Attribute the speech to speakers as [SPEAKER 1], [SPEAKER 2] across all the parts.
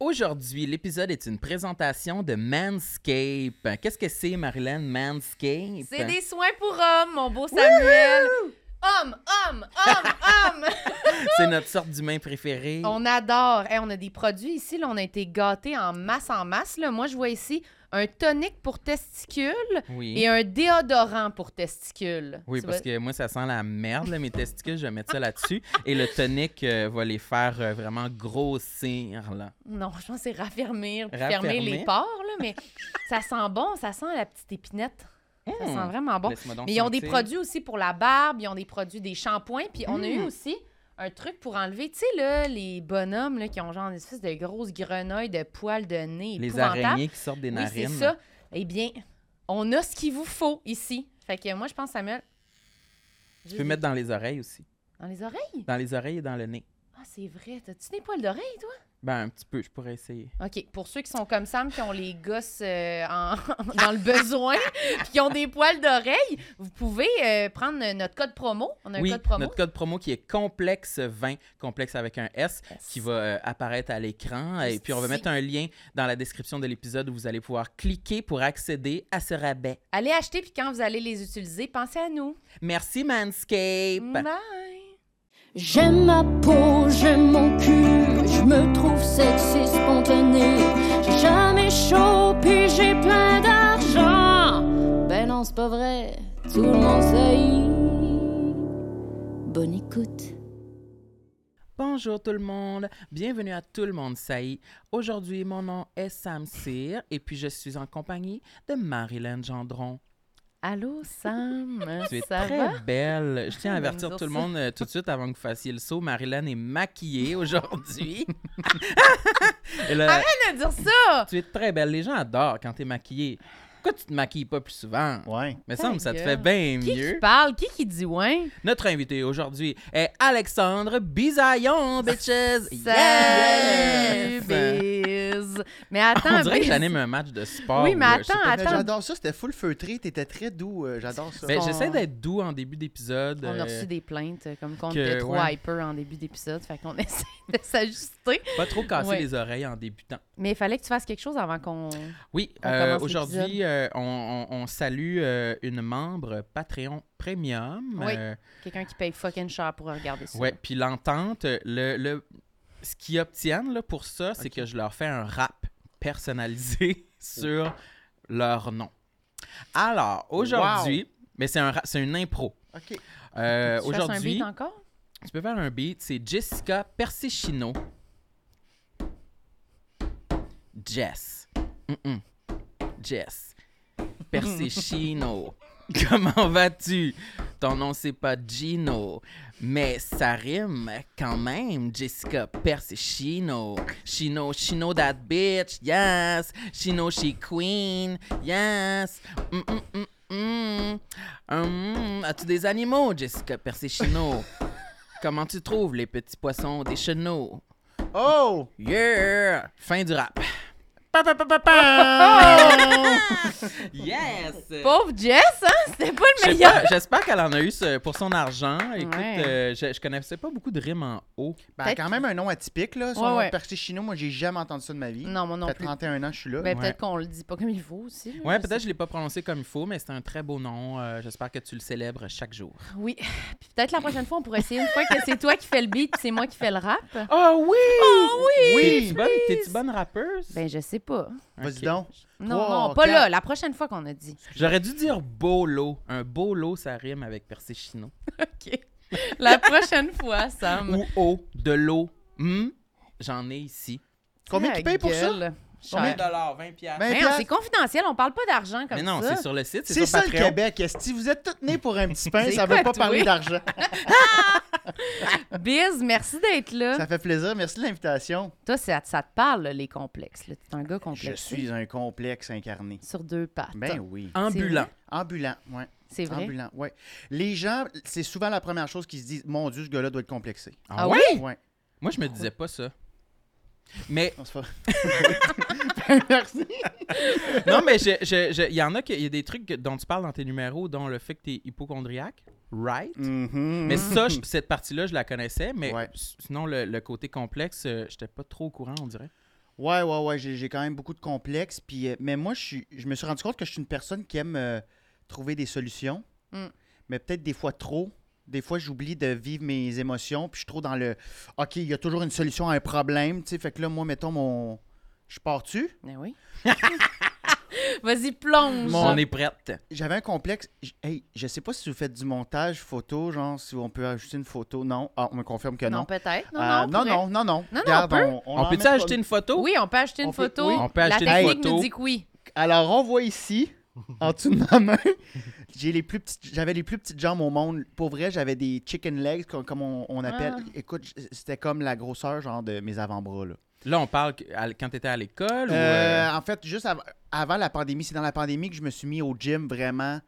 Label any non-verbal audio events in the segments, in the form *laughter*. [SPEAKER 1] Aujourd'hui, l'épisode est une présentation de Manscape. Qu'est-ce que c'est, Marilyn, Manscape?
[SPEAKER 2] C'est des soins pour hommes, mon beau Samuel. Homme, homme, *laughs* homme, homme.
[SPEAKER 1] C'est notre sorte d'humain préféré.
[SPEAKER 2] on adore. Hey, on a des produits ici. Là, on a été gâtés en masse en masse. Là. Moi, je vois ici un tonique pour testicules
[SPEAKER 1] Oui.
[SPEAKER 2] et un déodorant pour testicules.
[SPEAKER 1] Oui,
[SPEAKER 2] Tu
[SPEAKER 1] parce
[SPEAKER 2] vois-
[SPEAKER 1] que moi, ça sent la merde, là, mes testicules, je vais mettre ça là-dessus. Et le tonic euh, va les faire euh, vraiment grossir, là.
[SPEAKER 2] Non, je pense que c'est raffermir, puis fermer
[SPEAKER 1] Raffermir.
[SPEAKER 2] les pores, là, mais *laughs* ça sent bon. Ça sent la petite épinette. Ça
[SPEAKER 1] Hmm.
[SPEAKER 2] sent vraiment bon.
[SPEAKER 1] Laisse-moi donc
[SPEAKER 2] Mais ils ont des
[SPEAKER 1] sentir.
[SPEAKER 2] produits aussi pour la barbe, ils ont des produits, des shampoings, puis on a
[SPEAKER 1] Hmm.
[SPEAKER 2] eu aussi un truc pour enlever, tu sais, là, les bonhommes là, qui ont genre une espèce de grosses grenouilles de poils de nez.
[SPEAKER 1] Les
[SPEAKER 2] épouvantables.
[SPEAKER 1] araignées qui sortent des
[SPEAKER 2] Oui,
[SPEAKER 1] narines.
[SPEAKER 2] c'est ça. Eh bien, on a ce qu'il vous faut ici. Fait que moi, je pense, Samuel.
[SPEAKER 1] Tu peux mettre dans les oreilles aussi.
[SPEAKER 2] dans les oreilles?
[SPEAKER 1] Dans les oreilles et dans le nez.
[SPEAKER 2] Ah, c'est vrai. T'as-tu des poils d'oreilles, toi?
[SPEAKER 1] Ben, un petit peu, je pourrais essayer.
[SPEAKER 2] OK. Pour ceux qui sont comme Sam, qui ont les gosses euh, en- *laughs* dans le besoin, *laughs* puis qui ont des poils d'oreilles, vous pouvez euh, prendre notre code promo. On a
[SPEAKER 1] oui,
[SPEAKER 2] un code promo.
[SPEAKER 1] notre code promo qui est complexe 20, complexe avec un S,
[SPEAKER 2] Yes.
[SPEAKER 1] qui va euh, apparaître à l'écran.
[SPEAKER 2] Juste
[SPEAKER 1] Et puis, on va
[SPEAKER 2] ici.
[SPEAKER 1] mettre un lien dans la description de l'épisode où vous allez pouvoir cliquer pour accéder à ce rabais.
[SPEAKER 2] Allez acheter, puis quand vous allez les utiliser, pensez à nous.
[SPEAKER 1] Merci, Manscape!
[SPEAKER 2] Bye!
[SPEAKER 3] J'aime ma peau, j'aime mon cul, je me trouve sexy spontané. J'ai jamais chaud, puis j'ai plein d'argent. Ben non, c'est pas vrai, tout le monde sait. Bonne écoute.
[SPEAKER 1] Bonjour tout le monde, bienvenue à Tout le monde Saï. Aujourd'hui, mon nom est Sam Cyr et puis je suis en compagnie de Marilyn Gendron.
[SPEAKER 2] Allô, Sam?
[SPEAKER 1] *laughs* Tu es
[SPEAKER 2] ça
[SPEAKER 1] très
[SPEAKER 2] va?
[SPEAKER 1] belle. Je tiens à
[SPEAKER 2] Ah,
[SPEAKER 1] avertir
[SPEAKER 2] bonjour,
[SPEAKER 1] tout le
[SPEAKER 2] ça.
[SPEAKER 1] monde euh, tout de suite avant que vous fassiez le saut. Marilyn est maquillée
[SPEAKER 2] *laughs*
[SPEAKER 1] aujourd'hui. *laughs* Et là,
[SPEAKER 2] Arrête de dire ça!
[SPEAKER 1] tu es très belle. Les gens adorent quand tu es maquillée. Pourquoi tu te maquilles pas plus souvent?
[SPEAKER 4] Ouais.
[SPEAKER 1] Mais
[SPEAKER 2] Ta
[SPEAKER 1] semble que ça te fait bien
[SPEAKER 2] gueule. Qui qui
[SPEAKER 1] mieux.
[SPEAKER 2] parle? Qui qui dit ouais?
[SPEAKER 1] Notre invité aujourd'hui est Alexandre Bisaillon,
[SPEAKER 2] Ah,
[SPEAKER 1] bitches!
[SPEAKER 2] Salut,
[SPEAKER 1] Yes!
[SPEAKER 2] Biz!
[SPEAKER 1] *laughs*
[SPEAKER 2] Mais attends,
[SPEAKER 1] On dirait que
[SPEAKER 2] Biz,
[SPEAKER 1] j'anime un match de sport.
[SPEAKER 2] Oui, mais
[SPEAKER 1] là. Je sais
[SPEAKER 2] attends,
[SPEAKER 1] pas
[SPEAKER 4] Mais
[SPEAKER 2] attends.
[SPEAKER 4] J'adore ça, c'était full feutré, t'étais très doux, euh, j'adore ça.
[SPEAKER 1] Ben,
[SPEAKER 2] qu'on-
[SPEAKER 1] j'essaie d'être doux en début d'épisode.
[SPEAKER 2] On a
[SPEAKER 1] euh,
[SPEAKER 2] reçu des plaintes, euh, comme qu'on
[SPEAKER 1] que,
[SPEAKER 2] était trop
[SPEAKER 1] ouais.
[SPEAKER 2] hyper en début d'épisode, fait qu'on *laughs* essaie de s'ajuster.
[SPEAKER 1] Pas trop casser
[SPEAKER 2] Ouais.
[SPEAKER 1] les oreilles en débutant.
[SPEAKER 2] Mais il fallait que tu fasses quelque chose avant qu'on...
[SPEAKER 1] Oui,
[SPEAKER 2] On
[SPEAKER 1] euh,
[SPEAKER 2] commence
[SPEAKER 1] aujourd'hui, euh, on, on- on salue euh, une membre Patreon Premium.
[SPEAKER 2] Oui,
[SPEAKER 1] euh,
[SPEAKER 2] Quelqu'un qui paye fucking cher pour regarder ça.
[SPEAKER 1] ouais, puis l'entente, euh, le, le- ce qu'ils obtiennent là, pour ça, c'est que je leur fais un rap personnalisé *laughs* sur leur nom. Alors, aujourd'hui, mais c'est un rap- c'est une impro.
[SPEAKER 4] Ok.
[SPEAKER 1] Euh,
[SPEAKER 2] Tu fasses un
[SPEAKER 1] aujourd'hui, euh,
[SPEAKER 2] beat encore?
[SPEAKER 1] Tu peux faire un beat, c'est Jessica Persicino. Jess. Mm-mm. Jess. Persicino. Comment vas-tu? Ton nom, c'est pas Gino, mais ça rime quand même, Jessica Persicino. She know, she know that bitch, yes. She know she queen, yes. Mm, mm, mm, mm. Hum, As-tu des animaux, Jessica Persicino? Comment tu trouves les petits poissons des chenaux?
[SPEAKER 4] Oh!
[SPEAKER 1] Yeah! Fin du rap.
[SPEAKER 4] Pa, pa, pa, pa, pa!
[SPEAKER 1] Yes!
[SPEAKER 2] Pauvre Jess, hein? C'était pas
[SPEAKER 1] Je
[SPEAKER 2] le
[SPEAKER 1] sais
[SPEAKER 2] meilleur!
[SPEAKER 1] pas, J'espère qu'elle en a eu ce- pour son argent. Écoute,
[SPEAKER 2] Ouais.
[SPEAKER 1] euh, je, je connaissais pas beaucoup de rimes en haut.
[SPEAKER 4] ben,
[SPEAKER 2] Peut-être
[SPEAKER 4] quand même un nom atypique, là. Son
[SPEAKER 2] Ouais,
[SPEAKER 4] nom
[SPEAKER 2] ouais.
[SPEAKER 4] de chino, moi, j'ai jamais entendu ça de ma vie.
[SPEAKER 2] Non, moi non
[SPEAKER 4] Ça fait
[SPEAKER 2] plus.
[SPEAKER 4] 31 ans, je suis là.
[SPEAKER 2] Ben,
[SPEAKER 1] Ouais.
[SPEAKER 2] peut-être qu'on le dit pas comme il faut aussi. là,
[SPEAKER 1] Ouais,
[SPEAKER 2] je
[SPEAKER 1] peut-être je l'ai pas prononcé comme il faut, mais c'est un très beau nom. Euh, J'espère que tu le célèbres chaque jour.
[SPEAKER 2] sais. Oui. *laughs* Puis peut-être la prochaine fois, on pourrait essayer une fois que c'est toi qui fais le beat, puis c'est moi qui fais le rap.
[SPEAKER 1] Oh oui! Oh
[SPEAKER 4] Oui!
[SPEAKER 1] T'es-tu bonne, t'es-tu bonne rappeuse?
[SPEAKER 2] Ben, je sais pas.
[SPEAKER 4] Vas-y
[SPEAKER 1] Ok.
[SPEAKER 4] donc.
[SPEAKER 2] Non,
[SPEAKER 4] Trois,
[SPEAKER 2] non, pas
[SPEAKER 4] quatre.
[SPEAKER 2] là. La prochaine fois qu'on a dit.
[SPEAKER 1] J'aurais dû dire bolo. Un bolo, ça rime avec Persicino.
[SPEAKER 2] OK. La prochaine fois, Sam.
[SPEAKER 1] Ou eau, de l'eau. Hmm? J'en ai ici.
[SPEAKER 4] Combien
[SPEAKER 2] Ta
[SPEAKER 4] tu payes pour ça?
[SPEAKER 2] gueule. Cher.
[SPEAKER 4] Combien
[SPEAKER 1] dollars? 20 piastres.
[SPEAKER 4] Ben,
[SPEAKER 2] Mais non, c'est confidentiel, on parle pas d'argent comme
[SPEAKER 1] Mais non,
[SPEAKER 2] ça.
[SPEAKER 1] c'est sur le site, c'est
[SPEAKER 4] C'est
[SPEAKER 1] sur
[SPEAKER 4] ça le
[SPEAKER 1] Patreon.
[SPEAKER 4] Québec. Si vous êtes toutes nés pour
[SPEAKER 2] *laughs*
[SPEAKER 4] un petit pain,
[SPEAKER 2] C'est
[SPEAKER 4] ça
[SPEAKER 2] quoi,
[SPEAKER 4] veut pas
[SPEAKER 2] toi? Hein?
[SPEAKER 4] parler d'argent.
[SPEAKER 2] Biz, merci d'être là.
[SPEAKER 4] Ça fait plaisir. Merci de l'invitation.
[SPEAKER 2] Toi, ça, ça te parle, là, les complexes. là. T'es un gars complexe.
[SPEAKER 4] Je suis un complexe incarné.
[SPEAKER 2] Sur deux pattes.
[SPEAKER 4] Ben oui.
[SPEAKER 1] Ambulant.
[SPEAKER 4] Ambulant, ouais.
[SPEAKER 2] C'est vrai.
[SPEAKER 4] Ambulant, ouais. Les gens, c'est souvent la première chose qu'ils se disent Mon Dieu, ce gars-là doit être complexé.
[SPEAKER 2] Ah oui?
[SPEAKER 4] Ouais.
[SPEAKER 1] Moi, je me disais pas ça.
[SPEAKER 4] *laughs*
[SPEAKER 1] Mais
[SPEAKER 4] On se
[SPEAKER 1] *laughs*
[SPEAKER 4] fait- Merci.
[SPEAKER 1] non, mais je- je- je- il y en a que- il y a des trucs que- dont tu parles dans tes numéros, dont le fait que t'es hypochondriaque, right? Mhm. Mais ça, je- cette partie-là, je la connaissais, mais
[SPEAKER 4] Mm. Mm-hmm. Ouais.
[SPEAKER 1] s- sinon le, le côté complexe, euh, j'étais pas trop au courant, on dirait.
[SPEAKER 4] Ouais, ouais, ouais, j'ai j'ai quand même beaucoup de complexes. Puis, euh, mais moi, je, suis, je me suis rendu compte que je suis une personne qui aime euh, trouver des solutions.
[SPEAKER 2] Mm.
[SPEAKER 4] Mais peut-être des fois trop. Des fois, j'oublie de vivre mes émotions. Puis je suis trop dans le OK, il y a toujours une solution à un problème. Tu sais, fait que là, moi, mettons mon. Je pars-tu?
[SPEAKER 2] Ben oui. *laughs* Vas-y, plonge.
[SPEAKER 4] Mon-
[SPEAKER 1] On est prête.
[SPEAKER 4] J'avais un complexe. J- Hey, je sais pas si vous faites du montage photo, genre si on peut ajouter une photo. Non. Ah, on me confirme que
[SPEAKER 2] non,
[SPEAKER 4] non.
[SPEAKER 2] peut-être. Non,
[SPEAKER 4] Euh,
[SPEAKER 2] non, on
[SPEAKER 4] non,
[SPEAKER 2] pourrait.
[SPEAKER 4] non, non, non.
[SPEAKER 2] non,
[SPEAKER 4] Regarde,
[SPEAKER 2] on peut.
[SPEAKER 4] on
[SPEAKER 1] On
[SPEAKER 4] en
[SPEAKER 1] peut-tu
[SPEAKER 4] met
[SPEAKER 1] acheter
[SPEAKER 4] pas-
[SPEAKER 1] une photo?
[SPEAKER 2] Oui, on peut acheter une
[SPEAKER 4] On peut-
[SPEAKER 2] photo.
[SPEAKER 4] oui.
[SPEAKER 1] On peut
[SPEAKER 2] La
[SPEAKER 1] acheter une
[SPEAKER 2] technique
[SPEAKER 1] photo.
[SPEAKER 2] nous dit que oui.
[SPEAKER 4] Alors, on voit ici, en dessous de ma main, j'ai les plus petites, j'avais les plus petites jambes au monde. Pour vrai, j'avais des chicken legs, comme, comme on, on appelle.
[SPEAKER 2] Ah.
[SPEAKER 4] Écoute, j- c'était comme la grosseur, genre, de mes avant-bras, là.
[SPEAKER 1] Là, on parle que- à- quand t'étais à l'école ou... euh,
[SPEAKER 4] Euh, en fait, juste av- avant la pandémie, c'est dans la pandémie que je me suis mis au gym vraiment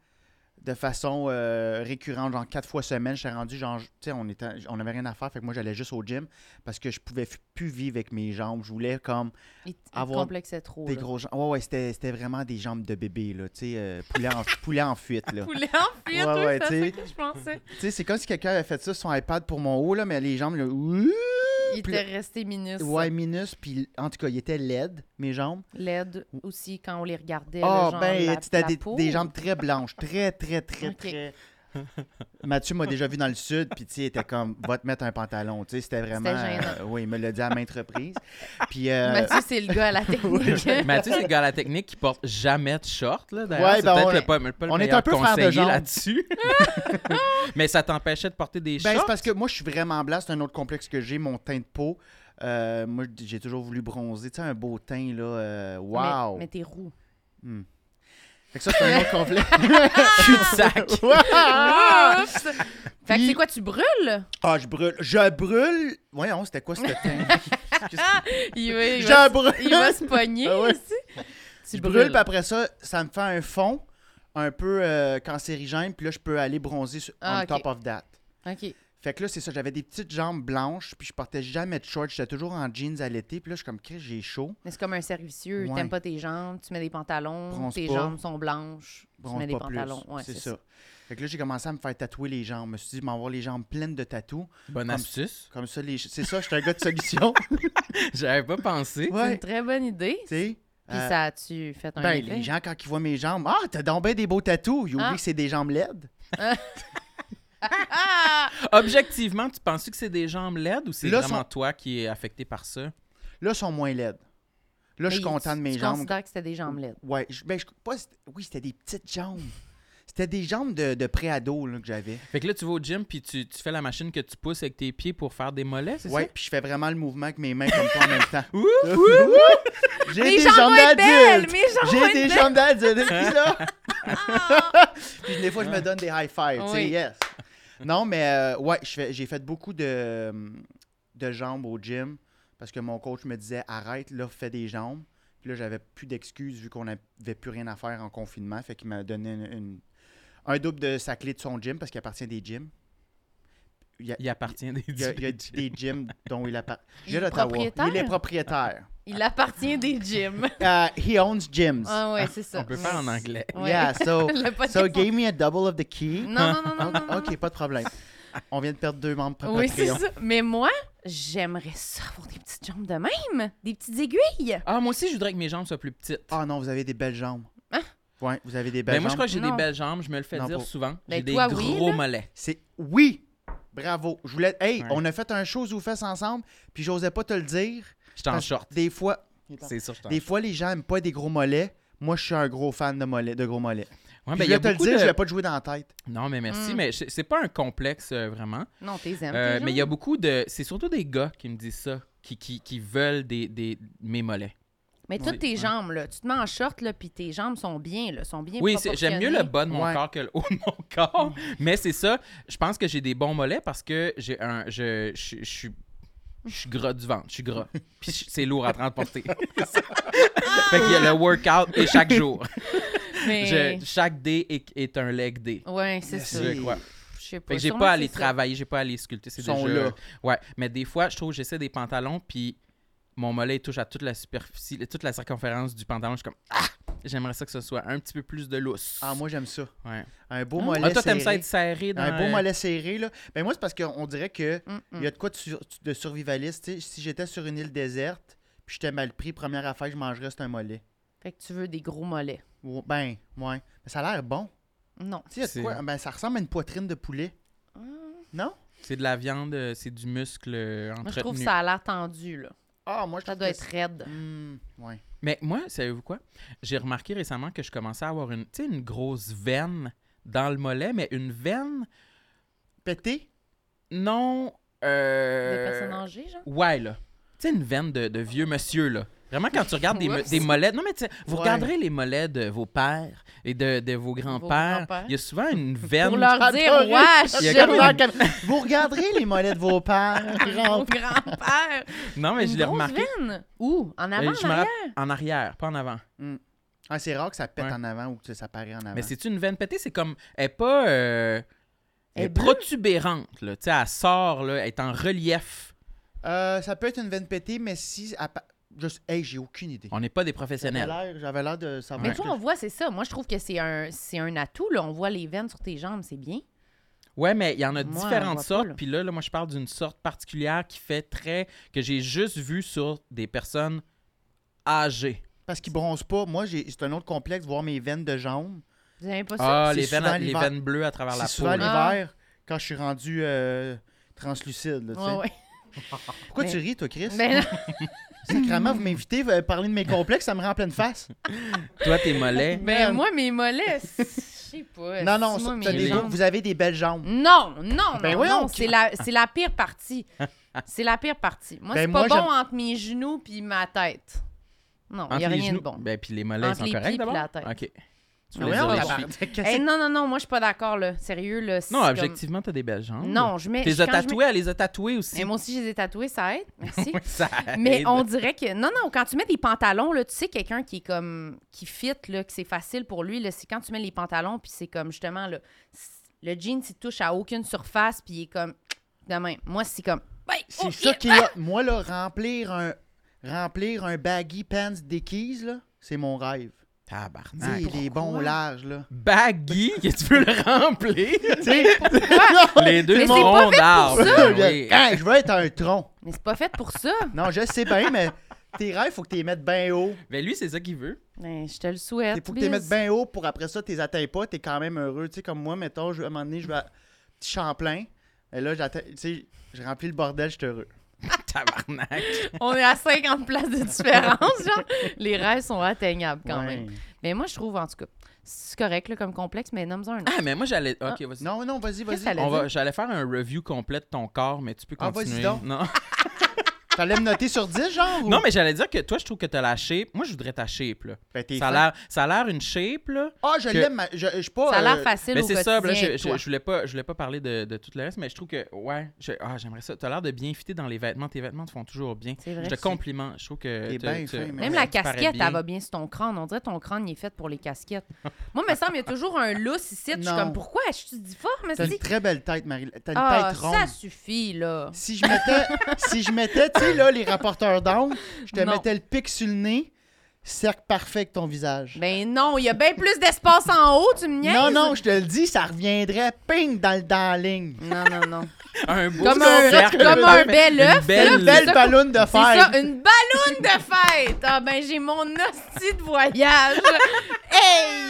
[SPEAKER 4] de façon euh, récurrente, genre quatre fois semaine. J'étais rendu, genre, tu sais, on, était- on avait rien à faire, fait que moi, j'allais juste au gym parce que je pouvais f- plus vivre avec mes jambes. Je voulais comme
[SPEAKER 2] Il il
[SPEAKER 4] Avoir
[SPEAKER 2] complexait trop.
[SPEAKER 4] des
[SPEAKER 2] là.
[SPEAKER 4] gros jambes. Ouais, ouais, c'était c'était vraiment des jambes de bébé, là, tu sais,
[SPEAKER 2] *laughs*
[SPEAKER 4] euh, poulet, en, poulet en fuite, là.
[SPEAKER 2] Poulet en fuite,
[SPEAKER 4] Ouais,
[SPEAKER 2] oui,
[SPEAKER 4] ouais,
[SPEAKER 2] c'est à
[SPEAKER 4] tu sais.
[SPEAKER 2] ça que je pensais.
[SPEAKER 4] Tu sais, c'est comme si quelqu'un avait fait ça sur son iPad pour mon haut, là, mais les jambes, là, ouh,
[SPEAKER 2] Il
[SPEAKER 4] Puis
[SPEAKER 2] était resté minus.
[SPEAKER 4] ouais, minus, puis en tout cas, il était laide, mes jambes.
[SPEAKER 2] Laide aussi, quand on les regardait.
[SPEAKER 4] Ah,
[SPEAKER 2] là, genre,
[SPEAKER 4] ben,
[SPEAKER 2] la-
[SPEAKER 4] tu as
[SPEAKER 2] la
[SPEAKER 4] des,
[SPEAKER 2] peau.
[SPEAKER 4] des jambes très blanches, très, très, très,
[SPEAKER 2] Ok.
[SPEAKER 4] très. Mathieu m'a déjà vu dans le sud, puis tu sais, il était comme, va te mettre un pantalon, tu sais, c'était vraiment.
[SPEAKER 2] gênant.
[SPEAKER 4] euh, oui, il me l'a dit à maintes reprises.
[SPEAKER 2] *laughs*
[SPEAKER 4] Puis, euh,
[SPEAKER 2] Mathieu, c'est le
[SPEAKER 4] *laughs*
[SPEAKER 2] gars à la technique.
[SPEAKER 1] euh, Mathieu, c'est le gars à la technique qui porte jamais de short. Là, d'ailleurs.
[SPEAKER 4] Ouais,
[SPEAKER 1] c'est
[SPEAKER 4] ben,
[SPEAKER 1] peut-être
[SPEAKER 4] on-
[SPEAKER 1] le, pas, pas le
[SPEAKER 4] on est
[SPEAKER 1] meilleur
[SPEAKER 4] un peu frères de
[SPEAKER 1] conseiller
[SPEAKER 4] genre.
[SPEAKER 1] là-dessus. Mais ça t'empêchait de porter des
[SPEAKER 4] ben, c'est
[SPEAKER 1] shorts.
[SPEAKER 4] parce que moi, je suis vraiment blanc, c'est un autre complexe que j'ai, mon teint de peau. Euh, moi, j'ai toujours voulu bronzer, tu sais, un beau teint, là, euh, wow.
[SPEAKER 2] Mais, mais t'es *laughs* roux.
[SPEAKER 4] Fait que ça, c'est un
[SPEAKER 2] *laughs*
[SPEAKER 4] autre complexe.
[SPEAKER 1] Cul-de-sac.
[SPEAKER 2] Oups! Fait que
[SPEAKER 4] Puis-
[SPEAKER 2] c'est quoi, tu brûles?
[SPEAKER 4] *laughs* Ah, je brûle. Je brûle. Voyons, c'était quoi ce teint?
[SPEAKER 2] *laughs* Il va, il va
[SPEAKER 4] je
[SPEAKER 2] se-
[SPEAKER 4] brûle.
[SPEAKER 2] il
[SPEAKER 4] *laughs*
[SPEAKER 2] va se pogner
[SPEAKER 4] Ah ouais.
[SPEAKER 2] ici. Tu
[SPEAKER 4] je brûle, puis après ça, ça me fait un fond un peu euh, cancérigène, puis là, je peux aller bronzer sur-
[SPEAKER 2] Ah,
[SPEAKER 4] on
[SPEAKER 2] ok.
[SPEAKER 4] top of that.
[SPEAKER 2] OK.
[SPEAKER 4] Fait que là, c'est ça, j'avais des petites jambes blanches, puis je portais jamais de shorts, j'étais toujours en jeans à l'été, puis là, je suis comme, Chris, j'ai chaud.
[SPEAKER 2] Mais c'est comme un servicieux.
[SPEAKER 4] Ouais.
[SPEAKER 2] T'aimes pas tes jambes, tu mets des pantalons,
[SPEAKER 4] Bronze
[SPEAKER 2] tes
[SPEAKER 4] pas.
[SPEAKER 2] jambes sont blanches, tu
[SPEAKER 4] Bronze
[SPEAKER 2] mets des
[SPEAKER 4] pas plus.
[SPEAKER 2] pantalons. Ouais,
[SPEAKER 4] c'est ça. Fait que là, j'ai commencé à me faire tatouer les jambes. Je me suis dit, je vais avoir les jambes pleines de tatous.
[SPEAKER 1] *laughs* Bonne
[SPEAKER 4] Comme-
[SPEAKER 1] astuce.
[SPEAKER 4] Comme ça, les... c'est ça, je suis un gars de
[SPEAKER 2] *laughs*
[SPEAKER 4] solution.
[SPEAKER 1] J'avais pas pensé.
[SPEAKER 2] C'est
[SPEAKER 4] ouais,
[SPEAKER 2] une
[SPEAKER 4] tu
[SPEAKER 2] très bonne idée.
[SPEAKER 4] sais.
[SPEAKER 2] Puis
[SPEAKER 4] euh,
[SPEAKER 2] ça a-tu fait un
[SPEAKER 4] Ben,
[SPEAKER 2] effet?
[SPEAKER 4] les gens, quand ils voient mes jambes, ah, t'as donc ben des beaux tatous. Ils oublient
[SPEAKER 2] Ah.
[SPEAKER 4] que c'est des jambes laides.
[SPEAKER 2] Ah!
[SPEAKER 1] Objectivement, tu penses que c'est des jambes laides ou c'est
[SPEAKER 4] Là,
[SPEAKER 1] vraiment
[SPEAKER 4] sont-
[SPEAKER 1] toi qui es affecté par ça?
[SPEAKER 4] Là, ils sont moins laides. Là, je suis
[SPEAKER 2] Mais
[SPEAKER 4] content de
[SPEAKER 2] tu-
[SPEAKER 4] mes
[SPEAKER 2] tu
[SPEAKER 4] jambes.
[SPEAKER 2] considères que c'était des jambes laides.
[SPEAKER 4] Ouais, je- ben, je- pas, c'était- oui, c'était des petites jambes. C'était des jambes de, de pré-ado là, que j'avais.
[SPEAKER 1] Fait que là, tu vas au gym puis tu, tu fais la machine que tu pousses avec tes pieds pour faire des mollets, c'est
[SPEAKER 4] Ouais, puis je fais vraiment le mouvement avec mes mains comme toi en même
[SPEAKER 2] *laughs*
[SPEAKER 4] temps.
[SPEAKER 1] ça? Ouh!
[SPEAKER 4] J'ai
[SPEAKER 2] Mes
[SPEAKER 4] des
[SPEAKER 2] jambes
[SPEAKER 4] jambes
[SPEAKER 2] vont être belles!
[SPEAKER 4] d'adulte!
[SPEAKER 2] Mes jambes vont
[SPEAKER 4] J'ai
[SPEAKER 2] être
[SPEAKER 4] des
[SPEAKER 2] belles! Ah!
[SPEAKER 4] jambes d'adulte! Puis là- *laughs* Puis des fois, je me donne des high fives, tu sais,
[SPEAKER 2] Oui.
[SPEAKER 4] yes. Non, mais euh, ouais, je fais- j'ai fait beaucoup de, hum, de jambes au gym parce que mon coach me disait arrête, là, fais des jambes. Puis là, j'avais plus d'excuses vu qu'on n'avait plus rien à faire en confinement. Fait qu'il m'a donné une- une- un double de sa clé de son gym parce qu'il appartient à des gyms. Il y a,
[SPEAKER 1] Il appartient des
[SPEAKER 4] il y
[SPEAKER 1] *laughs*
[SPEAKER 4] a- il y a
[SPEAKER 1] gyms.
[SPEAKER 4] des gyms dont il appartient.
[SPEAKER 2] Il est propriétaire?
[SPEAKER 4] Il est propriétaire.
[SPEAKER 2] Il appartient des
[SPEAKER 4] *laughs*
[SPEAKER 2] gyms.
[SPEAKER 4] Uh, he owns gyms.
[SPEAKER 2] Ah ouais, c'est ça.
[SPEAKER 1] On peut faire en anglais.
[SPEAKER 2] Ouais. *laughs*
[SPEAKER 4] Yeah, so,
[SPEAKER 2] Le podcast-
[SPEAKER 4] so gave me a double of the key.
[SPEAKER 2] Non, non, non, non, non,
[SPEAKER 4] Ok,
[SPEAKER 2] non.
[SPEAKER 4] ok, pas de problème. On vient de perdre deux membres par
[SPEAKER 2] Oui, c'est
[SPEAKER 4] Patreon.
[SPEAKER 2] ça. Mais moi, j'aimerais ça avoir des petites jambes de même, des petites aiguilles.
[SPEAKER 1] Ah, moi aussi, je voudrais que mes jambes soient plus petites.
[SPEAKER 4] Ah non, vous avez des belles jambes.
[SPEAKER 2] Hein?
[SPEAKER 4] Ouais, vous avez des belles
[SPEAKER 1] Ben, moi, je
[SPEAKER 4] jambes.
[SPEAKER 1] crois que j'ai des
[SPEAKER 2] Non.
[SPEAKER 1] belles jambes, je me le fais
[SPEAKER 4] Non,
[SPEAKER 1] dire
[SPEAKER 4] pas-
[SPEAKER 1] souvent. J'ai
[SPEAKER 2] Ben,
[SPEAKER 1] des
[SPEAKER 2] toi, oui,
[SPEAKER 1] gros
[SPEAKER 2] là.
[SPEAKER 1] mollets.
[SPEAKER 4] C'est oui. Bravo. Je voulais Hey,
[SPEAKER 1] Ouais.
[SPEAKER 4] on a fait un show aux fesses ensemble, puis j'osais pas te le dire.
[SPEAKER 1] J'étais en
[SPEAKER 4] Parce-
[SPEAKER 1] short.
[SPEAKER 4] Des fois,
[SPEAKER 1] C'est sûr, je t'en
[SPEAKER 4] des fois les gens aiment pas des gros mollets. Moi, je suis un gros fan de mollets, de gros mollets.
[SPEAKER 1] Ouais, ben,
[SPEAKER 4] Puis je
[SPEAKER 1] il y a
[SPEAKER 4] voulais te le
[SPEAKER 1] beaucoup
[SPEAKER 4] dire,
[SPEAKER 1] de-
[SPEAKER 4] je Hmm. l'ai pas te jouer dans la tête.
[SPEAKER 1] Non, mais merci,
[SPEAKER 2] Mm.
[SPEAKER 1] mais c'est c'est pas un complexe euh, vraiment.
[SPEAKER 2] Non, t'es aimes.
[SPEAKER 1] Euh,
[SPEAKER 2] tes
[SPEAKER 1] mais il y a
[SPEAKER 2] jambes.
[SPEAKER 1] beaucoup de. C'est surtout des gars qui me disent ça, qui, qui, qui veulent des, des, mes mollets.
[SPEAKER 2] Mais
[SPEAKER 1] Oui.
[SPEAKER 2] toutes tes
[SPEAKER 1] Ouais.
[SPEAKER 2] jambes, là, tu te mets en short, là, puis tes jambes sont bien, là, sont bien
[SPEAKER 1] Oui, c'est- j'aime mieux le
[SPEAKER 2] proportionnées.
[SPEAKER 1] bas de mon
[SPEAKER 4] Ouais.
[SPEAKER 1] corps que le haut de mon *laughs* corps. Mais c'est ça, je pense que j'ai des bons mollets parce que j'ai un. Je, je, je suis. Je suis gras du ventre, je suis gras. Puis je- c'est lourd à transporter. fait qu'il y a le workout et chaque jour.
[SPEAKER 2] Mais...
[SPEAKER 1] Je- chaque dé est, est un leg day.
[SPEAKER 2] Ouais, c'est ça.
[SPEAKER 1] Je crois.
[SPEAKER 2] Je sais pas.
[SPEAKER 1] Fait que j'ai
[SPEAKER 2] Sûrement
[SPEAKER 1] pas à
[SPEAKER 2] c'est
[SPEAKER 1] les
[SPEAKER 2] ça.
[SPEAKER 1] travailler, j'ai pas à les sculpter. C'est
[SPEAKER 4] Ils sont
[SPEAKER 1] déjà...
[SPEAKER 4] là.
[SPEAKER 1] Ouais, mais des fois, je trouve que j'essaie des pantalons, puis mon mollet il touche à toute la superficie, toute la circonférence du pantalon. Je suis comme ah, j'aimerais ça que ce soit un petit peu plus de lousse.
[SPEAKER 4] Ah, moi j'aime ça.
[SPEAKER 1] Ouais.
[SPEAKER 4] Un beau
[SPEAKER 1] Ah,
[SPEAKER 4] mollet
[SPEAKER 1] toi, t'aimes ça
[SPEAKER 4] serré.
[SPEAKER 1] être serré dans Hmm.
[SPEAKER 4] Un beau mollet serré, là. Ben moi, c'est parce qu'on dirait que
[SPEAKER 2] Mm, mm.
[SPEAKER 4] il y a de quoi de, sur- de survivaliste. tu sais. Si j'étais sur une île déserte, Puis j'étais mal pris. Première affaire que je mangerais, c'est un mollet.
[SPEAKER 2] Fait que tu veux des gros mollets.
[SPEAKER 4] Ou- Ben, ouais. Mais ça a l'air bon.
[SPEAKER 2] Non.
[SPEAKER 4] Tu sais, il y a de
[SPEAKER 1] C'est- Hmm.
[SPEAKER 4] quoi? Ben, ça ressemble à une poitrine de poulet. Non?
[SPEAKER 1] C'est de la viande, euh, c'est du muscle euh, entretenu.
[SPEAKER 2] Moi, je trouve que ça a l'air tendu, là.
[SPEAKER 4] Ah, moi, je
[SPEAKER 2] Ça
[SPEAKER 4] trouve
[SPEAKER 2] doit
[SPEAKER 4] que
[SPEAKER 2] être raide.
[SPEAKER 4] c'est- Hmm, ouais.
[SPEAKER 1] Mais moi, savez-vous quoi? J'ai remarqué récemment que je commençais à avoir une, tu sais, une grosse veine dans le mollet, mais une veine
[SPEAKER 4] Pété?
[SPEAKER 1] non... Euh...
[SPEAKER 2] Des personnes âgées, genre?
[SPEAKER 1] Ouais, là. Tu sais, une veine de, de vieux monsieur, là. Vraiment, quand tu regardes des, mo-
[SPEAKER 2] Oups.
[SPEAKER 1] des mollets... Non, mais tu sais, vous
[SPEAKER 4] Ouais.
[SPEAKER 1] regarderez les mollets de vos pères et de, de vos grands-pères.
[SPEAKER 2] grands-pères.
[SPEAKER 1] Il y a souvent une veine...
[SPEAKER 2] *laughs* Pour leur dire,
[SPEAKER 4] J'adorais-
[SPEAKER 2] wesh,
[SPEAKER 1] Il y a
[SPEAKER 2] j'aime
[SPEAKER 1] comme
[SPEAKER 2] leur
[SPEAKER 1] une-
[SPEAKER 2] *laughs*
[SPEAKER 4] Vous regarderez les mollets de vos pères.
[SPEAKER 2] grand-
[SPEAKER 4] grand-
[SPEAKER 2] grand-père.
[SPEAKER 1] Non, mais
[SPEAKER 2] Une
[SPEAKER 1] je l'ai
[SPEAKER 2] grosse
[SPEAKER 1] remarqué.
[SPEAKER 2] veine. Où? En
[SPEAKER 1] Euh,
[SPEAKER 2] avant,
[SPEAKER 1] je
[SPEAKER 2] en
[SPEAKER 1] me
[SPEAKER 2] arrière?
[SPEAKER 1] rapp- En arrière, pas en avant.
[SPEAKER 4] Ah, c'est rare que ça pète
[SPEAKER 1] Ouais.
[SPEAKER 4] en avant ou que ça paraît en avant.
[SPEAKER 1] Mais c'est une veine pétée, c'est comme. Elle est pas. euh, elle
[SPEAKER 2] Elle
[SPEAKER 1] est
[SPEAKER 2] est bleue.
[SPEAKER 1] protubérante, là. Tu sais, elle sort, là. Elle est en relief.
[SPEAKER 4] Euh, ça peut être une veine pétée, mais si... à pa- Je... sais- Hey, j'ai aucune idée.
[SPEAKER 1] On n'est pas des
[SPEAKER 4] J'avais
[SPEAKER 1] professionnels.
[SPEAKER 4] l'air- J'avais l'air de savoir.
[SPEAKER 2] Mais
[SPEAKER 1] Ouais.
[SPEAKER 2] toi, on voit, c'est ça. Moi, je trouve que c'est un, c'est un atout, là. On voit les veines sur tes jambes, c'est bien.
[SPEAKER 1] Ouais, mais il y en a
[SPEAKER 2] Moi, on voit
[SPEAKER 1] différentes
[SPEAKER 2] pas,
[SPEAKER 1] sortes.
[SPEAKER 2] là.
[SPEAKER 1] Puis là, là, moi, je parle d'une sorte particulière qui fait très. que j'ai juste vu sur des personnes âgées.
[SPEAKER 4] Parce qu'ils bronzent pas. Moi, j'ai- c'est un autre complexe, voir mes veines de jaunes.
[SPEAKER 2] Vous aimez pas ça?
[SPEAKER 1] Ah,
[SPEAKER 4] c'est
[SPEAKER 1] les veines,
[SPEAKER 4] souvent
[SPEAKER 1] les
[SPEAKER 4] l'hiver.
[SPEAKER 1] veines bleues à travers la
[SPEAKER 4] C'est
[SPEAKER 1] peau.
[SPEAKER 4] souvent
[SPEAKER 1] là.
[SPEAKER 2] Ah.
[SPEAKER 4] l'hiver, quand je suis rendu euh, translucide. là, tu sais.
[SPEAKER 2] Ouais, ouais.
[SPEAKER 4] Pourquoi
[SPEAKER 2] Mais-
[SPEAKER 4] tu ris, toi, Chris?
[SPEAKER 1] *laughs*
[SPEAKER 2] Ben non.
[SPEAKER 4] Sacrement, vous m'invitez à parler de mes complexes, ça me rend en pleine face.
[SPEAKER 1] Toi, tes mollets.
[SPEAKER 2] Ben, moi, mes mollets, je sais
[SPEAKER 1] *laughs*
[SPEAKER 2] pas.
[SPEAKER 4] non, non,
[SPEAKER 2] Moi,
[SPEAKER 4] ça-
[SPEAKER 2] mes
[SPEAKER 4] t'as des-
[SPEAKER 2] jambes.
[SPEAKER 4] vous avez des belles jambes.
[SPEAKER 2] Non, non,
[SPEAKER 4] Ben
[SPEAKER 2] non,
[SPEAKER 4] voyons,
[SPEAKER 2] non,
[SPEAKER 4] qui-
[SPEAKER 2] c'est la, c'est la pire partie.
[SPEAKER 1] *laughs*
[SPEAKER 2] C'est la pire partie. Moi,
[SPEAKER 4] Ben
[SPEAKER 2] c'est pas
[SPEAKER 4] moi,
[SPEAKER 2] bon entre mes genoux puis ma tête. Non, il
[SPEAKER 1] Entre
[SPEAKER 2] n'y a
[SPEAKER 1] les
[SPEAKER 2] rien de
[SPEAKER 1] genoux-
[SPEAKER 2] bon.
[SPEAKER 1] Ben, puis les mollets,
[SPEAKER 2] Entre
[SPEAKER 1] sont
[SPEAKER 2] les
[SPEAKER 1] corrects
[SPEAKER 2] pieds
[SPEAKER 1] d'abord.
[SPEAKER 2] puis la tête.
[SPEAKER 1] OK. Tu
[SPEAKER 2] Non,
[SPEAKER 1] voulais
[SPEAKER 2] mais
[SPEAKER 1] dire
[SPEAKER 2] on
[SPEAKER 1] les
[SPEAKER 2] la
[SPEAKER 1] pieds.
[SPEAKER 4] tabarnak, qu'est-ce que
[SPEAKER 2] Hey,
[SPEAKER 4] c'est?
[SPEAKER 2] non, non, non, moi, je suis pas d'accord, là. Sérieux, là. c'est
[SPEAKER 1] Non,
[SPEAKER 2] comme-
[SPEAKER 1] objectivement, t'as des belles jambes.
[SPEAKER 2] Non, je mets.
[SPEAKER 1] T'es
[SPEAKER 2] je- quand je mets-
[SPEAKER 1] tatouées, elle les a tatouées aussi. *laughs*
[SPEAKER 2] Et moi aussi, je les ai tatoués, ça aide. Merci.
[SPEAKER 1] Ça
[SPEAKER 2] Mais
[SPEAKER 1] aide.
[SPEAKER 2] on dirait que. Non, non, quand tu mets des pantalons, là, tu sais, quelqu'un qui est comme. qui fit, là, que c'est facile pour lui, là, c'est quand tu mets les pantalons, puis c'est comme justement, là, c- le jean, il touche à aucune surface, puis il est comme. de même. Moi, c'est comme. Ouais,
[SPEAKER 4] C'est
[SPEAKER 2] oh,
[SPEAKER 4] ça
[SPEAKER 2] yeah.
[SPEAKER 4] qui est hot. Moi, là, remplir un, remplir un baggy pants des keys, là, c'est mon rêve. Tu sais,
[SPEAKER 1] Tabarnak.
[SPEAKER 4] les bons larges, là.
[SPEAKER 1] Baggy, que tu peux le remplir. *laughs*
[SPEAKER 4] Tu sais, *laughs* non,
[SPEAKER 1] Les deux
[SPEAKER 2] Mais c'est pas
[SPEAKER 1] morons
[SPEAKER 2] fait pour
[SPEAKER 1] d'arbre.
[SPEAKER 2] ça.
[SPEAKER 1] Ben oui.
[SPEAKER 4] hey, je veux être un tronc.
[SPEAKER 2] Mais c'est pas fait pour ça.
[SPEAKER 4] Non, je sais bien, mais tes rêves, faut que tu les mettes bien haut.
[SPEAKER 1] Ben lui, c'est ça qu'il veut.
[SPEAKER 2] Ben, je te le souhaite.
[SPEAKER 4] Il faut que tu les mettes
[SPEAKER 2] Biz.
[SPEAKER 4] bien haut pour après ça, tu les atteins pas, t'es quand même heureux. Tu sais, comme moi, mettons, je, à un moment donné, je vais à Petit Champlain, et là, j'atteins- tu sais, je remplis le bordel, je suis heureux.
[SPEAKER 1] Tabarnak.
[SPEAKER 2] On est à 50 places de différence, genre. Les rêves sont atteignables quand
[SPEAKER 4] Ouais.
[SPEAKER 2] même. Mais moi, je trouve, en tout cas, c'est correct là, comme complexe, mais nomme-en un autre.
[SPEAKER 1] Ah, mais moi, j'allais... OK, vas-y.
[SPEAKER 4] Non, non, vas-y,
[SPEAKER 2] Qu'est-ce que
[SPEAKER 4] vas-y.
[SPEAKER 2] t'allais
[SPEAKER 1] On
[SPEAKER 2] dire?
[SPEAKER 1] va... J'allais faire un review complet de ton corps, mais tu peux
[SPEAKER 4] Ah, vas-y
[SPEAKER 1] continuer.
[SPEAKER 4] donc.
[SPEAKER 1] non.
[SPEAKER 4] T'allais me noter sur 10, genre? ou-
[SPEAKER 1] non, mais j'allais dire que toi, je trouve que t'as la shape. Moi, je voudrais ta shape, là.
[SPEAKER 4] Ben, t'es
[SPEAKER 1] Ça a
[SPEAKER 4] fin.
[SPEAKER 1] l'air- ça a l'air une shape, là.
[SPEAKER 4] Ah, je
[SPEAKER 1] que-
[SPEAKER 4] l'aime, ma- je, je suis pas...
[SPEAKER 2] Ça a l'air
[SPEAKER 4] euh,
[SPEAKER 2] facile
[SPEAKER 1] Ah, Mais
[SPEAKER 2] au
[SPEAKER 1] c'est ça, là,
[SPEAKER 2] quotidien,
[SPEAKER 1] je, je-
[SPEAKER 2] toi.
[SPEAKER 1] je voulais pas, je voulais pas parler de, de tout le reste, mais je trouve que, ouais, je- ah, j'aimerais ça. T'as l'air de bien fitter dans les vêtements. Tes vêtements te font toujours bien.
[SPEAKER 2] C'est vrai.
[SPEAKER 1] Je te complimente. Je trouve que.
[SPEAKER 4] T'es
[SPEAKER 1] t'as-
[SPEAKER 4] bien
[SPEAKER 1] t'as-
[SPEAKER 4] fin, mais-
[SPEAKER 2] Même
[SPEAKER 4] Ouais,
[SPEAKER 2] la
[SPEAKER 1] tu parais
[SPEAKER 2] casquette,
[SPEAKER 1] bien.
[SPEAKER 2] elle va bien sur ton crâne. On dirait que ton crâne, il est fait pour les casquettes. Moi, il me semble, il y a toujours un lousse ici. Je suis
[SPEAKER 4] Non.
[SPEAKER 2] comme, pourquoi? Je suis difforme,
[SPEAKER 4] T'as une
[SPEAKER 2] c'est
[SPEAKER 4] très belle tête, Marie. T'as une
[SPEAKER 2] Ah,
[SPEAKER 4] tête ronde.
[SPEAKER 2] ça suffit, là.
[SPEAKER 4] Si je mettais,
[SPEAKER 2] *laughs*
[SPEAKER 4] si je mettais, tu sais, là, les rapporteurs d'ondes, je te
[SPEAKER 2] Non.
[SPEAKER 4] mettais le pic sur le nez, cercle parfait avec ton visage.
[SPEAKER 2] Ben non, il y a bien plus d'espace en haut, tu me niaises?
[SPEAKER 4] non, non, je te le dis, ça reviendrait ping dans, le- dans la ligne.
[SPEAKER 2] Non, non, non.
[SPEAKER 1] Un beau
[SPEAKER 2] Comme un,
[SPEAKER 1] cercle
[SPEAKER 2] comme un
[SPEAKER 1] parfait.
[SPEAKER 2] bel
[SPEAKER 1] Une
[SPEAKER 2] œuf.
[SPEAKER 1] belle-
[SPEAKER 2] là,
[SPEAKER 4] Une
[SPEAKER 2] c'est
[SPEAKER 4] *laughs* belle
[SPEAKER 2] ça qu'on-
[SPEAKER 4] ballonne de
[SPEAKER 2] C'est
[SPEAKER 4] fer.
[SPEAKER 2] ça, une balloune de fête! Ah ben j'ai mon hostie de
[SPEAKER 1] *laughs*
[SPEAKER 2] voyage! hey!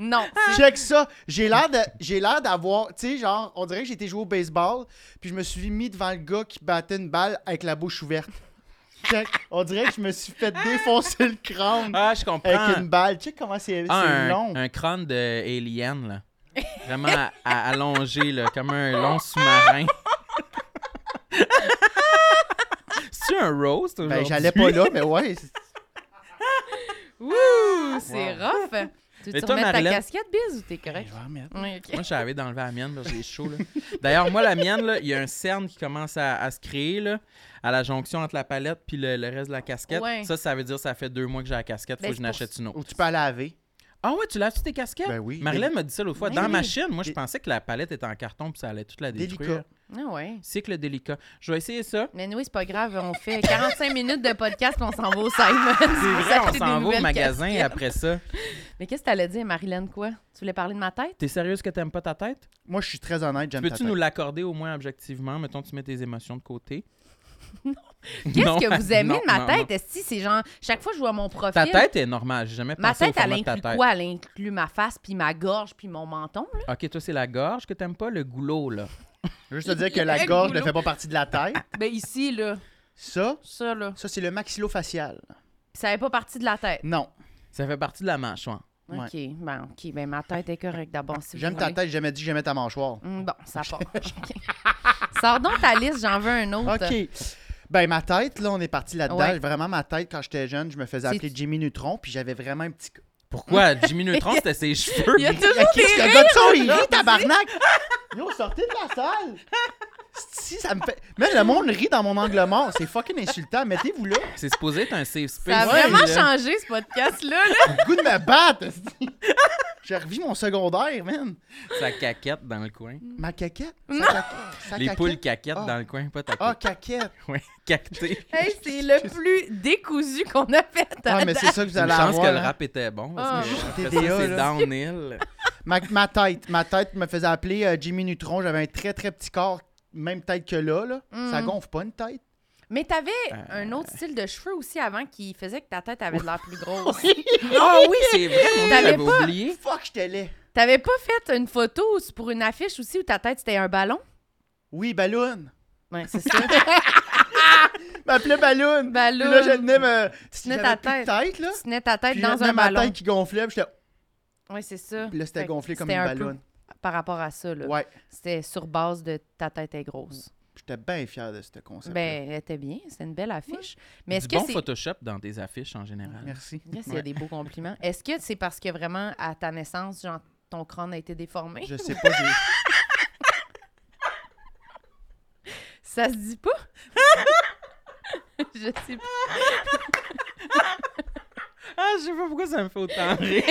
[SPEAKER 2] Non.
[SPEAKER 4] Check ça. J'ai l'air de, j'ai l'air d'avoir, tu sais, genre, on dirait que j'étais joué au baseball, puis je me suis mis devant le gars qui battait une balle avec la bouche ouverte. Check. On dirait que je me suis fait défoncer le crâne
[SPEAKER 1] Ah, je comprends.
[SPEAKER 4] avec une balle. Check comment c'est,
[SPEAKER 1] Ah,
[SPEAKER 4] c'est
[SPEAKER 1] un,
[SPEAKER 4] long. Ben,
[SPEAKER 1] un crâne de alien, là. Vraiment à- à- allongé, là, comme un long sous-marin. *laughs* C'est-tu un roast
[SPEAKER 4] Ben,
[SPEAKER 1] aujourd'hui?
[SPEAKER 4] j'allais pas là, mais
[SPEAKER 2] *laughs*
[SPEAKER 4] ouais. c'est-
[SPEAKER 2] Ouh, Ah, c'est rough! Tu veux
[SPEAKER 1] Mais toi,
[SPEAKER 2] remettre ta
[SPEAKER 1] Marilyn-
[SPEAKER 2] casquette, Biz, ou t'es
[SPEAKER 4] Ben,
[SPEAKER 2] correct?
[SPEAKER 4] je vais en mettre.
[SPEAKER 2] Oui, ok.
[SPEAKER 1] Moi, j'avais d'enlever la mienne parce que j'ai chaud. là. D'ailleurs, moi, la mienne, là, il y a un cerne qui commence à, à se créer là, à la jonction entre la palette puis le, le reste de la casquette.
[SPEAKER 2] Ouais.
[SPEAKER 1] Ça, ça veut dire que ça fait deux mois que j'ai la casquette.
[SPEAKER 2] Ben,
[SPEAKER 1] faut que je
[SPEAKER 2] c'est
[SPEAKER 1] n'achète
[SPEAKER 2] pour-
[SPEAKER 1] une autre.
[SPEAKER 4] Ou tu peux la laver.
[SPEAKER 1] Ah ouais, tu laves-tu tes casquettes?
[SPEAKER 4] Ben oui.
[SPEAKER 1] Marilyn m'a dit ça l'autre fois.
[SPEAKER 2] Ben
[SPEAKER 1] Dans ma
[SPEAKER 4] oui.
[SPEAKER 1] chaîne, moi, je
[SPEAKER 4] Dé-
[SPEAKER 1] pensais que la palette était en carton puis ça allait toute la détruire.
[SPEAKER 4] Délicat.
[SPEAKER 2] Ah ouais.
[SPEAKER 1] Cycle délicat. Je vais essayer ça.
[SPEAKER 2] Mais oui, c'est pas grave, on fait 45 minutes de podcast puis on s'en va au Simon.
[SPEAKER 1] C'est vrai, on s'en va au magasin après ça.
[SPEAKER 2] Mais qu'est-ce que t'allais dire, Marilyn, quoi? Tu voulais parler de
[SPEAKER 1] *laughs*
[SPEAKER 2] ma tête?
[SPEAKER 1] T'es sérieuse que t'aimes pas ta tête?
[SPEAKER 4] Moi, je suis très honnête, j'aime ta
[SPEAKER 1] Peux-tu
[SPEAKER 2] *laughs*
[SPEAKER 4] tête.
[SPEAKER 1] nous l'accorder au moins objectivement? Mettons, tu mets tes émotions de côté.
[SPEAKER 2] Qu'est-ce
[SPEAKER 1] Non,
[SPEAKER 2] que vous aimez
[SPEAKER 1] non,
[SPEAKER 2] de ma
[SPEAKER 1] non,
[SPEAKER 2] tête? Est-ce que c'est genre, chaque fois que je vois mon profil.
[SPEAKER 1] Ta tête est normale. J'ai jamais
[SPEAKER 2] Ma
[SPEAKER 1] pensé
[SPEAKER 2] tête,
[SPEAKER 1] au format
[SPEAKER 2] elle
[SPEAKER 1] de ta
[SPEAKER 2] inclut
[SPEAKER 1] tête.
[SPEAKER 2] quoi? Elle inclut ma face, puis ma gorge, puis mon menton. là.
[SPEAKER 1] OK, toi, c'est la gorge que t'aimes pas, le goulot, là.
[SPEAKER 4] Je veux juste te dire que
[SPEAKER 2] Le
[SPEAKER 4] la gorge ne
[SPEAKER 2] goulot.
[SPEAKER 4] fait pas partie de la tête.
[SPEAKER 2] Ben ici, là,
[SPEAKER 4] Ça,
[SPEAKER 2] ça, là.
[SPEAKER 4] ça c'est le maxillofacial.
[SPEAKER 2] Ça n'est pas partie de la tête.
[SPEAKER 4] Non.
[SPEAKER 1] Ça fait partie de la mâchoire.
[SPEAKER 4] Ouais.
[SPEAKER 2] OK, ben OK, ben ma tête est correcte d'abord. Si vous
[SPEAKER 4] J'aime ta
[SPEAKER 2] voulez.
[SPEAKER 4] tête, j'ai jamais dit que j'aimais ta mâchoire.
[SPEAKER 2] Hum, bon, ça part. *laughs* OK. Sors donc ta liste, j'en veux un autre.
[SPEAKER 4] OK. Ben, ma tête, là, on est parti là-dedans.
[SPEAKER 2] Hum, Ouais.
[SPEAKER 4] Vraiment, ma tête, quand j'étais jeune, je me faisais
[SPEAKER 2] C'est-
[SPEAKER 4] appeler Jimmy Neutron, puis j'avais vraiment un petit.
[SPEAKER 2] *laughs*
[SPEAKER 1] Pourquoi? Jimmy Neutron, c'était ses cheveux.
[SPEAKER 2] Il y a
[SPEAKER 4] Ah,
[SPEAKER 2] toujours
[SPEAKER 4] Chris,
[SPEAKER 2] des
[SPEAKER 4] le gars de son, il
[SPEAKER 2] là,
[SPEAKER 4] rit, tabarnak! Yo, sortez de la salle! Si, ça me fait. Même le monde rit dans mon angle mort, c'est fucking insultant. Mettez-vous là,
[SPEAKER 1] C'est supposé être un safe space.
[SPEAKER 2] Ça a
[SPEAKER 1] Ouais,
[SPEAKER 4] hein.
[SPEAKER 2] vraiment
[SPEAKER 1] là.
[SPEAKER 2] changé, ce podcast-là. là.
[SPEAKER 4] le goût de me battre! esti. J'ai revu mon secondaire, man.
[SPEAKER 1] Ça caquette dans le coin.
[SPEAKER 4] Ma caquette? sa
[SPEAKER 2] Non.
[SPEAKER 4] caquette- sa
[SPEAKER 1] Les
[SPEAKER 4] caquette.
[SPEAKER 1] poules caquettent
[SPEAKER 4] Ah.
[SPEAKER 1] dans le coin, pas ta
[SPEAKER 4] Ah,
[SPEAKER 1] caquette.
[SPEAKER 4] caquette!
[SPEAKER 1] Ouais, *laughs* cacté.
[SPEAKER 2] *laughs* Hey, c'est le plus décousu qu'on a fait.
[SPEAKER 4] Ah, mais c'est ça que vous
[SPEAKER 1] Je
[SPEAKER 4] allez
[SPEAKER 1] pense
[SPEAKER 4] avoir.
[SPEAKER 1] que le
[SPEAKER 4] hein.
[SPEAKER 1] rap était bon.
[SPEAKER 2] Ah.
[SPEAKER 1] Parce que après ça,
[SPEAKER 4] TDA,
[SPEAKER 1] c'est
[SPEAKER 4] là.
[SPEAKER 2] *laughs*
[SPEAKER 1] downhill.
[SPEAKER 4] Ma, ma tête, ma tête me faisait appeler euh, Jimmy Neutron. J'avais un très très petit corps, même tête que là. là. Ça
[SPEAKER 2] Mm.
[SPEAKER 4] gonfle pas une tête.
[SPEAKER 2] Mais t'avais
[SPEAKER 4] Euh,
[SPEAKER 2] un autre style de cheveux aussi avant qui faisait que ta tête avait de l'air plus grosse.
[SPEAKER 1] Ah oui, c'est vrai. on
[SPEAKER 2] T'avais
[SPEAKER 1] l'avait
[SPEAKER 2] pas-
[SPEAKER 1] oublié.
[SPEAKER 4] Fuck, j'étais laid.
[SPEAKER 2] T'avais pas fait une photo pour une affiche aussi où ta tête c'était un ballon?
[SPEAKER 4] Oui, Balloon.
[SPEAKER 2] Ouais, c'est *laughs* ça.
[SPEAKER 4] M'appelait Balloon.
[SPEAKER 2] Ballon.
[SPEAKER 4] Puis Là, je venais me. Si
[SPEAKER 2] tenais ta
[SPEAKER 4] j'avais plus de tête, là.
[SPEAKER 2] Tu tenais ta tête
[SPEAKER 4] Puis
[SPEAKER 2] dans
[SPEAKER 4] dans
[SPEAKER 2] un
[SPEAKER 4] ma
[SPEAKER 2] ballon.
[SPEAKER 4] tête qui gonflait. Puis j'étais-
[SPEAKER 2] Ouais, c'est ça.
[SPEAKER 4] puis là, c'était
[SPEAKER 2] Fait que
[SPEAKER 4] gonflé comme
[SPEAKER 2] c'était
[SPEAKER 4] une
[SPEAKER 2] un peu
[SPEAKER 4] ballon.
[SPEAKER 2] Par rapport à ça, là.
[SPEAKER 4] Ouais. Mm,
[SPEAKER 2] C'était sur base de ta tête est grosse.
[SPEAKER 4] J'étais bien fier de ce concept.
[SPEAKER 2] Ben, elle était bien, c'était une belle affiche. Mais
[SPEAKER 1] Du
[SPEAKER 2] est-ce que
[SPEAKER 1] bon
[SPEAKER 2] c'est.
[SPEAKER 1] Photoshop dans tes affiches en général.
[SPEAKER 4] Merci.
[SPEAKER 2] Yes, il y a
[SPEAKER 4] Ouais.
[SPEAKER 2] des beaux compliments. Est-ce que c'est parce que vraiment, à ta naissance, genre, ton crâne a été déformé?
[SPEAKER 4] Je sais
[SPEAKER 2] *laughs*
[SPEAKER 4] pas. j'ai-
[SPEAKER 2] Ça se dit pas? Je sais
[SPEAKER 4] *laughs*
[SPEAKER 2] pas.
[SPEAKER 1] Ah, je sais pas pourquoi ça me fait autant
[SPEAKER 2] *laughs*
[SPEAKER 1] rire.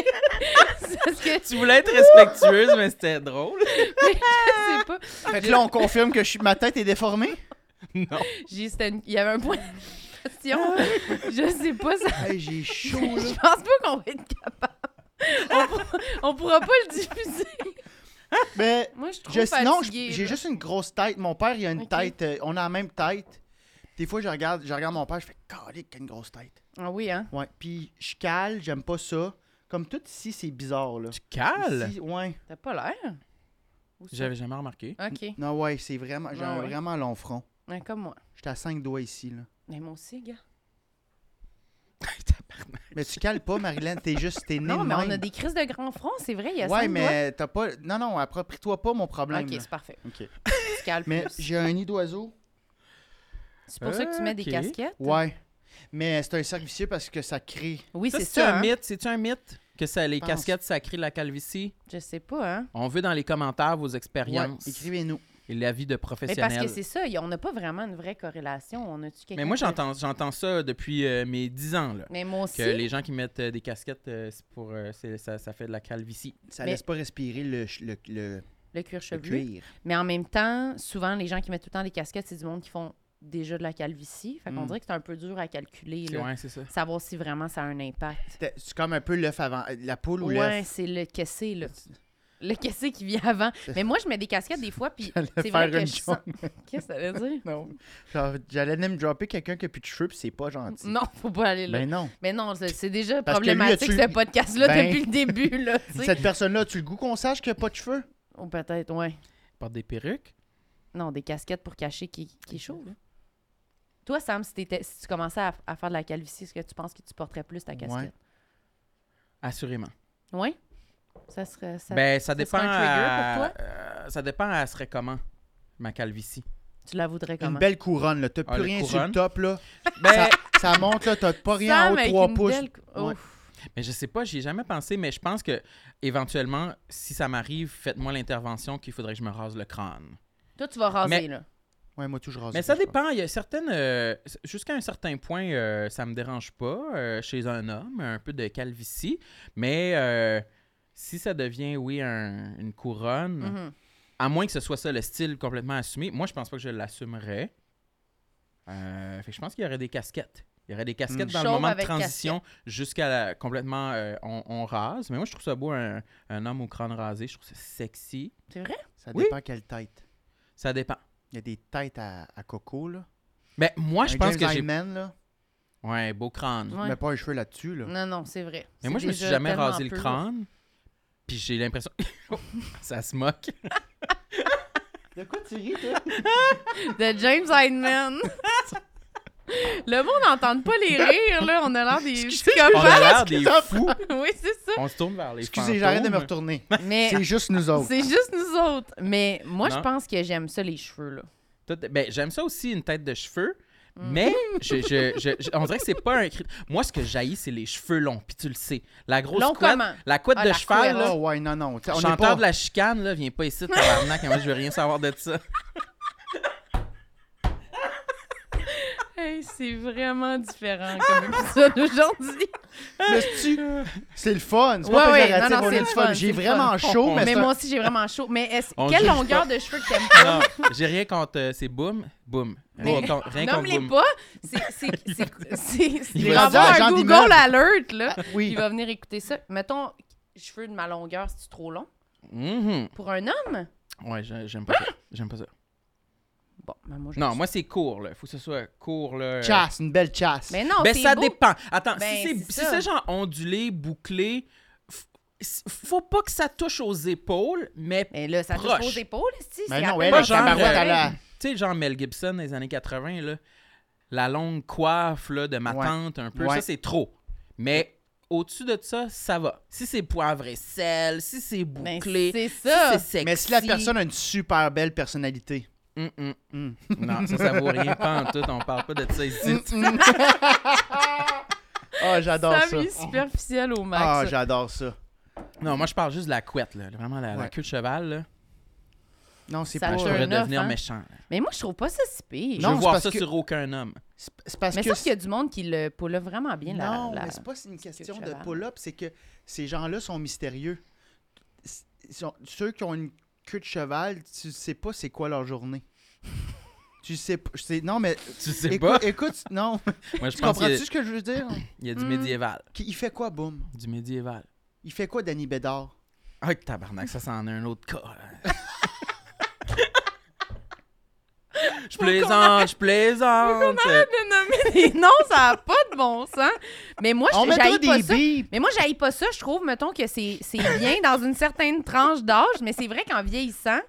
[SPEAKER 2] C'est parce que tu
[SPEAKER 1] Tu voulais être respectueuse, mais c'était
[SPEAKER 2] *laughs*
[SPEAKER 1] drôle.
[SPEAKER 2] sais pas.
[SPEAKER 4] Fait que là, on confirme que je suis- ma tête est déformée.
[SPEAKER 1] Non.
[SPEAKER 2] J'ai- c'était une- Il y avait un point de question.
[SPEAKER 4] Ah
[SPEAKER 2] Je sais pas ça.
[SPEAKER 4] *laughs* Hey, j'ai chaud, *laughs* là.
[SPEAKER 2] Je pense pas qu'on va être capable. On, pour- on pourra pas le diffuser.
[SPEAKER 4] Mais.
[SPEAKER 2] Moi, je suis trop
[SPEAKER 4] Je- non, je-
[SPEAKER 2] fatiguée,
[SPEAKER 4] j'ai
[SPEAKER 2] là.
[SPEAKER 4] juste une grosse tête. Mon père, il a une
[SPEAKER 2] Ok.
[SPEAKER 4] tête. euh, on a la même tête. Des fois, je regarde, je regarde mon père, je fais calique, quelle grosse tête.
[SPEAKER 2] Ah oui, hein?
[SPEAKER 4] Ouais. Puis je cale, j'aime pas ça. Comme tout ici, c'est bizarre, là.
[SPEAKER 1] Tu cales?
[SPEAKER 4] Ici, ouais.
[SPEAKER 2] T'as pas l'air? Ou ça?
[SPEAKER 1] J'avais jamais remarqué.
[SPEAKER 2] OK.
[SPEAKER 4] Non, ouais, c'est vraiment. J'ai
[SPEAKER 2] Ah
[SPEAKER 4] un
[SPEAKER 2] ouais.
[SPEAKER 4] vraiment long front.
[SPEAKER 2] Ouais, comme moi.
[SPEAKER 4] J'étais à cinq doigts ici, là.
[SPEAKER 2] Mais moi aussi, gars.
[SPEAKER 1] Tabarnak.
[SPEAKER 4] Mais
[SPEAKER 2] *laughs*
[SPEAKER 4] tu cales pas, Marilyn, t'es juste. T'es né
[SPEAKER 2] Non,
[SPEAKER 4] de
[SPEAKER 2] mais on
[SPEAKER 4] même.
[SPEAKER 2] a des crises de grand front, c'est vrai, il y a
[SPEAKER 4] Ouais,
[SPEAKER 2] cinq
[SPEAKER 4] mais t'as pas. Non, non, approprie-toi pas mon
[SPEAKER 2] doigts.
[SPEAKER 4] problème.
[SPEAKER 2] OK,
[SPEAKER 4] là.
[SPEAKER 2] c'est parfait.
[SPEAKER 4] Ok.
[SPEAKER 2] Tu cales
[SPEAKER 4] Mais
[SPEAKER 2] plus.
[SPEAKER 4] j'ai un nid d'oiseau.
[SPEAKER 2] C'est pour ça que tu mets des
[SPEAKER 1] Ok.
[SPEAKER 2] casquettes?
[SPEAKER 4] Ouais. Mais c'est un cercle vicieux parce que ça crée.
[SPEAKER 2] Oui,
[SPEAKER 1] Ça,
[SPEAKER 2] c'est
[SPEAKER 1] c'est
[SPEAKER 2] ça.
[SPEAKER 1] un
[SPEAKER 2] hein?
[SPEAKER 1] mythe. C'est-tu un mythe que ça, les
[SPEAKER 4] Pense.
[SPEAKER 1] casquettes, ça crée la calvitie?
[SPEAKER 2] Je sais pas, hein?
[SPEAKER 1] On veut dans les commentaires vos
[SPEAKER 4] Ouais.
[SPEAKER 1] expériences
[SPEAKER 4] Écrivez-nous.
[SPEAKER 1] et l'avis de
[SPEAKER 2] Mais
[SPEAKER 1] professionnels.
[SPEAKER 2] parce que c'est ça, y- on n'a pas vraiment une vraie corrélation. On a-tu quelqu'un
[SPEAKER 1] Mais moi,
[SPEAKER 2] qui a-
[SPEAKER 1] j'entends, j'entends ça depuis euh, mes 10 ans, là.
[SPEAKER 2] Mais moi aussi.
[SPEAKER 1] Que les gens qui mettent euh, des casquettes, euh, c'est pour, euh, c'est- ça, ça fait de la calvitie.
[SPEAKER 4] Ça
[SPEAKER 2] Mais-
[SPEAKER 4] laisse pas respirer le, ch- le, le,
[SPEAKER 2] Le cuir
[SPEAKER 4] le
[SPEAKER 2] chevelu.
[SPEAKER 4] cuir.
[SPEAKER 2] Mais en même temps, souvent, les gens qui mettent tout le temps des casquettes, c'est du monde qui font déjà de la calvitie. Fait qu'on
[SPEAKER 4] Mm.
[SPEAKER 2] dirait que c'est un peu dur à calculer, là.
[SPEAKER 1] Ouais, c'est ça.
[SPEAKER 2] Savoir si vraiment ça a un impact.
[SPEAKER 4] C'était- C'est comme un peu l'œuf avant. euh, La poule ou
[SPEAKER 2] Ouais,
[SPEAKER 4] l'œuf.
[SPEAKER 2] c'est le caissé, là. Le caissé qui vient avant. Mais moi, je mets des casquettes des fois,
[SPEAKER 4] *laughs*
[SPEAKER 2] puis c'est vrai
[SPEAKER 4] faire
[SPEAKER 2] que
[SPEAKER 4] une
[SPEAKER 2] je sens... Qu'est-ce que ça veut dire?
[SPEAKER 4] Non. *laughs* Genre, J'allais name dropper quelqu'un qui a plus de cheveux, puis c'est pas gentil.
[SPEAKER 2] Non, faut pas aller là.
[SPEAKER 4] Ben non.
[SPEAKER 2] Mais non, c'est c'est déjà
[SPEAKER 4] Parce que lui,
[SPEAKER 2] problématique,
[SPEAKER 4] as-tu-
[SPEAKER 2] ce podcast-là,
[SPEAKER 4] Ben.
[SPEAKER 2] depuis le début, là, tu sais.
[SPEAKER 4] Cette personne-là, tu le goût qu'on sache qu'il a pas de cheveux?
[SPEAKER 2] Ou Oh, peut-être, ouais.
[SPEAKER 1] Porte des perruques.
[SPEAKER 2] Non, des casquettes pour cacher qui, qui est chaud. là. Toi, Sam, si, t'étais- si tu commençais à, à faire de la calvitie, est-ce que tu penses que tu porterais plus ta casquette?
[SPEAKER 1] Assurément.
[SPEAKER 2] Oui. Ça serait. Ça...
[SPEAKER 1] ben, ça
[SPEAKER 2] ça
[SPEAKER 1] dépend.
[SPEAKER 2] serait un trigger
[SPEAKER 1] à- euh, ça dépend à serait comment, ma calvitie.
[SPEAKER 2] Tu la voudrais
[SPEAKER 4] Une
[SPEAKER 2] comment?
[SPEAKER 4] belle couronne, là. T'as
[SPEAKER 1] Ah,
[SPEAKER 4] plus
[SPEAKER 1] la
[SPEAKER 4] rien sur
[SPEAKER 1] couronne.
[SPEAKER 4] le
[SPEAKER 2] *laughs*
[SPEAKER 4] top, là.
[SPEAKER 1] Ben,
[SPEAKER 4] Ça, ça monte, là. T'as pas rien
[SPEAKER 2] Sam,
[SPEAKER 4] en haut de
[SPEAKER 2] avec
[SPEAKER 4] 3
[SPEAKER 2] une
[SPEAKER 4] pouces.
[SPEAKER 2] belle-
[SPEAKER 4] Ouais.
[SPEAKER 2] Ouf.
[SPEAKER 1] mais je sais pas, j'y ai jamais pensé, mais je pense que éventuellement, si ça m'arrive, faites-moi l'intervention qu'il faudrait que je me rase le crâne.
[SPEAKER 2] Toi, tu vas raser,
[SPEAKER 1] Mais-
[SPEAKER 2] là.
[SPEAKER 4] Ouais, moi, tout, je rase.
[SPEAKER 1] Mais
[SPEAKER 4] Ah, pas,
[SPEAKER 1] ça
[SPEAKER 4] je pense.
[SPEAKER 1] dépend. Il y a certaines. euh, c- Jusqu'à un certain point, euh, ça me dérange pas euh, chez un homme, un peu de calvitie. Mais euh, si ça devient, oui, un- une couronne,
[SPEAKER 2] Mhm.
[SPEAKER 1] à moins que ce soit ça le style complètement assumé, moi, je pense pas que je l'assumerais. Euh, fait que je pense qu'il y aurait des casquettes. Il y aurait des casquettes
[SPEAKER 4] Mm.
[SPEAKER 1] dans le
[SPEAKER 2] Chauve
[SPEAKER 1] moment de
[SPEAKER 2] avec
[SPEAKER 1] transition jusqu'à la- complètement euh, on, on rase. Mais moi, je trouve ça beau, un, un homme au crâne rasé. Je trouve ça sexy.
[SPEAKER 2] C'est vrai?
[SPEAKER 4] Ça
[SPEAKER 1] Oui.
[SPEAKER 4] dépend quelle tête.
[SPEAKER 1] Ça dépend.
[SPEAKER 4] Il y a des têtes à, à coco, là.
[SPEAKER 1] Mais moi, je
[SPEAKER 4] Un
[SPEAKER 1] pense
[SPEAKER 4] James
[SPEAKER 1] que j'ai.
[SPEAKER 4] Hyndman, là,
[SPEAKER 1] Ouais, beau crâne.
[SPEAKER 2] Ouais.
[SPEAKER 4] mets pas un cheveu là-dessus, là.
[SPEAKER 2] Non, non, c'est vrai.
[SPEAKER 1] Mais moi,
[SPEAKER 2] C'est
[SPEAKER 1] je me suis
[SPEAKER 2] déjà
[SPEAKER 1] jamais
[SPEAKER 2] tellement
[SPEAKER 1] rasé le
[SPEAKER 2] peu.
[SPEAKER 1] crâne. Puis j'ai l'impression. *laughs* ça se moque.
[SPEAKER 4] De quoi tu ris, toi?
[SPEAKER 2] *laughs* De
[SPEAKER 1] *laughs*
[SPEAKER 2] James Hyndman. le monde n'entend pas les rires, là. On a l'air des
[SPEAKER 1] Excusez, On
[SPEAKER 2] psychopathes.
[SPEAKER 1] a l'air des fous.
[SPEAKER 2] *laughs* oui, c'est ça.
[SPEAKER 1] On se tourne vers les
[SPEAKER 4] Excusez, j'arrête de me
[SPEAKER 1] fantômes.
[SPEAKER 4] retourner.
[SPEAKER 2] Mais
[SPEAKER 4] C'est juste nous autres.
[SPEAKER 2] c'est juste nous autres. Mais moi, je
[SPEAKER 1] Non.
[SPEAKER 2] pense que j'aime ça, les cheveux, là.
[SPEAKER 1] Tout- ben, j'aime ça aussi, une tête de cheveux. Mais je, je- je- je- on dirait que c'est pas un cri- Moi, ce que j'haïs, c'est les cheveux longs. Puis tu le sais. La grosse
[SPEAKER 2] Long
[SPEAKER 1] couette,
[SPEAKER 2] comment?
[SPEAKER 1] la couette
[SPEAKER 2] Ah,
[SPEAKER 1] de
[SPEAKER 2] la
[SPEAKER 1] cheval,
[SPEAKER 2] couette.
[SPEAKER 1] là,
[SPEAKER 4] Oh, ouais, non, non. t'sais, On est
[SPEAKER 1] chanteur
[SPEAKER 4] pas...
[SPEAKER 1] de la chicane, là, viens pas ici, tabarnak. moi, je veux rien savoir de ça.
[SPEAKER 2] Hey, c'est vraiment différent comme épisode aujourd'hui.
[SPEAKER 4] Mais c'est-tu- C'est le fun. C'est
[SPEAKER 2] Ouais,
[SPEAKER 4] pas
[SPEAKER 2] ouais,
[SPEAKER 4] péjoratif,
[SPEAKER 2] non, non,
[SPEAKER 4] on
[SPEAKER 2] c'est
[SPEAKER 4] est
[SPEAKER 2] le
[SPEAKER 4] du
[SPEAKER 2] fun,
[SPEAKER 4] fun.
[SPEAKER 2] c'est
[SPEAKER 4] J'ai
[SPEAKER 2] le
[SPEAKER 4] vraiment
[SPEAKER 1] fun.
[SPEAKER 4] chaud, mais
[SPEAKER 2] Mais
[SPEAKER 4] c'est un-
[SPEAKER 2] moi aussi, j'ai vraiment chaud. Mais est-ce-
[SPEAKER 1] On
[SPEAKER 2] quelle
[SPEAKER 1] juge
[SPEAKER 2] longueur de cheveux que t'aimes pas?
[SPEAKER 1] Non, *laughs* j'ai rien contre. euh, c'est boum, boum. Rien
[SPEAKER 2] Mais-
[SPEAKER 1] contre- rien contre
[SPEAKER 2] Nomme-les
[SPEAKER 1] boom.
[SPEAKER 2] pas. C'est-
[SPEAKER 4] *laughs*
[SPEAKER 2] c'est- c'est- C'est c'est-
[SPEAKER 1] Il
[SPEAKER 2] il
[SPEAKER 1] va
[SPEAKER 2] va
[SPEAKER 4] dire
[SPEAKER 2] avoir
[SPEAKER 4] à
[SPEAKER 2] un
[SPEAKER 4] Jean
[SPEAKER 2] Google
[SPEAKER 4] Dimanche.
[SPEAKER 2] Alert, là.
[SPEAKER 4] Oui.
[SPEAKER 2] Il va venir écouter ça. Mettons, cheveux de ma longueur, c'est-tu trop long?
[SPEAKER 1] Mhm.
[SPEAKER 2] Pour un homme?
[SPEAKER 1] Ouais, j'ai- j'aime pas ça. J'aime pas ça.
[SPEAKER 2] Bon, ben moi, je
[SPEAKER 1] Non, moi, c'est court, là. Faut que ce soit court, là. euh,
[SPEAKER 4] Chasse, une belle chasse.
[SPEAKER 2] Mais non,
[SPEAKER 1] Ben,
[SPEAKER 2] c'est
[SPEAKER 1] ça
[SPEAKER 2] beau.
[SPEAKER 1] dépend. Attends,
[SPEAKER 2] Ben,
[SPEAKER 1] si c'est
[SPEAKER 2] c'est
[SPEAKER 1] si
[SPEAKER 2] ça.
[SPEAKER 1] c'est genre ondulé, bouclé, f- s- faut pas que ça touche aux épaules, mais tu
[SPEAKER 2] Mais là, ça touche
[SPEAKER 1] Proche.
[SPEAKER 2] aux épaules, si.
[SPEAKER 4] Mais
[SPEAKER 2] c'est à
[SPEAKER 4] Ben non,
[SPEAKER 2] peine
[SPEAKER 4] elle,
[SPEAKER 1] pas
[SPEAKER 4] la
[SPEAKER 2] un
[SPEAKER 1] genre,
[SPEAKER 4] tabarouette,
[SPEAKER 1] euh,
[SPEAKER 4] elle a...
[SPEAKER 1] sais, genre Mel Gibson des années 80, là, la longue coiffe là, de ma
[SPEAKER 4] Ouais.
[SPEAKER 1] tante, un peu,
[SPEAKER 4] Ouais.
[SPEAKER 1] ça, c'est trop. Mais au-dessus de ça, ça va. Si c'est poivre et sel, si c'est
[SPEAKER 2] Ben,
[SPEAKER 1] bouclé,
[SPEAKER 2] c'est
[SPEAKER 1] si
[SPEAKER 2] ça.
[SPEAKER 1] c'est sexy.
[SPEAKER 4] Mais si la personne a une super belle personnalité.
[SPEAKER 1] Mm, mm.
[SPEAKER 4] Mm.
[SPEAKER 1] Non, ça, ça vaut rien, pas en tout. On parle pas de ça ici.
[SPEAKER 2] Mm,
[SPEAKER 4] *laughs* Ah, j'adore
[SPEAKER 2] Ça,
[SPEAKER 4] ça.
[SPEAKER 2] vie superficielle au max.
[SPEAKER 4] Ah,
[SPEAKER 2] ça.
[SPEAKER 4] j'adore ça.
[SPEAKER 1] Non, moi, je parle juste de la couette, là. Vraiment, la, la
[SPEAKER 4] Ouais.
[SPEAKER 1] queue de cheval, là.
[SPEAKER 4] Non, c'est
[SPEAKER 2] Ça
[SPEAKER 4] pas...
[SPEAKER 2] me
[SPEAKER 1] je
[SPEAKER 2] un
[SPEAKER 1] pourrais
[SPEAKER 2] œuf,
[SPEAKER 1] devenir
[SPEAKER 2] hein.
[SPEAKER 1] méchant. là.
[SPEAKER 2] Mais moi, je trouve pas ça si pire.
[SPEAKER 1] je
[SPEAKER 4] Non,
[SPEAKER 1] veux
[SPEAKER 4] c'est
[SPEAKER 1] voir
[SPEAKER 4] parce
[SPEAKER 1] ça
[SPEAKER 4] que-
[SPEAKER 1] sur aucun homme.
[SPEAKER 4] C'est c'est parce
[SPEAKER 2] Mais
[SPEAKER 4] que...
[SPEAKER 2] sauf qu'il y a du monde qui le poule vraiment bien la-
[SPEAKER 4] non,
[SPEAKER 2] la.
[SPEAKER 4] mais c'est pas une question de
[SPEAKER 2] cheval.
[SPEAKER 4] pull-up, c'est que ces gens-là sont mystérieux. C'est- ils sont- ceux qui ont une queue de cheval, tu sais pas c'est quoi leur
[SPEAKER 2] *laughs*
[SPEAKER 4] journée. tu sais pas... c'est- Non, mais...
[SPEAKER 1] Tu sais pas?
[SPEAKER 4] écoute, écoute,
[SPEAKER 1] *laughs*
[SPEAKER 4] non.
[SPEAKER 1] Moi, je
[SPEAKER 4] tu
[SPEAKER 1] pense qu'il y
[SPEAKER 4] comprends-tu
[SPEAKER 1] a-
[SPEAKER 4] ce que je veux dire?
[SPEAKER 1] il y a du
[SPEAKER 2] Hmm.
[SPEAKER 1] médiéval.
[SPEAKER 4] Qui- Il fait quoi, Boum?
[SPEAKER 1] Du médiéval.
[SPEAKER 4] Il fait quoi, Danny Bédard?
[SPEAKER 1] Ah, tabarnak, ça, c'en est un autre cas. là. je plaisante, je plaisante.
[SPEAKER 2] de nommer
[SPEAKER 1] *laughs*
[SPEAKER 2] des noms, ça n'a pas de bon sens. Mais moi,
[SPEAKER 4] On
[SPEAKER 2] je
[SPEAKER 4] mettra
[SPEAKER 2] j'haïs pas
[SPEAKER 4] des
[SPEAKER 2] ça.
[SPEAKER 4] bips.
[SPEAKER 2] Mais moi, j'haïs pas ça. Je trouve, mettons, que c'est c'est bien dans une certaine tranche d'âge, mais c'est vrai qu'en vieillissant,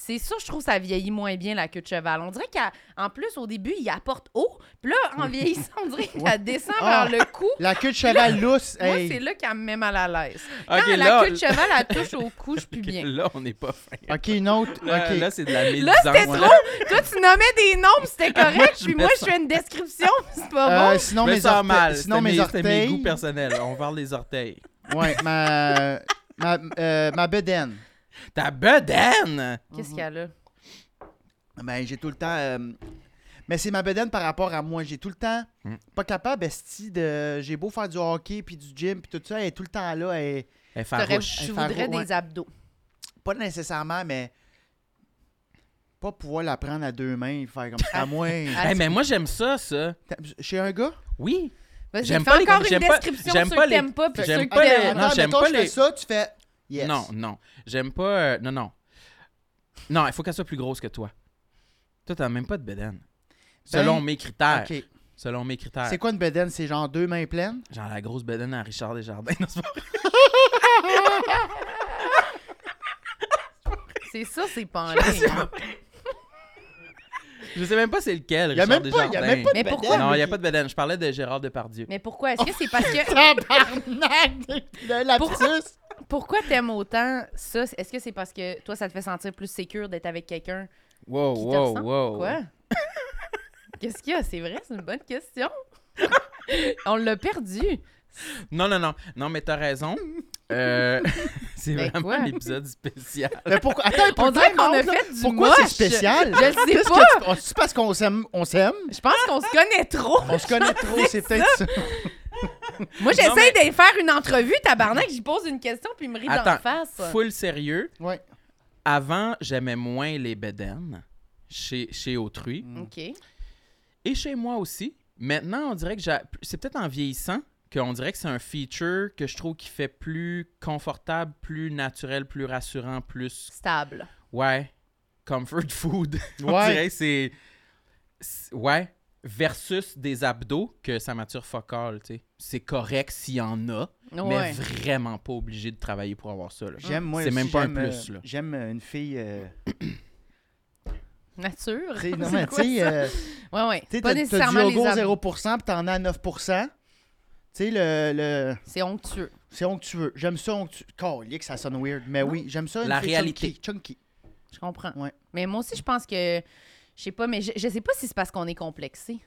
[SPEAKER 2] c'est sûr, je trouve ça vieillit moins bien la queue de cheval. On dirait qu'en plus, au début, il apporte haut. Puis là, en vieillissant, on dirait qu'elle descend
[SPEAKER 4] Ah.
[SPEAKER 2] vers le cou.
[SPEAKER 4] La queue
[SPEAKER 2] *laughs*
[SPEAKER 4] de cheval lousse.
[SPEAKER 2] Moi,
[SPEAKER 4] hey.
[SPEAKER 2] c'est là qu'elle me met mal à l'aise. Quand
[SPEAKER 1] Ok,
[SPEAKER 2] la
[SPEAKER 1] là,
[SPEAKER 2] queue de cheval, elle touche au cou, je suis
[SPEAKER 1] ok,
[SPEAKER 2] plus bien.
[SPEAKER 1] là, on n'est pas fin.
[SPEAKER 4] Ok, une autre.
[SPEAKER 1] Là,
[SPEAKER 4] ok.
[SPEAKER 1] là, c'est de la médisance.
[SPEAKER 2] Là, c'était trop. Toi, tu nommais des noms, puis
[SPEAKER 1] *laughs*
[SPEAKER 2] c'était correct.
[SPEAKER 1] je
[SPEAKER 2] puis
[SPEAKER 1] mets
[SPEAKER 2] moi, je
[SPEAKER 1] ça.
[SPEAKER 2] fais une description, puis c'est pas Ah bon.
[SPEAKER 4] Euh, sinon,
[SPEAKER 1] Mais
[SPEAKER 4] mes
[SPEAKER 1] ça a
[SPEAKER 4] orteils.
[SPEAKER 1] mal.
[SPEAKER 4] Sinon,
[SPEAKER 1] C'était
[SPEAKER 4] mes
[SPEAKER 1] mes, c'était mes
[SPEAKER 4] orteils.
[SPEAKER 1] goûts personnels. On parle des orteils.
[SPEAKER 4] Ouais, ma. Ma, euh, ma bedaine.
[SPEAKER 1] Ta bedaine!
[SPEAKER 2] Qu'est-ce qu'il y a là?
[SPEAKER 4] Ben, j'ai tout le temps. euh, Mais c'est ma bedaine par rapport à moi. J'ai tout le temps.
[SPEAKER 1] Mm.
[SPEAKER 4] Pas capable, esti, de. J'ai beau faire du hockey, puis du gym, puis tout ça. Elle est tout le temps là. Elle est...
[SPEAKER 1] Elle est
[SPEAKER 2] T'aurais-
[SPEAKER 1] Eh, farouche.
[SPEAKER 2] Je
[SPEAKER 4] Farouche,
[SPEAKER 2] voudrais
[SPEAKER 4] ouais.
[SPEAKER 2] des abdos.
[SPEAKER 4] Pas nécessairement, mais. Pas pouvoir la prendre à deux mains, faire comme
[SPEAKER 1] *laughs*
[SPEAKER 4] ça. à moi.
[SPEAKER 1] Eh, mais moi, j'aime ça, ça.
[SPEAKER 4] T'as- Chez un gars?
[SPEAKER 1] Oui.
[SPEAKER 2] Vas-y,
[SPEAKER 1] J'aime
[SPEAKER 2] fais
[SPEAKER 1] pas les-
[SPEAKER 2] encore une
[SPEAKER 1] j'aime pas-
[SPEAKER 2] description
[SPEAKER 1] j'aime
[SPEAKER 2] de ceux
[SPEAKER 1] pas
[SPEAKER 2] que
[SPEAKER 1] les-
[SPEAKER 2] t'aimes pas puis
[SPEAKER 1] j'aime
[SPEAKER 2] ceux que
[SPEAKER 1] pas les-
[SPEAKER 2] t'aimes.
[SPEAKER 1] non, j'aime
[SPEAKER 4] mettons,
[SPEAKER 1] pas
[SPEAKER 4] je
[SPEAKER 1] les-
[SPEAKER 4] fais ça, tu fais. Yes.
[SPEAKER 1] Non, non. J'aime pas. euh, non, non. Non, il faut qu'elle soit plus grosse que toi. Toi, t'as même pas de bedaine. Selon mes critères.
[SPEAKER 4] Ben, Ok.
[SPEAKER 1] Selon mes critères.
[SPEAKER 4] C'est quoi une bedaine? C'est genre deux mains pleines?
[SPEAKER 1] Genre la grosse bedaine à Richard Desjardins. *laughs* Non, c'est pas vrai.
[SPEAKER 2] C'est ça,
[SPEAKER 1] *laughs*
[SPEAKER 2] c'est pas en ligne.
[SPEAKER 1] Je sais même pas c'est lequel,
[SPEAKER 4] Y a
[SPEAKER 1] Richard
[SPEAKER 4] même pas- y a
[SPEAKER 1] Desjardins.
[SPEAKER 4] même pas
[SPEAKER 2] Mais pourquoi?
[SPEAKER 1] Non, il n'y a pas de bedaine. Je parlais de Gérard Depardieu.
[SPEAKER 2] Mais pourquoi?
[SPEAKER 1] Oh,
[SPEAKER 2] Est-ce que c'est parce que.
[SPEAKER 4] Tabarnak! *laughs* Le lapsus!
[SPEAKER 2] Pourquoi t'aimes autant ça? Est-ce que c'est parce que toi, ça te fait sentir plus sécure d'être avec quelqu'un?
[SPEAKER 1] Wow,
[SPEAKER 2] Qui te
[SPEAKER 1] wow,
[SPEAKER 2] ressemble?
[SPEAKER 1] wow.
[SPEAKER 2] Quoi? *laughs* Qu'est-ce qu'il y a? C'est vrai, c'est une bonne
[SPEAKER 1] *laughs*
[SPEAKER 2] question. On l'a perdu.
[SPEAKER 1] Non, non, non. Non, mais t'as
[SPEAKER 4] *laughs*
[SPEAKER 1] raison. Euh, *laughs* c'est
[SPEAKER 2] Ben
[SPEAKER 1] vraiment
[SPEAKER 2] quoi?
[SPEAKER 1] un épisode
[SPEAKER 4] *laughs*
[SPEAKER 1] spécial.
[SPEAKER 4] Mais pourquoi? Attends, un peu
[SPEAKER 2] On
[SPEAKER 4] de
[SPEAKER 2] dirait
[SPEAKER 4] temps,
[SPEAKER 2] qu'on a
[SPEAKER 4] Maude,
[SPEAKER 2] fait du
[SPEAKER 4] Pourquoi
[SPEAKER 2] moche.
[SPEAKER 4] c'est spécial?
[SPEAKER 2] Je le sais
[SPEAKER 4] Qu'est-ce
[SPEAKER 2] pas.
[SPEAKER 4] que tu- on- C'est parce qu'on s'aime? On s'aime?
[SPEAKER 2] Je pense qu'on se connaît trop.
[SPEAKER 4] On se connaît trop, c'est peut-être ça.
[SPEAKER 1] Non,
[SPEAKER 2] Moi, j'essaie de faire une entrevue, tabarnak. J'y pose une question, puis il me rit d'en
[SPEAKER 1] Attends,
[SPEAKER 2] face.
[SPEAKER 1] Full sérieux.
[SPEAKER 4] Ouais.
[SPEAKER 1] Avant, j'aimais moins les bedaines chez, chez autrui.
[SPEAKER 4] Mm.
[SPEAKER 2] OK.
[SPEAKER 1] Et chez moi aussi. Maintenant, on dirait que j'a- c'est peut-être en vieillissant qu'on dirait que c'est un feature que je trouve qui fait plus confortable, plus naturel, plus rassurant, plus
[SPEAKER 2] Stable.
[SPEAKER 1] ouais, comfort *laughs* food. on
[SPEAKER 4] Ouais.
[SPEAKER 1] dirait que c'est c'est- ouais, versus des abdos que sa mature focale, tu sais. C'est correct s'il y en a, mais
[SPEAKER 2] Ouais.
[SPEAKER 1] vraiment pas obligé de travailler pour avoir ça. là.
[SPEAKER 4] J'aime, moi,
[SPEAKER 1] C'est
[SPEAKER 4] aussi,
[SPEAKER 1] même pas un
[SPEAKER 4] j'aime, euh,
[SPEAKER 1] plus, là.
[SPEAKER 4] J'aime euh, une fille.
[SPEAKER 2] *laughs*
[SPEAKER 4] euh,
[SPEAKER 2] Nature.
[SPEAKER 4] tu sais, non,
[SPEAKER 2] *laughs* C'est
[SPEAKER 4] mais tu
[SPEAKER 2] quoi
[SPEAKER 4] sais,
[SPEAKER 2] ça?
[SPEAKER 4] euh,
[SPEAKER 2] Ouais, ouais.
[SPEAKER 4] tu sais,
[SPEAKER 2] Pas
[SPEAKER 4] t'as- t'as du
[SPEAKER 2] nécessairement les
[SPEAKER 4] yogourt
[SPEAKER 2] abdos.
[SPEAKER 4] 0%, puis t'en as à 9%. Tu sais, le, le-
[SPEAKER 2] C'est onctueux.
[SPEAKER 4] c'est onctueux. J'aime ça onctueux. Calique, ça sonne weird, mais oui, j'aime ça. une
[SPEAKER 1] La
[SPEAKER 4] fille
[SPEAKER 1] réalité.
[SPEAKER 4] Chunky. chunky.
[SPEAKER 2] Je comprends.
[SPEAKER 4] Ouais.
[SPEAKER 2] Mais moi aussi, je pense que. Je sais pas, mais je, je sais pas si c'est parce qu'on est complexé.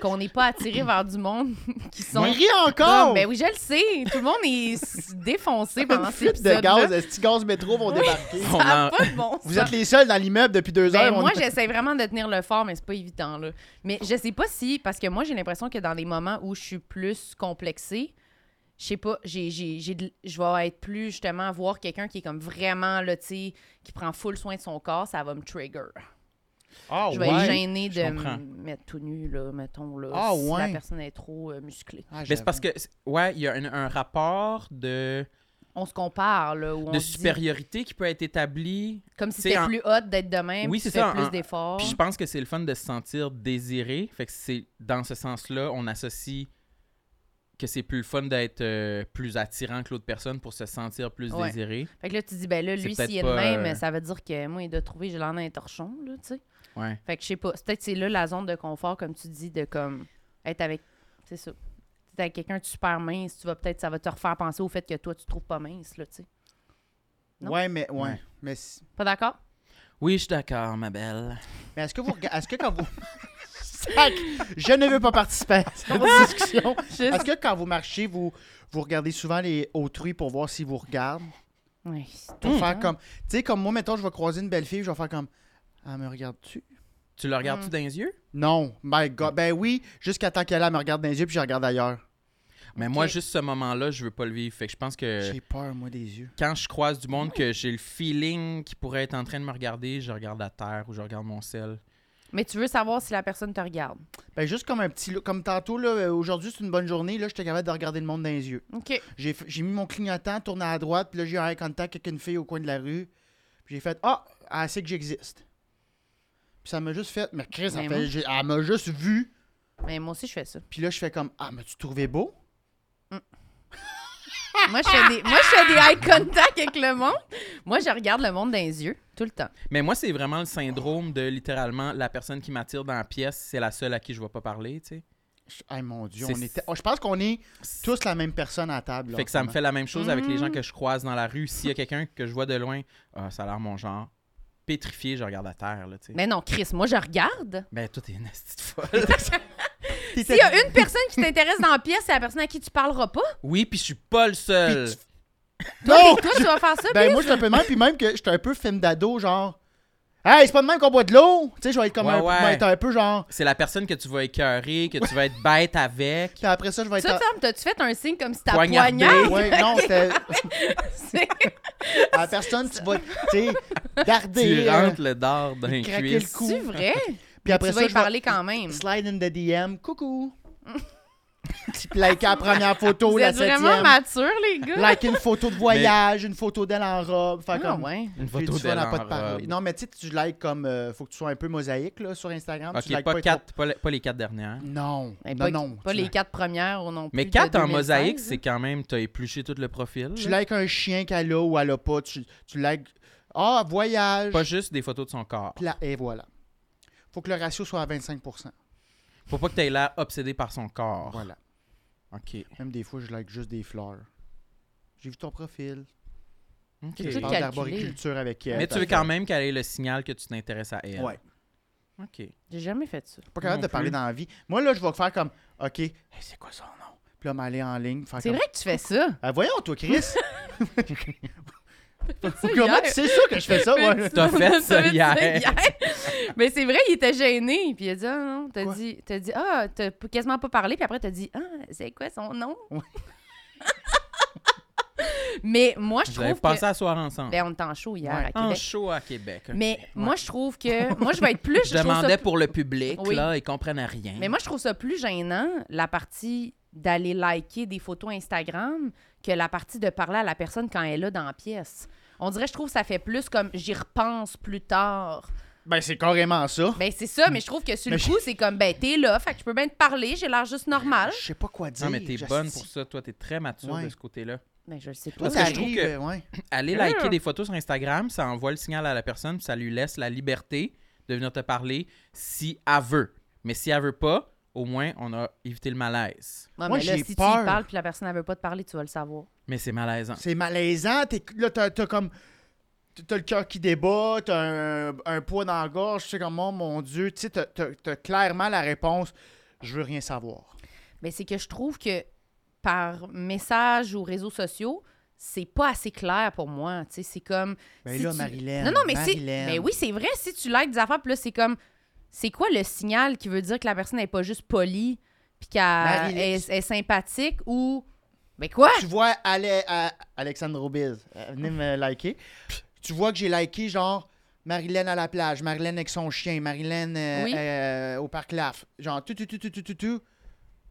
[SPEAKER 2] Qu'on n'est pas
[SPEAKER 4] *laughs*
[SPEAKER 2] attiré vers du monde *laughs* qui sont.
[SPEAKER 4] On rit
[SPEAKER 2] Comme-
[SPEAKER 4] encore!
[SPEAKER 2] ben oui, je le sais. Tout le monde est s- défoncé pendant
[SPEAKER 4] *laughs* Une
[SPEAKER 2] ces
[SPEAKER 4] flip de
[SPEAKER 2] épisodes
[SPEAKER 4] gaz, est-ce que gaz métro vont débarquer?
[SPEAKER 1] *laughs* On en-
[SPEAKER 2] pas de bon
[SPEAKER 4] Vous
[SPEAKER 2] sens.
[SPEAKER 4] êtes les seuls dans l'immeuble depuis deux
[SPEAKER 2] Ben,
[SPEAKER 4] heures. on-
[SPEAKER 2] moi, j'essaie vraiment de tenir le fort, mais c'est pas évident, là. Mais je sais pas si... Parce que moi, j'ai l'impression que dans les moments où je suis plus complexée, je sais pas, j'ai, j'ai, j'ai de- je vais être plus, justement, à voir quelqu'un qui est comme vraiment, là, tu sais, qui prend full soin de son corps, ça va me trigger.
[SPEAKER 4] Ah,
[SPEAKER 2] je vais
[SPEAKER 4] ouais.
[SPEAKER 2] être gênée
[SPEAKER 1] je
[SPEAKER 2] de
[SPEAKER 1] comprends.
[SPEAKER 2] me mettre tout nu, là, mettons, là,
[SPEAKER 4] Ah,
[SPEAKER 2] si la
[SPEAKER 4] ouais.
[SPEAKER 2] personne est trop euh, musclée.
[SPEAKER 4] Ah,
[SPEAKER 1] Mais c'est parce
[SPEAKER 4] j'avoue.
[SPEAKER 1] que, c'est- ouais, il y a un, un rapport de,
[SPEAKER 2] On se compare, là, ou on
[SPEAKER 1] de
[SPEAKER 2] se dit-
[SPEAKER 1] supériorité qui peut être établi.
[SPEAKER 2] Comme si
[SPEAKER 1] C'est
[SPEAKER 2] c'était
[SPEAKER 1] un-
[SPEAKER 2] plus hot d'être de même,
[SPEAKER 1] Oui, c'est
[SPEAKER 2] puis tu fais
[SPEAKER 1] ça, un-
[SPEAKER 2] plus d'efforts.
[SPEAKER 1] Puis je pense que c'est le fun de se sentir désiré. Fait que c'est dans ce sens-là, on associe que c'est plus le fun d'être euh, plus attirant que l'autre personne pour se sentir plus
[SPEAKER 2] Ouais.
[SPEAKER 1] désiré.
[SPEAKER 2] Fait que là, tu dis, ben là,
[SPEAKER 1] C'est
[SPEAKER 2] lui,
[SPEAKER 1] peut-être
[SPEAKER 2] s'il est de
[SPEAKER 1] pas,
[SPEAKER 2] même,
[SPEAKER 1] euh,
[SPEAKER 2] ça veut dire que moi, il doit trouver, je l'en ai un torchon, là, tu sais.
[SPEAKER 1] Ouais.
[SPEAKER 2] Fait que je sais pas. C'est Peut-être c'est là la zone de confort, comme tu dis, de comme être avec. C'est ça. T'es avec quelqu'un de super mince, tu vas peut-être, ça va te refaire penser au fait que toi, tu te trouves pas mince, là, tu sais. non?
[SPEAKER 4] Ouais, mais, ouais.
[SPEAKER 1] Ouais.
[SPEAKER 4] mais c'est-
[SPEAKER 1] *laughs*
[SPEAKER 2] Pas d'accord?
[SPEAKER 1] Oui, je suis d'accord, ma belle.
[SPEAKER 4] Mais est-ce que vous regardez. Est-ce que quand vous. *laughs* Sac! Je ne veux pas participer à cette discussion. Est-ce que quand vous marchez, vous, vous regardez souvent les autrui pour voir s'ils vous regardent?
[SPEAKER 1] Ah,
[SPEAKER 2] Ouais, c'est
[SPEAKER 4] Pour
[SPEAKER 2] tout
[SPEAKER 4] faire
[SPEAKER 1] hmm.
[SPEAKER 2] le temps.
[SPEAKER 4] comme. Tu sais, comme moi, mettons, je vais croiser une belle fille, je vais faire comme. Ah, me regardes-tu?
[SPEAKER 1] Tu le regardes-tu
[SPEAKER 2] Mm.
[SPEAKER 1] dans les yeux?
[SPEAKER 4] Non, my God. Ben oui, jusqu'à temps qu'elle elle me regarde dans les yeux, puis je regarde ailleurs.
[SPEAKER 1] Mais moi,
[SPEAKER 2] Ok.
[SPEAKER 1] juste ce moment-là, je veux pas le vivre. Fait que je pense que
[SPEAKER 4] J'ai peur, moi, des yeux.
[SPEAKER 1] quand je croise du monde que j'ai le feeling qui pourrait être en train de me regarder, je regarde la terre ou je regarde mon sel.
[SPEAKER 2] Mais tu veux savoir si la personne te regarde.
[SPEAKER 4] Ben juste comme un petit. look- Comme tantôt, là, euh, aujourd'hui, c'est une bonne journée, là, j'étais capable de regarder le monde dans les yeux.
[SPEAKER 2] OK.
[SPEAKER 4] J'ai f- j'ai mis mon clignotant, tourné à droite, puis là, j'ai eu un eye contact avec une fille au coin de la rue. Puis j'ai fait Ah, elle sait que j'existe. Puis ça m'a juste fait. Mais Chris,
[SPEAKER 2] Mais
[SPEAKER 1] Ben
[SPEAKER 4] elle,
[SPEAKER 2] moi-
[SPEAKER 4] fait- j'ai- elle m'a juste vu.
[SPEAKER 2] Mais moi aussi, je fais ça.
[SPEAKER 4] Puis là, je fais comme Ah, mais tu trouvais beau?
[SPEAKER 2] moi, je fais des, moi, je fais des eye contact avec le monde. Moi, je regarde le monde dans les yeux, tout le temps.
[SPEAKER 1] Mais moi, c'est vraiment le syndrome de littéralement la personne qui m'attire dans la pièce, c'est la seule à qui je vais pas parler, tu sais.
[SPEAKER 4] Je- Hey, mon Dieu,
[SPEAKER 1] C'est-
[SPEAKER 4] on était. oh, je pense qu'on est tous la même personne à la table. là,
[SPEAKER 1] Fait
[SPEAKER 4] en
[SPEAKER 1] que ça
[SPEAKER 4] ce
[SPEAKER 1] me
[SPEAKER 4] moment.
[SPEAKER 1] fait la même chose avec les gens
[SPEAKER 4] Mm.
[SPEAKER 2] Mhm.
[SPEAKER 1] que je croise dans la rue. S'il y a quelqu'un que je vois de loin, ah, ça a l'air mon genre. Pétrifié, je regarde la terre, là, tu sais.
[SPEAKER 2] Mais non, Chris, moi, je regarde.
[SPEAKER 1] Ben, toi, t'es une petite folle.
[SPEAKER 2] S'il y a une personne qui t'intéresse dans la pièce, c'est la personne à qui tu parleras pas.
[SPEAKER 1] oui, puis je suis pas le seul.
[SPEAKER 4] Puis
[SPEAKER 2] Toi,
[SPEAKER 4] Non!
[SPEAKER 2] t'es- toi, tu vas faire ça.
[SPEAKER 4] Ben moi je suis un peu de même, puis même que j'étais un peu film d'ado, genre Hey, c'est pas de même qu'on boit de l'eau! Tu sais, je vais être comme
[SPEAKER 1] Ouais,
[SPEAKER 4] un,
[SPEAKER 1] ouais.
[SPEAKER 4] je vais être un peu genre.
[SPEAKER 1] C'est la personne que tu vas écœurer, que tu vas être bête
[SPEAKER 4] *laughs*
[SPEAKER 1] avec.
[SPEAKER 4] Puis après ça, je vais être. Eh
[SPEAKER 2] Ça, Tom, t'as-tu fait un signe comme si t'as
[SPEAKER 1] Poignardé.
[SPEAKER 4] *laughs*
[SPEAKER 2] poignard?
[SPEAKER 4] Ouais, non, c'était.
[SPEAKER 2] C'est-
[SPEAKER 4] La personne, tu vas, tu
[SPEAKER 1] *laughs*
[SPEAKER 4] sais, darder.
[SPEAKER 1] Tu
[SPEAKER 4] hein.
[SPEAKER 1] rentres le dard dans les
[SPEAKER 4] Craquer le
[SPEAKER 1] cuisses.
[SPEAKER 4] cou.
[SPEAKER 2] C'est vrai?
[SPEAKER 4] Puis après
[SPEAKER 2] tu
[SPEAKER 4] ça,
[SPEAKER 2] vas y
[SPEAKER 4] je vais-
[SPEAKER 2] parler quand même.
[SPEAKER 4] Slide in the DM,
[SPEAKER 2] *laughs*
[SPEAKER 4] coucou. Type liker la première photo,
[SPEAKER 2] Vous
[SPEAKER 4] la
[SPEAKER 2] êtes vraiment
[SPEAKER 4] septième.
[SPEAKER 2] mature, les gars?
[SPEAKER 4] Liker une photo de voyage, une photo d'elle en robe. Faire
[SPEAKER 2] Ah
[SPEAKER 4] comme.
[SPEAKER 2] ouais.
[SPEAKER 1] Une
[SPEAKER 4] J'ai
[SPEAKER 1] photo
[SPEAKER 4] dit souvent
[SPEAKER 1] d'elle
[SPEAKER 4] à pas
[SPEAKER 1] en
[SPEAKER 4] de
[SPEAKER 1] robe.
[SPEAKER 4] parler. Non, mais tu sais, tu likes comme. euh, faut que tu sois un peu mosaïque là, sur Instagram. tu
[SPEAKER 1] Ok,
[SPEAKER 4] likes
[SPEAKER 1] pas,
[SPEAKER 4] pas
[SPEAKER 1] quatre, pas, les- pas les quatre dernières.
[SPEAKER 4] trop- Non.
[SPEAKER 2] Eh,
[SPEAKER 4] Non,
[SPEAKER 2] pas,
[SPEAKER 4] non.
[SPEAKER 2] pas
[SPEAKER 4] tu
[SPEAKER 2] les quatre premières non plus.
[SPEAKER 1] Mais
[SPEAKER 2] de
[SPEAKER 1] quatre en
[SPEAKER 2] 2016,
[SPEAKER 1] mosaïque,
[SPEAKER 2] hein.
[SPEAKER 1] c'est quand même, t'as épluché tout le profil.
[SPEAKER 4] Tu
[SPEAKER 1] là.
[SPEAKER 4] likes un chien qu'elle a ou elle a pas. Tu, tu likes. Ah, voyage.
[SPEAKER 1] Pas juste des photos de son corps.
[SPEAKER 4] Pla- Et voilà. Faut que le ratio soit à 25
[SPEAKER 1] Faut pas que t'aies l'air obsédé par son corps.
[SPEAKER 4] Voilà.
[SPEAKER 1] Ok.
[SPEAKER 4] Même des fois, je like juste des fleurs. J'ai vu ton profil.
[SPEAKER 1] Ok.
[SPEAKER 2] C'est
[SPEAKER 4] Je
[SPEAKER 2] tout
[SPEAKER 4] parle
[SPEAKER 2] calculé.
[SPEAKER 4] d'arboriculture avec elle.
[SPEAKER 1] Mais tu veux quand même qu'elle ait le signal que tu t'intéresses à elle.
[SPEAKER 4] Ouais.
[SPEAKER 1] Ok.
[SPEAKER 2] J'ai jamais fait ça.
[SPEAKER 4] Pas capable
[SPEAKER 1] Non
[SPEAKER 4] de parler
[SPEAKER 1] plus.
[SPEAKER 4] dans la vie. Moi, là, je vais faire comme OK, hey, c'est quoi son nom Puis là, m'aller en ligne. faire
[SPEAKER 2] C'est
[SPEAKER 4] comme,
[SPEAKER 2] vrai que tu fais ça.
[SPEAKER 4] Ah, voyons, toi,
[SPEAKER 2] *laughs*
[SPEAKER 4] Chris.
[SPEAKER 2] ça
[SPEAKER 4] Comment
[SPEAKER 2] hier.
[SPEAKER 4] tu sais ça que je fais ça
[SPEAKER 2] Mais *laughs*
[SPEAKER 4] ouais?
[SPEAKER 2] tu-
[SPEAKER 1] Ah T'as fait
[SPEAKER 2] t'as
[SPEAKER 1] ça hier.
[SPEAKER 2] Mais c'est vrai, il était gêné. Puis il a dit, ah non, t'as
[SPEAKER 4] Quoi?
[SPEAKER 2] dit, t'as dit, ah, t'as p- quasiment pas parlé. Puis après, t'as dit, ah, c'est quoi son nom?
[SPEAKER 4] Ouais.
[SPEAKER 2] *laughs* Mais moi, je
[SPEAKER 1] Vous avez
[SPEAKER 2] trouve
[SPEAKER 1] passé
[SPEAKER 2] que...
[SPEAKER 1] la soirée ensemble.
[SPEAKER 2] Ben, on était en show hier
[SPEAKER 4] Ouais.
[SPEAKER 2] à
[SPEAKER 1] en
[SPEAKER 2] Québec.
[SPEAKER 1] show à Québec. ok.
[SPEAKER 2] Mais moi, je trouve que. Moi, je vais être plus.
[SPEAKER 1] je
[SPEAKER 2] je trouve ça
[SPEAKER 1] demandais pour le public,
[SPEAKER 2] Oui.
[SPEAKER 1] là, ils comprennent rien.
[SPEAKER 2] Mais moi, je trouve ça plus gênant, la partie d'aller liker des photos Instagram, que la partie de parler à la personne quand elle est là dans la pièce. On dirait, je trouve, que ça fait plus comme j'y repense plus tard.
[SPEAKER 4] Ben, c'est carrément ça.
[SPEAKER 2] Ben, c'est ça, mais je trouve que sur le
[SPEAKER 4] Mais
[SPEAKER 2] coup, c'est comme, ben, t'es là, fait que je peux bien te parler, j'ai l'air juste normal.
[SPEAKER 4] Je sais pas quoi dire.
[SPEAKER 1] Non, mais t'es
[SPEAKER 4] J'assis.
[SPEAKER 1] bonne pour ça. Toi, t'es très mature
[SPEAKER 4] Ouais.
[SPEAKER 1] de ce côté-là.
[SPEAKER 2] Ben, je le sais pas.
[SPEAKER 4] Toi,
[SPEAKER 1] Parce que je
[SPEAKER 4] t'arrives,
[SPEAKER 1] trouve
[SPEAKER 4] euh, ouais.
[SPEAKER 1] Aller liker des photos sur Instagram, ça envoie le signal à la personne, puis ça lui laisse la liberté de venir te parler si elle veut. Mais si elle veut pas, au moins, on a évité le malaise.
[SPEAKER 2] Ouais,
[SPEAKER 4] Moi,
[SPEAKER 2] mais là,
[SPEAKER 4] j'ai
[SPEAKER 2] si tu y
[SPEAKER 4] peur.
[SPEAKER 2] parles puis la personne ne veut pas te parler, tu vas le savoir.
[SPEAKER 1] Mais c'est malaisant.
[SPEAKER 4] C'est malaisant. T'es, là, t'as, t'as comme. T'as le cœur qui débat, t'as un, un poids dans la gorge, tu sais, comme, oh mon Dieu, tu sais, t'as, t'as- t'as clairement la réponse, je veux rien savoir.
[SPEAKER 2] Ben, c'est que je trouve que par message ou réseaux sociaux, c'est pas assez clair pour moi. Tu sais, c'est comme.
[SPEAKER 4] Ben
[SPEAKER 2] si
[SPEAKER 4] là,
[SPEAKER 2] tu-
[SPEAKER 4] Marilyn.
[SPEAKER 2] Non, non, mais c'est.
[SPEAKER 4] Marilyn.
[SPEAKER 2] Mais oui, c'est vrai, si tu likes des affaires, puis là, c'est comme. C'est quoi le signal qui veut dire que la personne n'est pas juste polie, puis qu'elle
[SPEAKER 4] Marilyn.
[SPEAKER 2] est, est sympathique ou. Ben quoi?
[SPEAKER 4] Tu vois, allez, à Alexandre Robiz, euh, venez me liker. Tu vois que j'ai liké, genre, Marilyn à la plage, Marilyn avec son chien, Marilyn euh,
[SPEAKER 2] Oui.
[SPEAKER 4] euh, au parc Laf. Genre, tout, tout, tout, tout, tout, tout, tout.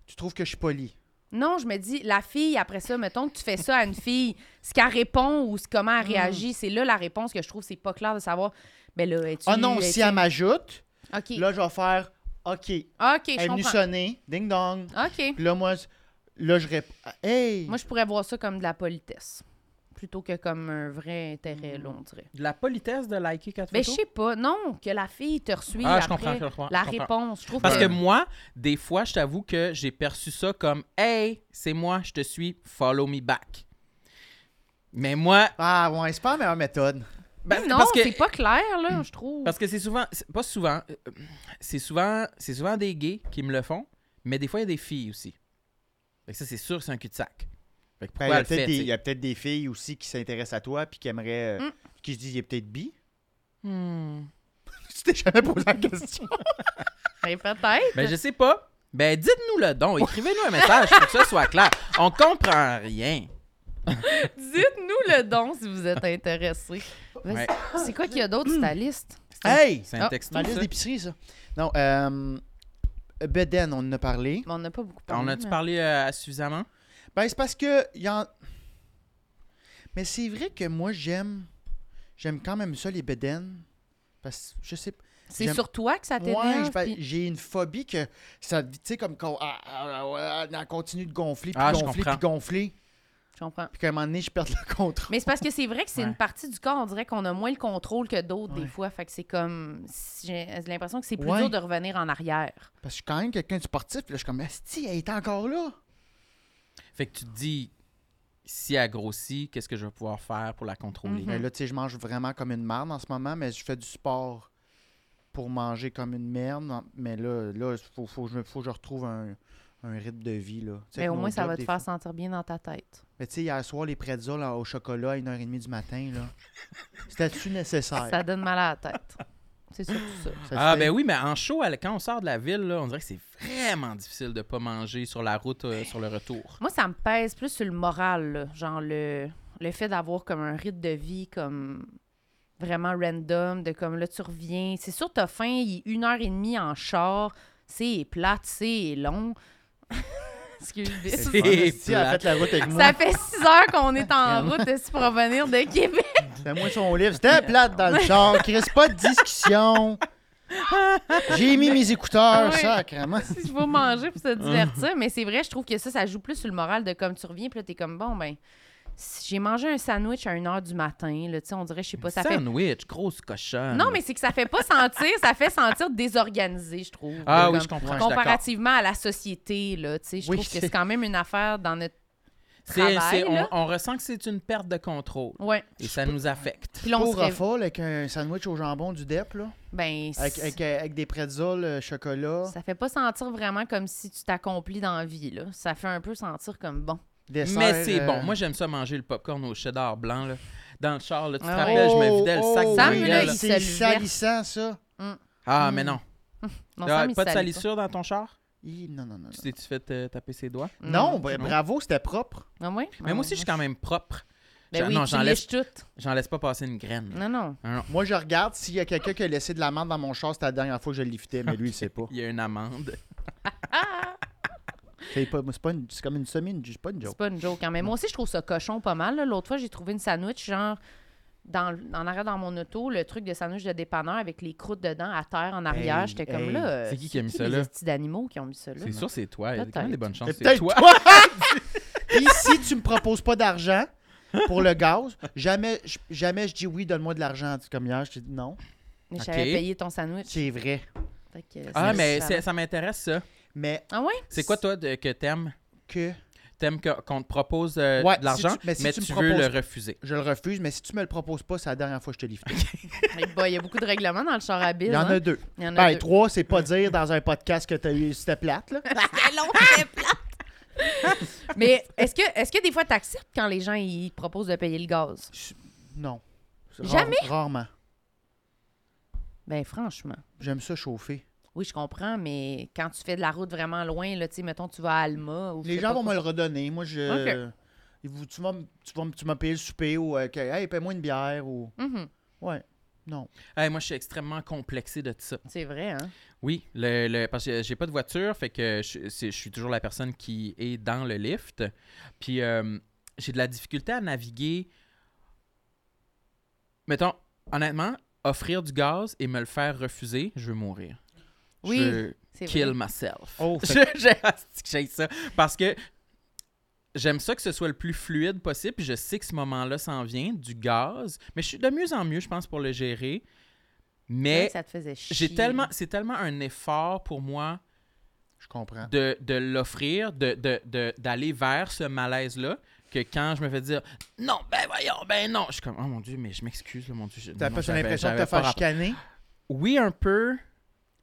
[SPEAKER 4] Tu trouves que je suis poli.
[SPEAKER 2] Non, je me dis, la fille, après ça, mettons que tu fais ça à une fille, ce qu'elle répond ou ce, comment
[SPEAKER 1] Mm.
[SPEAKER 2] elle réagit, c'est là la réponse que je trouve, c'est pas clair de savoir. Ben là, es-tu.
[SPEAKER 4] Ah non,
[SPEAKER 2] es-tu-
[SPEAKER 4] si elle m'ajoute,
[SPEAKER 2] OK.
[SPEAKER 4] là, je vais faire, OK, elle
[SPEAKER 2] OK, je
[SPEAKER 4] est venue
[SPEAKER 2] comprends.
[SPEAKER 4] sonner, ding dong.
[SPEAKER 2] OK.
[SPEAKER 4] Puis là, moi, c- là, je réponds. Hey!
[SPEAKER 2] Moi, je pourrais voir ça comme de la politesse plutôt que comme un vrai intérêt, là, on dirait.
[SPEAKER 1] De la politesse de liker quatre
[SPEAKER 2] Ben, je
[SPEAKER 1] photos?
[SPEAKER 2] sais pas. Non, que la fille te reçuive
[SPEAKER 1] Ah, je
[SPEAKER 2] après
[SPEAKER 1] comprends, je comprends,
[SPEAKER 2] la
[SPEAKER 1] je comprends.
[SPEAKER 2] réponse. Je trouve
[SPEAKER 1] Parce
[SPEAKER 2] que...
[SPEAKER 1] que moi, des fois, je t'avoue que j'ai perçu ça comme « Hey, c'est moi, je te suis, follow me back ». Mais moi,
[SPEAKER 4] Ah, ouais, c'est pas la meilleure méthode.
[SPEAKER 1] ben,
[SPEAKER 2] non,
[SPEAKER 1] parce que
[SPEAKER 2] c'est pas clair, là, je trouve.
[SPEAKER 1] Parce que c'est souvent, c'est- pas souvent, euh, euh, c'est souvent, c'est souvent des gays qui me le font, mais des fois il y a des filles aussi. Fait que ça c'est sûr, que c'est un cul-de-sac. Fait que
[SPEAKER 4] Ben,
[SPEAKER 1] pourquoi
[SPEAKER 4] Il y a
[SPEAKER 1] elle le fait,
[SPEAKER 4] peut-être des-
[SPEAKER 1] t'sais?
[SPEAKER 4] il y a peut-être des filles aussi qui s'intéressent à toi puis qui aimeraient. euh,
[SPEAKER 2] Mm.
[SPEAKER 4] qui se disent, il est peut-être bi. *laughs*
[SPEAKER 1] Hmm.
[SPEAKER 4] Tu t'es jamais posé la question.
[SPEAKER 2] Ben, peut-être.
[SPEAKER 1] Ben je sais pas. Ben dites-nous le don, écrivez-nous un message pour que ça soit clair. On comprend rien.
[SPEAKER 2] Dites-nous le don si vous êtes intéressé. Vas-y.
[SPEAKER 1] Ouais.
[SPEAKER 2] C'est quoi qu'il y a d'autre sur ta liste?
[SPEAKER 4] hey!
[SPEAKER 1] *laughs* C'est un
[SPEAKER 2] Ah,
[SPEAKER 1] texto.
[SPEAKER 4] Ma liste
[SPEAKER 1] ça.
[SPEAKER 4] d'épicerie, ça. Non, euh, Beden, on en a parlé.
[SPEAKER 2] Ben, on n'a pas beaucoup parlé.
[SPEAKER 1] On a-tu
[SPEAKER 2] mais-
[SPEAKER 1] parlé euh, suffisamment?
[SPEAKER 4] Ben, c'est parce que. il Y en... Mais c'est vrai que moi, j'aime. J'aime quand même ça, les Beden. Parce que je sais pas.
[SPEAKER 2] C'est
[SPEAKER 4] J'aime-
[SPEAKER 2] sur toi que ça
[SPEAKER 4] Ouais,
[SPEAKER 2] t'énerve?
[SPEAKER 4] je fais-
[SPEAKER 2] puis-
[SPEAKER 4] j'ai une phobie que ça. Tu sais, comme qu'on ah, ah, ah, ah, on continue de gonfler, puis
[SPEAKER 1] Ah, je
[SPEAKER 4] gonfler,
[SPEAKER 1] comprends.
[SPEAKER 4] puis gonfler.
[SPEAKER 2] Je comprends.
[SPEAKER 4] Puis qu'à un moment donné, je perds le *laughs* contrôle.
[SPEAKER 2] Mais c'est parce que c'est vrai que c'est
[SPEAKER 1] Ouais.
[SPEAKER 2] une partie du corps, on dirait qu'on a moins le contrôle que d'autres
[SPEAKER 4] Ouais.
[SPEAKER 2] des fois. Fait que c'est comme. J'ai l'impression que c'est plus
[SPEAKER 4] Ouais.
[SPEAKER 2] dur de revenir en arrière.
[SPEAKER 4] Parce que je suis quand même quelqu'un de sportif. puis Là, je suis comme, si elle est encore là.
[SPEAKER 1] Fait que tu te dis si elle grossit, qu'est-ce que je vais pouvoir faire pour la
[SPEAKER 2] Mhm.
[SPEAKER 1] contrôler?
[SPEAKER 2] Mm.
[SPEAKER 4] Ben là, tu sais, je mange vraiment comme une merde en ce moment, mais je fais du sport pour manger comme une merde. Mais là, là faut, faut, que je- faut que je retrouve un, un rythme de vie. Là.
[SPEAKER 2] Mais
[SPEAKER 4] Tu sais, avec
[SPEAKER 2] Ben, au
[SPEAKER 4] nos
[SPEAKER 2] moins, ça
[SPEAKER 4] jobs,
[SPEAKER 2] va te
[SPEAKER 4] des
[SPEAKER 2] faire
[SPEAKER 4] fois-
[SPEAKER 2] sentir bien dans ta tête.
[SPEAKER 4] Mais tu sais, hier soir, les pretzels au chocolat à 1h30 du matin,
[SPEAKER 2] *laughs*
[SPEAKER 4] là. c'était-tu nécessaire?
[SPEAKER 2] Ça donne mal à la tête. C'est surtout ça.
[SPEAKER 4] Ça
[SPEAKER 1] Ah
[SPEAKER 4] fait-
[SPEAKER 1] ben oui, mais en show, elle- quand on sort de la ville, là, on dirait que c'est vraiment difficile de pas manger sur la route, euh, sur le retour.
[SPEAKER 2] Moi, ça me pèse plus sur le moral, là. genre le, le fait d'avoir comme un rythme de vie comme vraiment random, de comme là, tu reviens. C'est sûr, t'as faim, il est une heure et demie en char, c'est plate, c'est long. *laughs* Excuse-moi.
[SPEAKER 1] C'est
[SPEAKER 4] Ouais, si, elle a
[SPEAKER 1] plate.
[SPEAKER 4] fait la route avec moi.
[SPEAKER 2] Ça fait six heures qu'on est en route de se provenir de Québec. *laughs*
[SPEAKER 4] C'était moi son livre. C'était plate dans le char. Chris, pas
[SPEAKER 2] *laughs*
[SPEAKER 4] de discussion. J'ai mis mes écouteurs,
[SPEAKER 2] Ouais.
[SPEAKER 4] sacrément.
[SPEAKER 2] Il faut manger pour se divertir. Mais c'est vrai, je trouve que ça, ça joue plus sur le moral de comme tu reviens, puis là, t'es comme, bon, ben, si j'ai mangé un sandwich à 1h du matin, là, tu sais, on dirait, je sais pas, ça fait...
[SPEAKER 1] Sandwich, grosse cochonne.
[SPEAKER 2] Non, mais c'est que ça fait pas sentir, ça fait sentir désorganisé, je trouve.
[SPEAKER 1] Ah
[SPEAKER 2] là,
[SPEAKER 1] oui,
[SPEAKER 2] comme
[SPEAKER 1] je comprends. je suis d'accord.
[SPEAKER 2] Comparativement à la société, là, tu sais, je
[SPEAKER 4] Oui,
[SPEAKER 2] trouve que
[SPEAKER 4] c'est-
[SPEAKER 2] c'est quand même une affaire dans notre...
[SPEAKER 1] C'est-
[SPEAKER 2] travail,
[SPEAKER 1] c'est- on,
[SPEAKER 2] là.
[SPEAKER 1] on ressent que c'est une perte de contrôle
[SPEAKER 2] Ouais.
[SPEAKER 1] et ça nous affecte.
[SPEAKER 2] Puis là, on
[SPEAKER 4] Pour
[SPEAKER 2] se réveille-
[SPEAKER 4] Rafale avec un sandwich au jambon du DEP, là.
[SPEAKER 2] Ben,
[SPEAKER 4] Avec,
[SPEAKER 2] c'est-
[SPEAKER 4] avec- avec des pretzels, euh, chocolat,
[SPEAKER 2] ça fait pas sentir vraiment comme si tu t'accomplis dans la vie, là. Ça fait un peu sentir comme, bon...
[SPEAKER 4] dessert.
[SPEAKER 1] Mais c'est
[SPEAKER 4] euh,
[SPEAKER 1] bon. Moi, j'aime ça manger le popcorn au cheddar blanc là. dans le char. Là, tu te
[SPEAKER 2] Ah
[SPEAKER 1] rappelles, je me
[SPEAKER 4] Oh,
[SPEAKER 1] vidais le sac
[SPEAKER 4] oh,
[SPEAKER 1] de
[SPEAKER 2] Sam,
[SPEAKER 1] riz,
[SPEAKER 2] là,
[SPEAKER 1] là,
[SPEAKER 2] il se
[SPEAKER 4] C'est
[SPEAKER 2] le
[SPEAKER 4] salissant, ça.
[SPEAKER 1] Ah, mais non.
[SPEAKER 2] Non,
[SPEAKER 1] Ah,
[SPEAKER 2] Sam, il
[SPEAKER 1] pas de
[SPEAKER 2] se salit
[SPEAKER 1] salissure dans ton char?
[SPEAKER 4] Hi, Non, non, non. non.
[SPEAKER 1] Tu t'es-tu fait euh, taper ses doigts?
[SPEAKER 2] pas.
[SPEAKER 4] Non, ben,
[SPEAKER 1] Non.
[SPEAKER 4] bravo, c'était propre.
[SPEAKER 2] Ah ouais?
[SPEAKER 1] Mais
[SPEAKER 2] Ah,
[SPEAKER 1] moi aussi, je suis quand même propre.
[SPEAKER 2] Ben
[SPEAKER 1] Je-
[SPEAKER 2] oui,
[SPEAKER 1] non,
[SPEAKER 2] tu
[SPEAKER 1] j'en laisse,
[SPEAKER 2] lèches tout.
[SPEAKER 1] j'en laisse pas passer une graine.
[SPEAKER 2] Non, non.
[SPEAKER 4] Moi, je regarde s'il y a quelqu'un qui a laissé de la menthe dans mon char, c'était la dernière fois que je l'iftais, mais lui, il sait *laughs* pas.
[SPEAKER 1] Il y a une amende.
[SPEAKER 4] C'est pas, c'est pas une- c'est comme une semi, une- c'est pas une
[SPEAKER 2] C'est
[SPEAKER 4] joke.
[SPEAKER 2] pas une joke. hein. Mais moi aussi, je trouve ça cochon pas mal. là. L'autre fois, j'ai trouvé une sandwich, genre, dans, le- en arrière dans mon auto, le truc de sandwich de dépanneur avec les croûtes dedans à terre en arrière.
[SPEAKER 4] Hey,
[SPEAKER 2] J'étais comme
[SPEAKER 4] hey.
[SPEAKER 2] là. euh,
[SPEAKER 1] C'est qui qui a mis ça
[SPEAKER 2] les
[SPEAKER 1] là?
[SPEAKER 2] estis d'animaux qui ont mis ça là?
[SPEAKER 1] C'est sûr, c'est toi. Il y a quand même
[SPEAKER 2] Peut-être.
[SPEAKER 1] des bonnes chances.
[SPEAKER 4] C'est
[SPEAKER 1] C'est
[SPEAKER 4] peut-être *laughs*
[SPEAKER 1] toi. *laughs*
[SPEAKER 4] Puis si tu me proposes pas d'argent pour le gaz, jamais je, jamais je dis oui, donne-moi de l'argent. Tu sais, Comme hier, je te dis non.
[SPEAKER 2] Mais
[SPEAKER 1] Ok.
[SPEAKER 2] j'avais payé ton sandwich.
[SPEAKER 4] C'est vrai.
[SPEAKER 2] Fait que, euh,
[SPEAKER 1] Ah,
[SPEAKER 2] c'est
[SPEAKER 1] mais
[SPEAKER 2] super.
[SPEAKER 1] c'est- ça m'intéresse, ça.
[SPEAKER 4] Mais
[SPEAKER 2] Ah ouais?
[SPEAKER 1] C'est quoi, toi, de- que t'aimes?
[SPEAKER 4] que
[SPEAKER 1] T'aimes que- qu'on te propose euh,
[SPEAKER 4] Ouais,
[SPEAKER 1] de l'argent,
[SPEAKER 4] si tu- mais si
[SPEAKER 1] mais
[SPEAKER 4] tu me
[SPEAKER 1] tu veux le
[SPEAKER 4] proposes-
[SPEAKER 1] refuser.
[SPEAKER 4] je le refuse, mais si tu me le proposes pas, c'est la dernière fois que je te livre.
[SPEAKER 2] Hey boy, Il y a beaucoup de règlements dans le char à billes.
[SPEAKER 4] Il y en
[SPEAKER 2] hein.
[SPEAKER 4] a deux.
[SPEAKER 2] Il y en a
[SPEAKER 4] Ben,
[SPEAKER 2] deux.
[SPEAKER 4] trois, c'est pas dire dans un podcast que t'as eu, c'était plate, là.
[SPEAKER 2] C'était long, c'était plate. Mais est-ce que, est-ce que des fois, tu acceptes quand les gens ils te proposent de payer le gaz?
[SPEAKER 4] Non. Rare-
[SPEAKER 2] Jamais?
[SPEAKER 4] Rarement.
[SPEAKER 2] Ben franchement.
[SPEAKER 4] J'aime ça chauffer.
[SPEAKER 2] Oui, je comprends, mais quand tu fais de la route vraiment loin, là, tu sais, mettons, tu vas à Alma ou je
[SPEAKER 4] Les
[SPEAKER 2] sais
[SPEAKER 4] gens
[SPEAKER 2] pas
[SPEAKER 4] vont
[SPEAKER 2] quoi.
[SPEAKER 4] me le redonner. Moi, je. Ils vous- Tu vas, me- tu vas me- tu m'as payé le souper ou euh, que, hey, paye-moi une bière ou.
[SPEAKER 2] Mhm,
[SPEAKER 4] Ouais. Non.
[SPEAKER 1] Hey, moi, je suis extrêmement complexé de ça.
[SPEAKER 2] C'est vrai, hein?
[SPEAKER 1] Oui, le, le- parce que j'ai pas de voiture, fait que je, c'est- je suis toujours la personne qui est dans le lift. Puis euh, j'ai de la difficulté à naviguer. Mettons, honnêtement, offrir du gaz et me le faire refuser, je veux mourir.
[SPEAKER 2] Oui,
[SPEAKER 1] Je
[SPEAKER 2] C'est
[SPEAKER 1] kill
[SPEAKER 2] vrai.
[SPEAKER 1] myself. *laughs*
[SPEAKER 4] Oh,
[SPEAKER 1] Je-
[SPEAKER 4] fait-
[SPEAKER 1] j'ai asti que j'haïs ça. Parce que j'aime ça que ce soit le plus fluide possible. puis Je sais que ce moment-là s'en vient, du gaz. Mais je suis de mieux en mieux, je pense, pour le gérer.
[SPEAKER 2] C'est vrai
[SPEAKER 1] Mais
[SPEAKER 2] que ça te faisait chier.
[SPEAKER 1] j'ai tellement, c'est tellement un effort pour moi
[SPEAKER 4] Je comprends.
[SPEAKER 1] de, de l'offrir, de, de- de- d'aller vers ce malaise-là, que quand je me fais dire non, ben voyons, ben non, je suis comme oh mon dieu, mais je m'excuse, là, mon dieu. je-
[SPEAKER 4] T'as
[SPEAKER 1] non,
[SPEAKER 4] pas
[SPEAKER 1] j'avais-
[SPEAKER 4] l'impression de
[SPEAKER 1] j'avais
[SPEAKER 4] te
[SPEAKER 1] pas
[SPEAKER 4] faire
[SPEAKER 1] rapport.
[SPEAKER 4] chicaner?
[SPEAKER 1] Oui, un peu.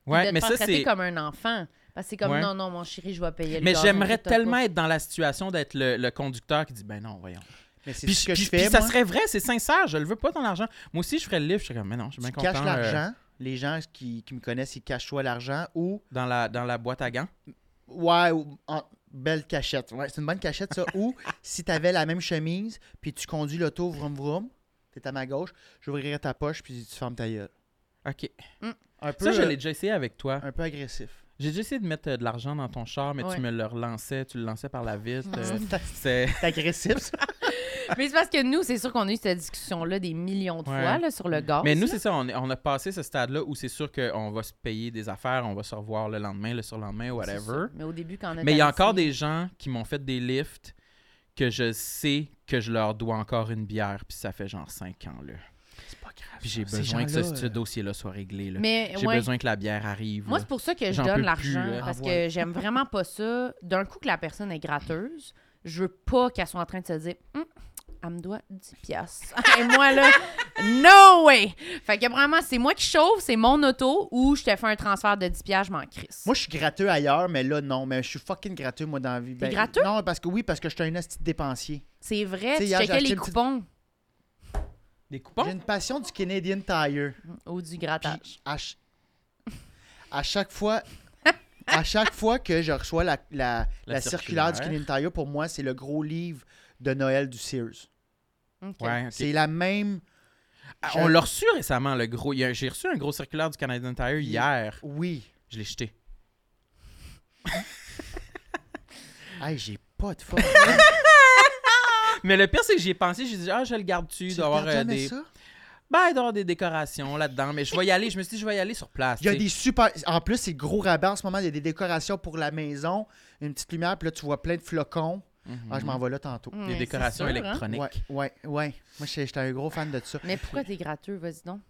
[SPEAKER 2] Puis
[SPEAKER 1] Ouais,
[SPEAKER 2] de
[SPEAKER 1] mais
[SPEAKER 2] te
[SPEAKER 1] ça
[SPEAKER 2] faire traiter
[SPEAKER 1] c'est.
[SPEAKER 2] comme un enfant. Parce que c'est comme,
[SPEAKER 1] Ouais.
[SPEAKER 2] non, non, mon chéri, je vais payer le
[SPEAKER 1] Mais
[SPEAKER 2] gaz,
[SPEAKER 1] j'aimerais
[SPEAKER 2] inquiète-toi
[SPEAKER 1] tellement
[SPEAKER 2] pas.
[SPEAKER 1] être dans la situation d'être le, le conducteur qui dit ben non, voyons.
[SPEAKER 4] Mais c'est
[SPEAKER 1] Puis,
[SPEAKER 4] ce que
[SPEAKER 1] puis-
[SPEAKER 4] je
[SPEAKER 1] puis
[SPEAKER 4] fais.
[SPEAKER 1] ça
[SPEAKER 4] moi.
[SPEAKER 1] serait vrai, c'est sincère, je le veux pas ton argent. Moi aussi je ferais le livre, je serais comme mais non, je suis bien
[SPEAKER 4] Tu
[SPEAKER 1] content.
[SPEAKER 4] caches
[SPEAKER 1] euh,
[SPEAKER 4] l'argent. Les gens qui, qui me connaissent, ils cachent soit l'argent ou.
[SPEAKER 1] dans la dans la boîte à gants.
[SPEAKER 4] Ouais, ou- en- belle cachette. Ouais, c'est une bonne cachette, ça. *laughs* ou si t'avais la même chemise, puis tu conduis l'auto, vroom vroom, t'es à ma gauche, j'ouvrirais ta poche, puis tu fermes ta gueule.
[SPEAKER 1] OK.
[SPEAKER 4] Un peu,
[SPEAKER 1] Ça je
[SPEAKER 4] euh,
[SPEAKER 1] l'ai déjà essayé avec toi.
[SPEAKER 4] un peu agressif.
[SPEAKER 1] J'ai déjà essayé de mettre euh, de l'argent dans ton char, mais
[SPEAKER 2] Ouais.
[SPEAKER 1] tu me le relançais, tu le lançais par la vitre. euh,
[SPEAKER 4] C'est
[SPEAKER 1] c'est
[SPEAKER 4] c'est agressif, *laughs* ça.
[SPEAKER 2] Mais c'est parce que nous, c'est sûr qu'on a eu cette discussion-là des millions de
[SPEAKER 1] Ouais.
[SPEAKER 2] fois là, sur le gaz.
[SPEAKER 1] Mais nous,
[SPEAKER 2] là.
[SPEAKER 1] c'est ça, on, est- on a passé ce stade-là où c'est sûr qu'on va se payer des affaires, on va se revoir le lendemain, le surlendemain,
[SPEAKER 2] C'est
[SPEAKER 1] whatever.
[SPEAKER 2] sûr. Mais au début, quand on a
[SPEAKER 1] Mais il y a
[SPEAKER 2] Tennessee,
[SPEAKER 1] encore des gens qui m'ont fait des lifts que je sais que je leur dois encore une bière, puis ça fait genre 5 ans, là.
[SPEAKER 4] C'est pas grave.
[SPEAKER 1] Puis j'ai
[SPEAKER 4] ça. Ces
[SPEAKER 1] besoin que ce,
[SPEAKER 4] gens-là,
[SPEAKER 1] ce
[SPEAKER 4] euh,
[SPEAKER 1] dossier-là soit réglé, là.
[SPEAKER 2] Mais
[SPEAKER 1] J'ai
[SPEAKER 2] ouais.
[SPEAKER 1] besoin que la bière arrive.
[SPEAKER 2] Moi,
[SPEAKER 1] là.
[SPEAKER 2] c'est pour ça que je
[SPEAKER 1] J'en
[SPEAKER 2] donne
[SPEAKER 1] peux
[SPEAKER 2] l'argent,
[SPEAKER 1] plus, là.
[SPEAKER 2] parce
[SPEAKER 4] Ah ouais.
[SPEAKER 2] que j'aime vraiment pas ça. D'un coup que la personne est gratteuse, je veux pas qu'elle soit en train de se dire Hum, elle me doit 10 piastres. » *laughs* Et moi, là, « No way! » Fait que vraiment, c'est moi qui chauffe, c'est mon auto, ou je te fais un transfert de 10 piastres, je m'en crisse.
[SPEAKER 4] Moi, je suis gratteux ailleurs, mais là, non. Mais je suis fucking gratteux, moi, dans la vie. Ben,
[SPEAKER 2] gratteux?
[SPEAKER 4] Non, parce que oui, parce que je suis un esti de dépensier.
[SPEAKER 2] C'est vrai,
[SPEAKER 4] Tu sais,
[SPEAKER 2] tu
[SPEAKER 4] hier, j'ai
[SPEAKER 2] checkais
[SPEAKER 4] acheté
[SPEAKER 2] les
[SPEAKER 4] une petite-
[SPEAKER 2] coupons
[SPEAKER 1] Des
[SPEAKER 4] J'ai
[SPEAKER 1] coupons?
[SPEAKER 4] une passion du Canadian Tire.
[SPEAKER 2] ou du
[SPEAKER 4] Puis,
[SPEAKER 2] grattage.
[SPEAKER 4] à, ch- à chaque fois. À chaque fois que je reçois la, la-
[SPEAKER 1] La
[SPEAKER 4] la circulaire du
[SPEAKER 1] circulaire.
[SPEAKER 4] Canadian Tire, pour moi, c'est le gros livre de Noël du Sears.
[SPEAKER 2] Ok.
[SPEAKER 1] Ouais, ok.
[SPEAKER 4] C'est la même.
[SPEAKER 1] Ah, On l'a reçu récemment, le gros. Il y a- J'ai reçu un gros circulaire du Canadian Tire hier.
[SPEAKER 4] Oui.
[SPEAKER 1] Je l'ai jeté.
[SPEAKER 4] Hey, j'ai pas de forme.
[SPEAKER 1] Mais le pire, c'est que j'y ai pensé. J'ai dit, ah, je le garde-tu. Il
[SPEAKER 4] Tu
[SPEAKER 1] doit y avoir
[SPEAKER 4] regardes
[SPEAKER 1] euh,
[SPEAKER 4] jamais
[SPEAKER 1] des.
[SPEAKER 4] ça?
[SPEAKER 1] Ben, il doit y avoir des décorations là-dedans, mais je vais y aller. Je me suis dit, je vais y aller sur place.
[SPEAKER 4] Il y a
[SPEAKER 1] tu sais.
[SPEAKER 4] des super. En plus, c'est gros rabais en ce moment. Il y a des décorations pour la maison, une petite lumière, puis là, tu vois plein de flocons.
[SPEAKER 1] Mhm.
[SPEAKER 4] Ah, je m'en vais là tantôt.
[SPEAKER 2] Hum,
[SPEAKER 1] Des
[SPEAKER 2] c'est
[SPEAKER 1] décorations
[SPEAKER 2] sûr, hein.
[SPEAKER 1] électroniques.
[SPEAKER 4] Ouais, ouais, ouais. Moi, j'étais j'étais un gros fan de ça.
[SPEAKER 2] Mais pourquoi t'es gratteux, vas-y donc?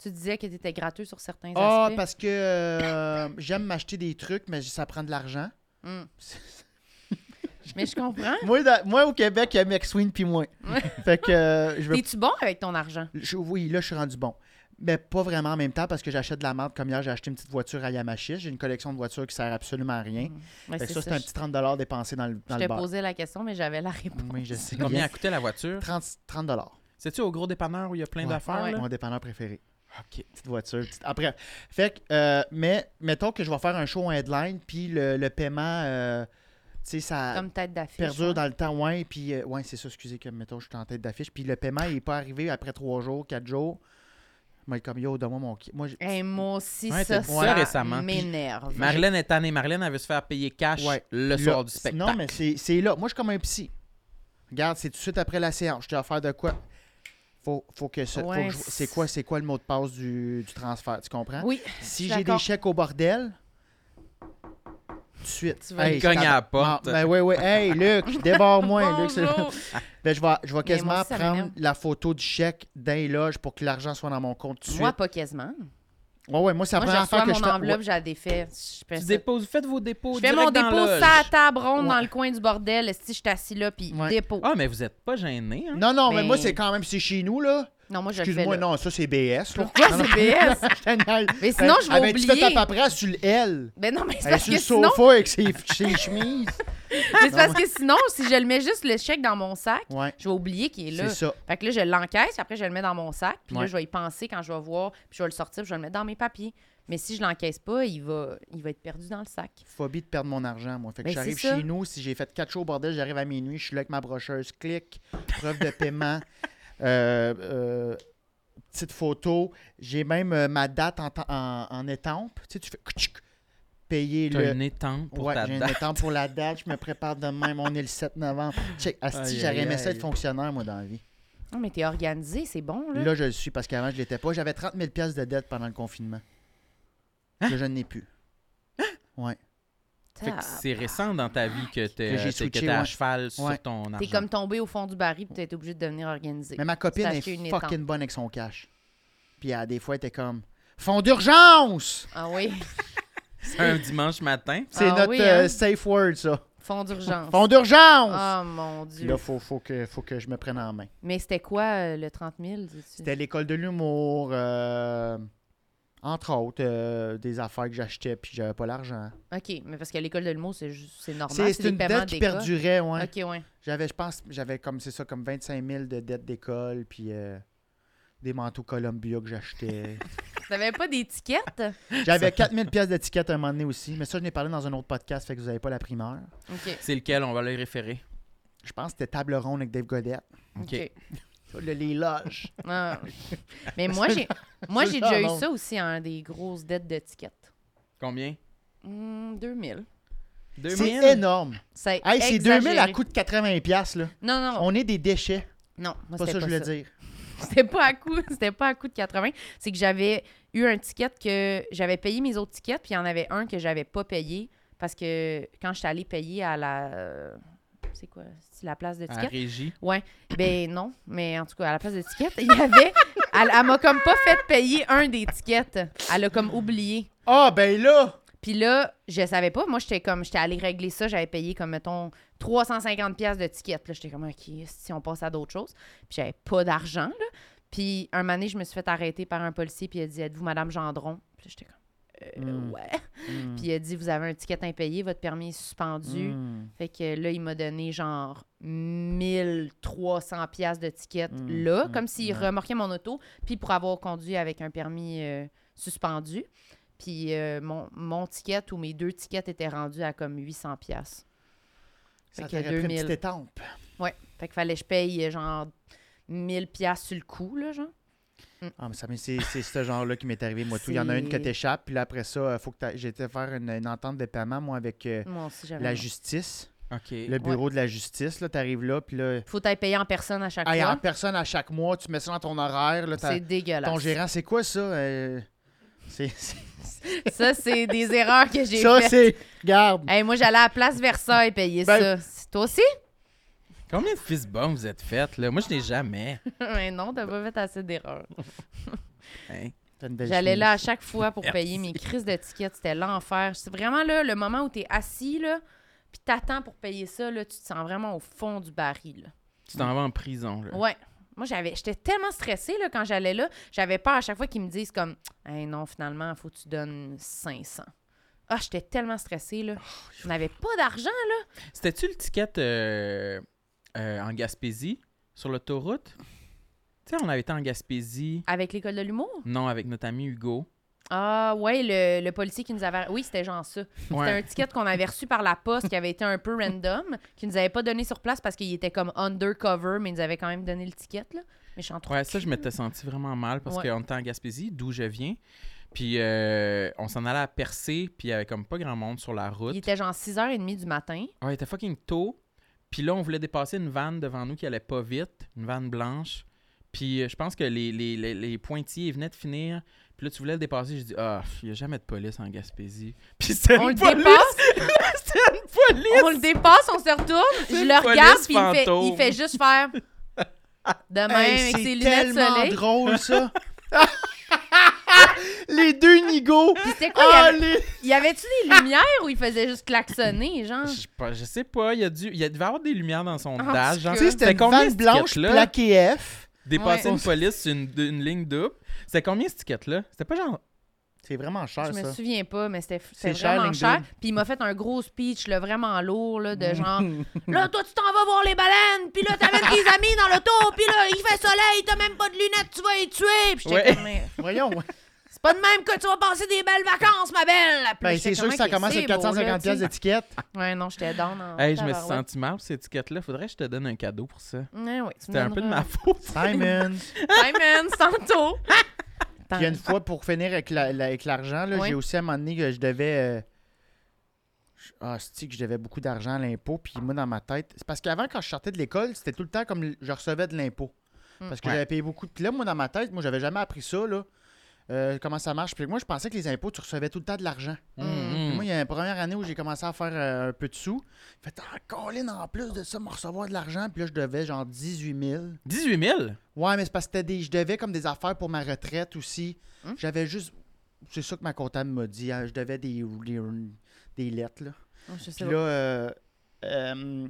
[SPEAKER 2] Tu disais que t'étais gratteux sur certains
[SPEAKER 4] Ah,
[SPEAKER 2] aspects.
[SPEAKER 4] parce que euh, j'aime m'acheter des trucs, mais ça prend de l'argent.
[SPEAKER 2] Hum. Mais je comprends.
[SPEAKER 4] Moi, dans- moi, au Québec, il y a McSween puis moi. fait que euh, *laughs* je veux
[SPEAKER 2] Es-tu bon avec ton argent?
[SPEAKER 4] Je- oui, là, je suis rendu bon. Mais pas vraiment en même temps parce que j'achète de la merde. Comme hier, j'ai acheté une petite voiture à Yamashis. J'ai une collection de voitures qui sert absolument à rien.
[SPEAKER 2] Ouais, c'est
[SPEAKER 4] Fait que Ben, ça, c'est un
[SPEAKER 2] je-
[SPEAKER 4] petit 30 dépensé dans le, dans
[SPEAKER 2] Je
[SPEAKER 4] le
[SPEAKER 2] t'ai
[SPEAKER 4] bar.
[SPEAKER 2] posé la question, mais j'avais la réponse.
[SPEAKER 4] Oui, je sais.
[SPEAKER 1] Combien a
[SPEAKER 4] Yes.
[SPEAKER 1] coûté la voiture?
[SPEAKER 4] 30, 30
[SPEAKER 1] C'est-tu au gros dépanneur où il y a plein
[SPEAKER 4] Ouais.
[SPEAKER 1] d'affaires?
[SPEAKER 2] Ouais.
[SPEAKER 1] là?
[SPEAKER 4] Mon dépanneur préféré.
[SPEAKER 1] OK.
[SPEAKER 4] Petite voiture. petite- Après, fait que, euh, mais mettons que je vais faire un show en headline, puis le, le paiement, euh, tu sais, ça
[SPEAKER 2] Comme tête d'affiche.
[SPEAKER 4] Ah,
[SPEAKER 2] hein.
[SPEAKER 4] perdure
[SPEAKER 2] ouais.
[SPEAKER 4] dans le temps. Ouais, puis, euh, ouais, c'est ça, excusez, que mettons, je suis en tête d'affiche. Puis le paiement, il n'est pas arrivé après 3 jours, 4 jours. Moi, comme yo, donne-moi mon. ki- Moi, j'ai-
[SPEAKER 2] Hey, Eh, moi aussi,
[SPEAKER 1] Ouais,
[SPEAKER 2] ça,
[SPEAKER 1] t'as dit ça
[SPEAKER 2] ça
[SPEAKER 1] récemment.
[SPEAKER 2] m'énerve.
[SPEAKER 1] Marlène est tannée. Marlène, elle veut se faire payer cash
[SPEAKER 4] Ouais.
[SPEAKER 1] le
[SPEAKER 4] Là,
[SPEAKER 1] soir du
[SPEAKER 4] c'est-
[SPEAKER 1] spectacle.
[SPEAKER 4] Non, mais c'est c'est là. Moi, je suis comme un psy. Regarde, c'est tout de suite après la séance. Je t'ai offert de quoi? Faut, faut que ce- faut
[SPEAKER 2] Ouais,
[SPEAKER 4] que je- c'est quoi c'est quoi le mot de passe du, du transfert, tu comprends?
[SPEAKER 2] Oui.
[SPEAKER 4] si
[SPEAKER 2] je suis
[SPEAKER 4] j'ai des
[SPEAKER 2] d'accord.
[SPEAKER 4] chèques au bordel, tout de suite.
[SPEAKER 2] Tu vas
[SPEAKER 1] le cogner
[SPEAKER 4] je t'en-
[SPEAKER 1] à la porte.
[SPEAKER 4] Ah, ben oui, oui.
[SPEAKER 2] *laughs*
[SPEAKER 4] Hey, Luc, débarre-moi. Luc, c'est-
[SPEAKER 2] Bonjour.
[SPEAKER 4] ben, je vais, je vais quasiment
[SPEAKER 2] moi aussi, ça
[SPEAKER 4] prendre
[SPEAKER 2] m'énerve.
[SPEAKER 4] la photo du chèque d'un loge pour que l'argent soit dans mon compte tout de
[SPEAKER 2] Moi,
[SPEAKER 4] suite.
[SPEAKER 2] pas quasiment.
[SPEAKER 4] Ouais, ouais, moi, c'est la
[SPEAKER 2] Moi, je
[SPEAKER 4] première fois
[SPEAKER 2] reçois mon
[SPEAKER 4] que je fais.
[SPEAKER 2] enveloppe,
[SPEAKER 4] Ouais.
[SPEAKER 2] je la défais. Je fais,
[SPEAKER 1] Tu
[SPEAKER 2] ça.
[SPEAKER 1] déposes, faites vos dépôts.
[SPEAKER 2] Je fais
[SPEAKER 1] direct
[SPEAKER 2] mon
[SPEAKER 1] dans
[SPEAKER 2] dépôt
[SPEAKER 1] la
[SPEAKER 2] ça à
[SPEAKER 1] loge.
[SPEAKER 2] table ronde
[SPEAKER 4] Ouais.
[SPEAKER 2] dans le coin du bordel. Si je suis assis là, puis
[SPEAKER 4] Ouais.
[SPEAKER 2] dépôt.
[SPEAKER 1] Ah, mais vous êtes pas gêné, hein?
[SPEAKER 4] Non, non, mais
[SPEAKER 2] Ben-
[SPEAKER 4] moi, c'est quand même, c'est chez nous, là.
[SPEAKER 2] Non, moi, je le fais.
[SPEAKER 4] Excuse-moi,
[SPEAKER 2] là.
[SPEAKER 4] non, ça, c'est BS. là.
[SPEAKER 2] Pourquoi
[SPEAKER 4] Non, non,
[SPEAKER 2] c'est
[SPEAKER 4] *laughs*
[SPEAKER 2] BS?
[SPEAKER 4] je te niaise.
[SPEAKER 2] Mais sinon, je vais
[SPEAKER 4] Ah, ben, Tu fais ta
[SPEAKER 2] oublier.
[SPEAKER 4] paperasse sur le L.
[SPEAKER 2] *laughs* Ben non, mais c'est
[SPEAKER 4] Elle est
[SPEAKER 2] parce
[SPEAKER 4] sur le
[SPEAKER 2] que sinon,
[SPEAKER 4] sofa avec ses, ses chemises.
[SPEAKER 2] mais *laughs* c'est parce que sinon, si je le mets juste le chèque dans mon sac,
[SPEAKER 4] Ouais,
[SPEAKER 2] je vais oublier qu'il est là.
[SPEAKER 4] c'est ça.
[SPEAKER 2] Fait que là, je l'encaisse, puis après, je le mets dans mon sac, puis
[SPEAKER 4] Ouais.
[SPEAKER 2] là, je vais y penser quand je vais voir, puis je vais le sortir, puis je vais le mettre dans mes papiers. Mais si je l'encaisse pas, il va, il va être perdu dans le sac.
[SPEAKER 4] Phobie de perdre mon argent, moi. Fait que
[SPEAKER 2] Ben,
[SPEAKER 4] j'arrive
[SPEAKER 2] c'est ça.
[SPEAKER 4] chez nous, si j'ai fait quatre shows au bordel, j'arrive à minuit, je suis là avec ma brocheuse, clic, preuve de
[SPEAKER 1] *laughs*
[SPEAKER 4] paiement, euh, euh, petite photo. J'ai même euh, ma date en, temps- en, en étampe. Tu sais, tu fais tchouc, payer
[SPEAKER 1] T'as
[SPEAKER 4] le.
[SPEAKER 1] une étampe pour
[SPEAKER 4] ouais,
[SPEAKER 1] ta
[SPEAKER 4] j'ai une
[SPEAKER 1] date.
[SPEAKER 4] étampe pour la date, je me prépare demain, mon on est le 7 novembre.
[SPEAKER 1] *laughs*
[SPEAKER 4] Check, asti,
[SPEAKER 1] Aïe,
[SPEAKER 4] j'aurais
[SPEAKER 1] aïe,
[SPEAKER 4] aimé ça
[SPEAKER 1] aïe.
[SPEAKER 4] être fonctionnaire, moi, dans la vie.
[SPEAKER 2] Non, mais t'es organisé, c'est bon, là.
[SPEAKER 4] Là, je le suis parce qu'avant, je l'étais pas. J'avais 30 000 pièces de dette pendant le confinement.
[SPEAKER 1] Hein?
[SPEAKER 4] Que je n'ai plus. Ouais.
[SPEAKER 1] Fait que c'est récent dans ta vie que t'es
[SPEAKER 4] Que j'ai
[SPEAKER 1] que
[SPEAKER 4] switché,
[SPEAKER 1] t'es à
[SPEAKER 4] ouais.
[SPEAKER 1] cheval
[SPEAKER 4] Ouais.
[SPEAKER 1] sur ton
[SPEAKER 2] T'es
[SPEAKER 1] argent. *laughs*
[SPEAKER 2] comme tombé au fond du baril, puis t'es obligé de devenir organisé.
[SPEAKER 4] Mais ma copine
[SPEAKER 2] t'as
[SPEAKER 4] est
[SPEAKER 2] acheté une
[SPEAKER 4] fucking
[SPEAKER 2] étampe.
[SPEAKER 4] bonne avec son cash. Puis elle, des fois, elle était comme Fonds d'urgence!
[SPEAKER 2] Ah oui, *laughs*
[SPEAKER 1] C'est un dimanche matin.
[SPEAKER 4] C'est
[SPEAKER 2] Ah
[SPEAKER 4] notre
[SPEAKER 2] oui, hein?
[SPEAKER 4] euh, safe word, ça.
[SPEAKER 2] fond d'urgence.
[SPEAKER 4] Fonds d'urgence!
[SPEAKER 2] Ah mon
[SPEAKER 4] Puis
[SPEAKER 2] Dieu.
[SPEAKER 4] là, faut, faut, que, faut que je me prenne en main.
[SPEAKER 2] Mais c'était quoi euh, le 30 000? dis-tu?
[SPEAKER 4] C'était l'école de l'humour, euh, entre autres, euh, des affaires que j'achetais puis j'avais pas l'argent.
[SPEAKER 2] OK, mais parce qu'à l'école de l'humour, c'est juste- c'est normal.
[SPEAKER 4] C'est
[SPEAKER 2] des
[SPEAKER 4] c'est une
[SPEAKER 2] paiements
[SPEAKER 4] dette qui
[SPEAKER 2] d'école.
[SPEAKER 4] perdurait, ouais.
[SPEAKER 2] OK, ouais.
[SPEAKER 4] J'avais, je pense, j'avais comme, c'est ça, comme 25 000 de dettes d'école, puis euh, des manteaux Columbia que *laughs* j'achetais.
[SPEAKER 2] T'avais pas d'étiquette?
[SPEAKER 4] j'avais 4 000 pièces d'étiquette à un moment donné aussi, mais ça, je n'ai parlé dans un autre podcast, fait que vous n'avez pas la primeur.
[SPEAKER 2] OK.
[SPEAKER 1] C'est lequel? On va le référer.
[SPEAKER 4] Je pense que c'était Table Ronde avec Dave Godette.
[SPEAKER 1] OK.
[SPEAKER 2] OK.
[SPEAKER 4] Le, les *laughs* loges.
[SPEAKER 2] Ah. Mais moi,
[SPEAKER 4] *laughs*
[SPEAKER 2] j'ai moi j'ai
[SPEAKER 4] ça,
[SPEAKER 2] déjà
[SPEAKER 4] non.
[SPEAKER 2] eu ça aussi, hein, des grosses dettes d'étiquette.
[SPEAKER 1] Combien?
[SPEAKER 2] Hmm, 2000.
[SPEAKER 4] C'est
[SPEAKER 1] 2000?
[SPEAKER 4] énorme.
[SPEAKER 2] C'est
[SPEAKER 4] Hey, c'est
[SPEAKER 2] exagéré.
[SPEAKER 4] 2000 à coût de 80 pièces là.
[SPEAKER 2] Non, non,
[SPEAKER 4] On est des déchets.
[SPEAKER 2] non. Moi,
[SPEAKER 4] pas
[SPEAKER 2] c'était
[SPEAKER 4] ça que je
[SPEAKER 2] pas
[SPEAKER 4] voulais
[SPEAKER 2] ça.
[SPEAKER 4] dire.
[SPEAKER 2] C'était pas à coup, *laughs* c'était pas à coup de 80. C'est que j'avais eu un ticket que j'avais payé mes autres tickets, puis il y en avait un que j'avais pas payé parce que quand j'étais allée payer à la euh, c'est quoi, c'est la place de
[SPEAKER 1] À la
[SPEAKER 2] ticket.
[SPEAKER 1] régie.
[SPEAKER 2] Ouais, ben non, mais en tout cas à la place de ticket, il y avait elle, elle m'a comme pas fait payer un des tickets. Elle a comme oublié.
[SPEAKER 4] Ah, ben là!
[SPEAKER 2] Puis là, je savais pas. Moi, j'étais comme, j'étais allée régler ça. J'avais payé comme, mettons, 350 pièces de ticket. Là, j'étais comme, OK, si on passe à d'autres choses. Puis j'avais pas d'argent, là. Puis un moment donné, je me suis fait arrêter par un policier. Puis il a dit, êtes-vous Madame Gendron? Puis là, j'étais comme, Euh,
[SPEAKER 4] Mm.
[SPEAKER 2] ouais.
[SPEAKER 4] Mm.
[SPEAKER 2] Puis il a dit, vous avez un ticket impayé, votre permis est suspendu.
[SPEAKER 4] Mm.
[SPEAKER 2] Fait que là, il m'a donné genre 1300 pièces de ticket
[SPEAKER 4] Mm,
[SPEAKER 2] là,
[SPEAKER 4] mm,
[SPEAKER 2] comme s'il
[SPEAKER 4] ouais.
[SPEAKER 2] remorquait mon auto, puis pour avoir conduit avec un permis euh, suspendu. Puis euh, mon, mon ticket ou mes deux tickets étaient rendus à comme 800 pièces.
[SPEAKER 4] Ça
[SPEAKER 2] Fait
[SPEAKER 4] t'aurait
[SPEAKER 2] que
[SPEAKER 4] pris une
[SPEAKER 2] 2000.
[SPEAKER 4] petite étampe.
[SPEAKER 2] Fait qu'il fallait que je paye euh, genre 1000 pièces sur le coup, là, genre.
[SPEAKER 4] Ah, mais ça, mais c'est, c'est ce genre-là qui m'est arrivé, moi, tout. Il y en a une que
[SPEAKER 2] C'est-
[SPEAKER 4] t'échappes, puis là, après ça, euh, faut que t'a- j'étais faire une, une entente de paiement, moi, avec euh,
[SPEAKER 2] Moi aussi, j'avais...
[SPEAKER 4] la
[SPEAKER 2] mon-
[SPEAKER 4] justice,
[SPEAKER 1] OK.
[SPEAKER 4] le bureau de la justice. Là, t'arrives là, puis là,
[SPEAKER 2] Faut t'aille payer en personne à chaque
[SPEAKER 4] hey, en
[SPEAKER 2] fois.
[SPEAKER 4] personne à chaque mois, tu mets ça dans ton horaire. Là, t'as-
[SPEAKER 2] C'est dégueulasse.
[SPEAKER 4] ton gérant, c'est quoi ça? Euh, c'est, *laughs* c'est-
[SPEAKER 2] Ça, c'est des erreurs que j'ai
[SPEAKER 4] ça,
[SPEAKER 2] faites.
[SPEAKER 4] c'est. Regarde.
[SPEAKER 2] Hey, moi, j'allais à la place Versailles payer
[SPEAKER 4] Ben-
[SPEAKER 2] ça. Toi aussi?
[SPEAKER 1] Combien de fils bons vous êtes faites, là? Moi, je n'ai jamais.
[SPEAKER 2] Mais non, t'as pas fait assez d'erreurs.
[SPEAKER 1] Hein?
[SPEAKER 4] T'as une belle
[SPEAKER 2] J'allais
[SPEAKER 4] chemise.
[SPEAKER 2] là à chaque fois pour
[SPEAKER 1] Merci.
[SPEAKER 2] payer mes crises de tickets. C'était l'enfer. C'est vraiment là, le moment où t'es assis, là, puis t'attends pour payer ça, là, tu te sens vraiment au fond du baril. là.
[SPEAKER 1] Tu t'en vas en prison, là.
[SPEAKER 2] Ouais. Moi, j'avais, j'étais tellement stressée là, quand j'allais là. J'avais peur à chaque fois qu'ils me disent comme Hey, non, finalement, faut que tu donnes 500. Ah, j'étais tellement stressée, là. On n'avait pas d'argent, là.
[SPEAKER 1] C'était-tu le ticket euh, euh, en Gaspésie, sur l'autoroute? Tu sais, on avait été en Gaspésie,
[SPEAKER 2] Avec l'école de l'humour.
[SPEAKER 1] non, avec notre ami Hugo.
[SPEAKER 2] Ah, ouais, le, le policier qui nous avait. Oui, c'était genre ça.
[SPEAKER 1] Ouais.
[SPEAKER 2] C'était un ticket qu'on avait reçu par la poste qui avait été un peu random, qui nous avait pas donné sur place parce qu'il était comme undercover, mais il nous avait quand même donné le ticket, là. Mais je suis en
[SPEAKER 1] Ouais, ça, je m'étais senti vraiment mal parce
[SPEAKER 2] Ouais.
[SPEAKER 1] qu'on était en Gaspésie, d'où je viens. Puis euh, on s'en allait à percer, puis il y avait comme pas grand monde sur la route.
[SPEAKER 2] Il était genre 6h30
[SPEAKER 1] *laughs*
[SPEAKER 2] du matin.
[SPEAKER 1] Ah Ouais, il était fucking tôt. Puis là, on voulait dépasser une vanne devant nous qui allait pas vite, une vanne blanche. Puis euh, je pense que les, les, les, les pointillés ils venaient de finir. Puis là, tu voulais le dépasser. J'ai dit, ah, il n'y a jamais de police en Gaspésie. *laughs* Puis c'était
[SPEAKER 2] On
[SPEAKER 1] une
[SPEAKER 2] le
[SPEAKER 1] police!
[SPEAKER 2] dépasse?
[SPEAKER 1] c'était une police! *laughs*
[SPEAKER 2] On le dépasse, on se retourne,
[SPEAKER 1] C'est
[SPEAKER 2] je
[SPEAKER 1] une
[SPEAKER 2] le regarde,
[SPEAKER 1] police
[SPEAKER 2] puis il fait,
[SPEAKER 1] fantôme.
[SPEAKER 2] il fait
[SPEAKER 1] *laughs*
[SPEAKER 2] juste faire de même
[SPEAKER 4] Hey,
[SPEAKER 2] avec ses
[SPEAKER 4] c'est
[SPEAKER 2] lunettes
[SPEAKER 4] tellement
[SPEAKER 2] soleil. *laughs*
[SPEAKER 4] drôle, ça. *laughs* les deux nigauds.
[SPEAKER 2] Puis c'était quoi? il y
[SPEAKER 4] Ah,
[SPEAKER 2] avait-
[SPEAKER 4] les-
[SPEAKER 2] Y avait-tu des lumières où il faisait juste klaxonner, genre?
[SPEAKER 1] Oh, Je, sais pas- je sais pas, il, y a dû, il y a- devait avoir des lumières dans son
[SPEAKER 2] Ah,
[SPEAKER 1] dash.
[SPEAKER 2] tu
[SPEAKER 1] genre.
[SPEAKER 2] sais,
[SPEAKER 4] Tu sais,
[SPEAKER 1] C'était
[SPEAKER 4] c'était une
[SPEAKER 1] combien,
[SPEAKER 4] vanne
[SPEAKER 1] cette
[SPEAKER 4] blanche
[SPEAKER 1] étiquette-là?
[SPEAKER 4] plaquée F.
[SPEAKER 1] Dépasser
[SPEAKER 2] Ouais.
[SPEAKER 1] une police sur une, une ligne double. C'était combien cette étiquette-là? C'était pas genre.
[SPEAKER 4] C'est vraiment cher,
[SPEAKER 2] Je me
[SPEAKER 4] Ah, ça.
[SPEAKER 2] souviens pas, mais c'était c'était
[SPEAKER 4] C'est cher,
[SPEAKER 2] vraiment
[SPEAKER 4] LinkedIn.
[SPEAKER 2] cher. Puis il m'a fait un gros speech, là, vraiment lourd, là,
[SPEAKER 4] Mm.
[SPEAKER 2] de genre
[SPEAKER 4] *laughs*
[SPEAKER 2] « Là, toi, tu t'en vas voir les baleines, puis là, t'amènes tes amis dans l'auto, puis là, il fait soleil, t'as même pas de lunettes, tu vas les tuer! » Puis j'étais
[SPEAKER 1] Ouais.
[SPEAKER 2] comme, Mais
[SPEAKER 4] Voyons.
[SPEAKER 2] *laughs*
[SPEAKER 4] ouais.
[SPEAKER 2] « C'est pas de même que tu vas passer des belles vacances, ma belle! » Puis
[SPEAKER 4] Ben,
[SPEAKER 2] j'étais
[SPEAKER 4] c'est sûr
[SPEAKER 2] comme,
[SPEAKER 4] que ça
[SPEAKER 2] Ok,
[SPEAKER 4] commence
[SPEAKER 2] c'est
[SPEAKER 4] avec
[SPEAKER 2] beau, là,
[SPEAKER 4] 450
[SPEAKER 2] tu sais.
[SPEAKER 4] pièces d'étiquette.
[SPEAKER 2] *laughs* Ouais, non, j'étais down en
[SPEAKER 1] Hey, je me suis
[SPEAKER 2] tabarouette.
[SPEAKER 1] senti mal pour cette étiquette-là. Faudrait que je te donne un cadeau pour ça.
[SPEAKER 2] Ouais, ouais, tu me
[SPEAKER 1] C'était un peu de
[SPEAKER 2] *laughs*
[SPEAKER 1] ma
[SPEAKER 2] donneras.
[SPEAKER 1] faute.
[SPEAKER 4] Simon.
[SPEAKER 2] Simon,
[SPEAKER 4] *laughs*
[SPEAKER 2] Santo!
[SPEAKER 4] Puis il y a une fois, pour finir avec la- la- avec l'argent, là,
[SPEAKER 2] Oui.
[SPEAKER 4] j'ai aussi à un moment donné que je devais. euh, je- Ah, c'est que je devais beaucoup d'argent à l'impôt. Puis moi, dans ma tête. C'est parce qu'avant, quand je sortais de l'école, c'était tout le temps comme l- je recevais de l'impôt.
[SPEAKER 2] Mm.
[SPEAKER 4] Parce que
[SPEAKER 1] Ouais.
[SPEAKER 4] j'avais payé beaucoup. Puis là, moi, dans ma tête, moi, j'avais jamais appris ça, là. euh, comment ça marche. Puis moi, je pensais que les impôts, tu recevais tout le temps de l'argent.
[SPEAKER 1] *laughs* Mm, mm.
[SPEAKER 4] Moi, il y a une première année où j'ai commencé à faire euh, un peu de sous. Fait, ah, Colin, en plus de ça, me recevoir de l'argent. Puis là, je devais genre 18 000.
[SPEAKER 1] 18 000?
[SPEAKER 4] Ouais, mais c'est parce que c'était des- je devais comme des affaires pour ma retraite aussi.
[SPEAKER 2] Hmm?
[SPEAKER 4] J'avais juste. C'est ça que ma comptable m'a dit. hein, je devais des, des, des lettres, là.
[SPEAKER 2] Oh, je sais
[SPEAKER 4] Puis
[SPEAKER 2] pas.
[SPEAKER 4] là, euh, euh,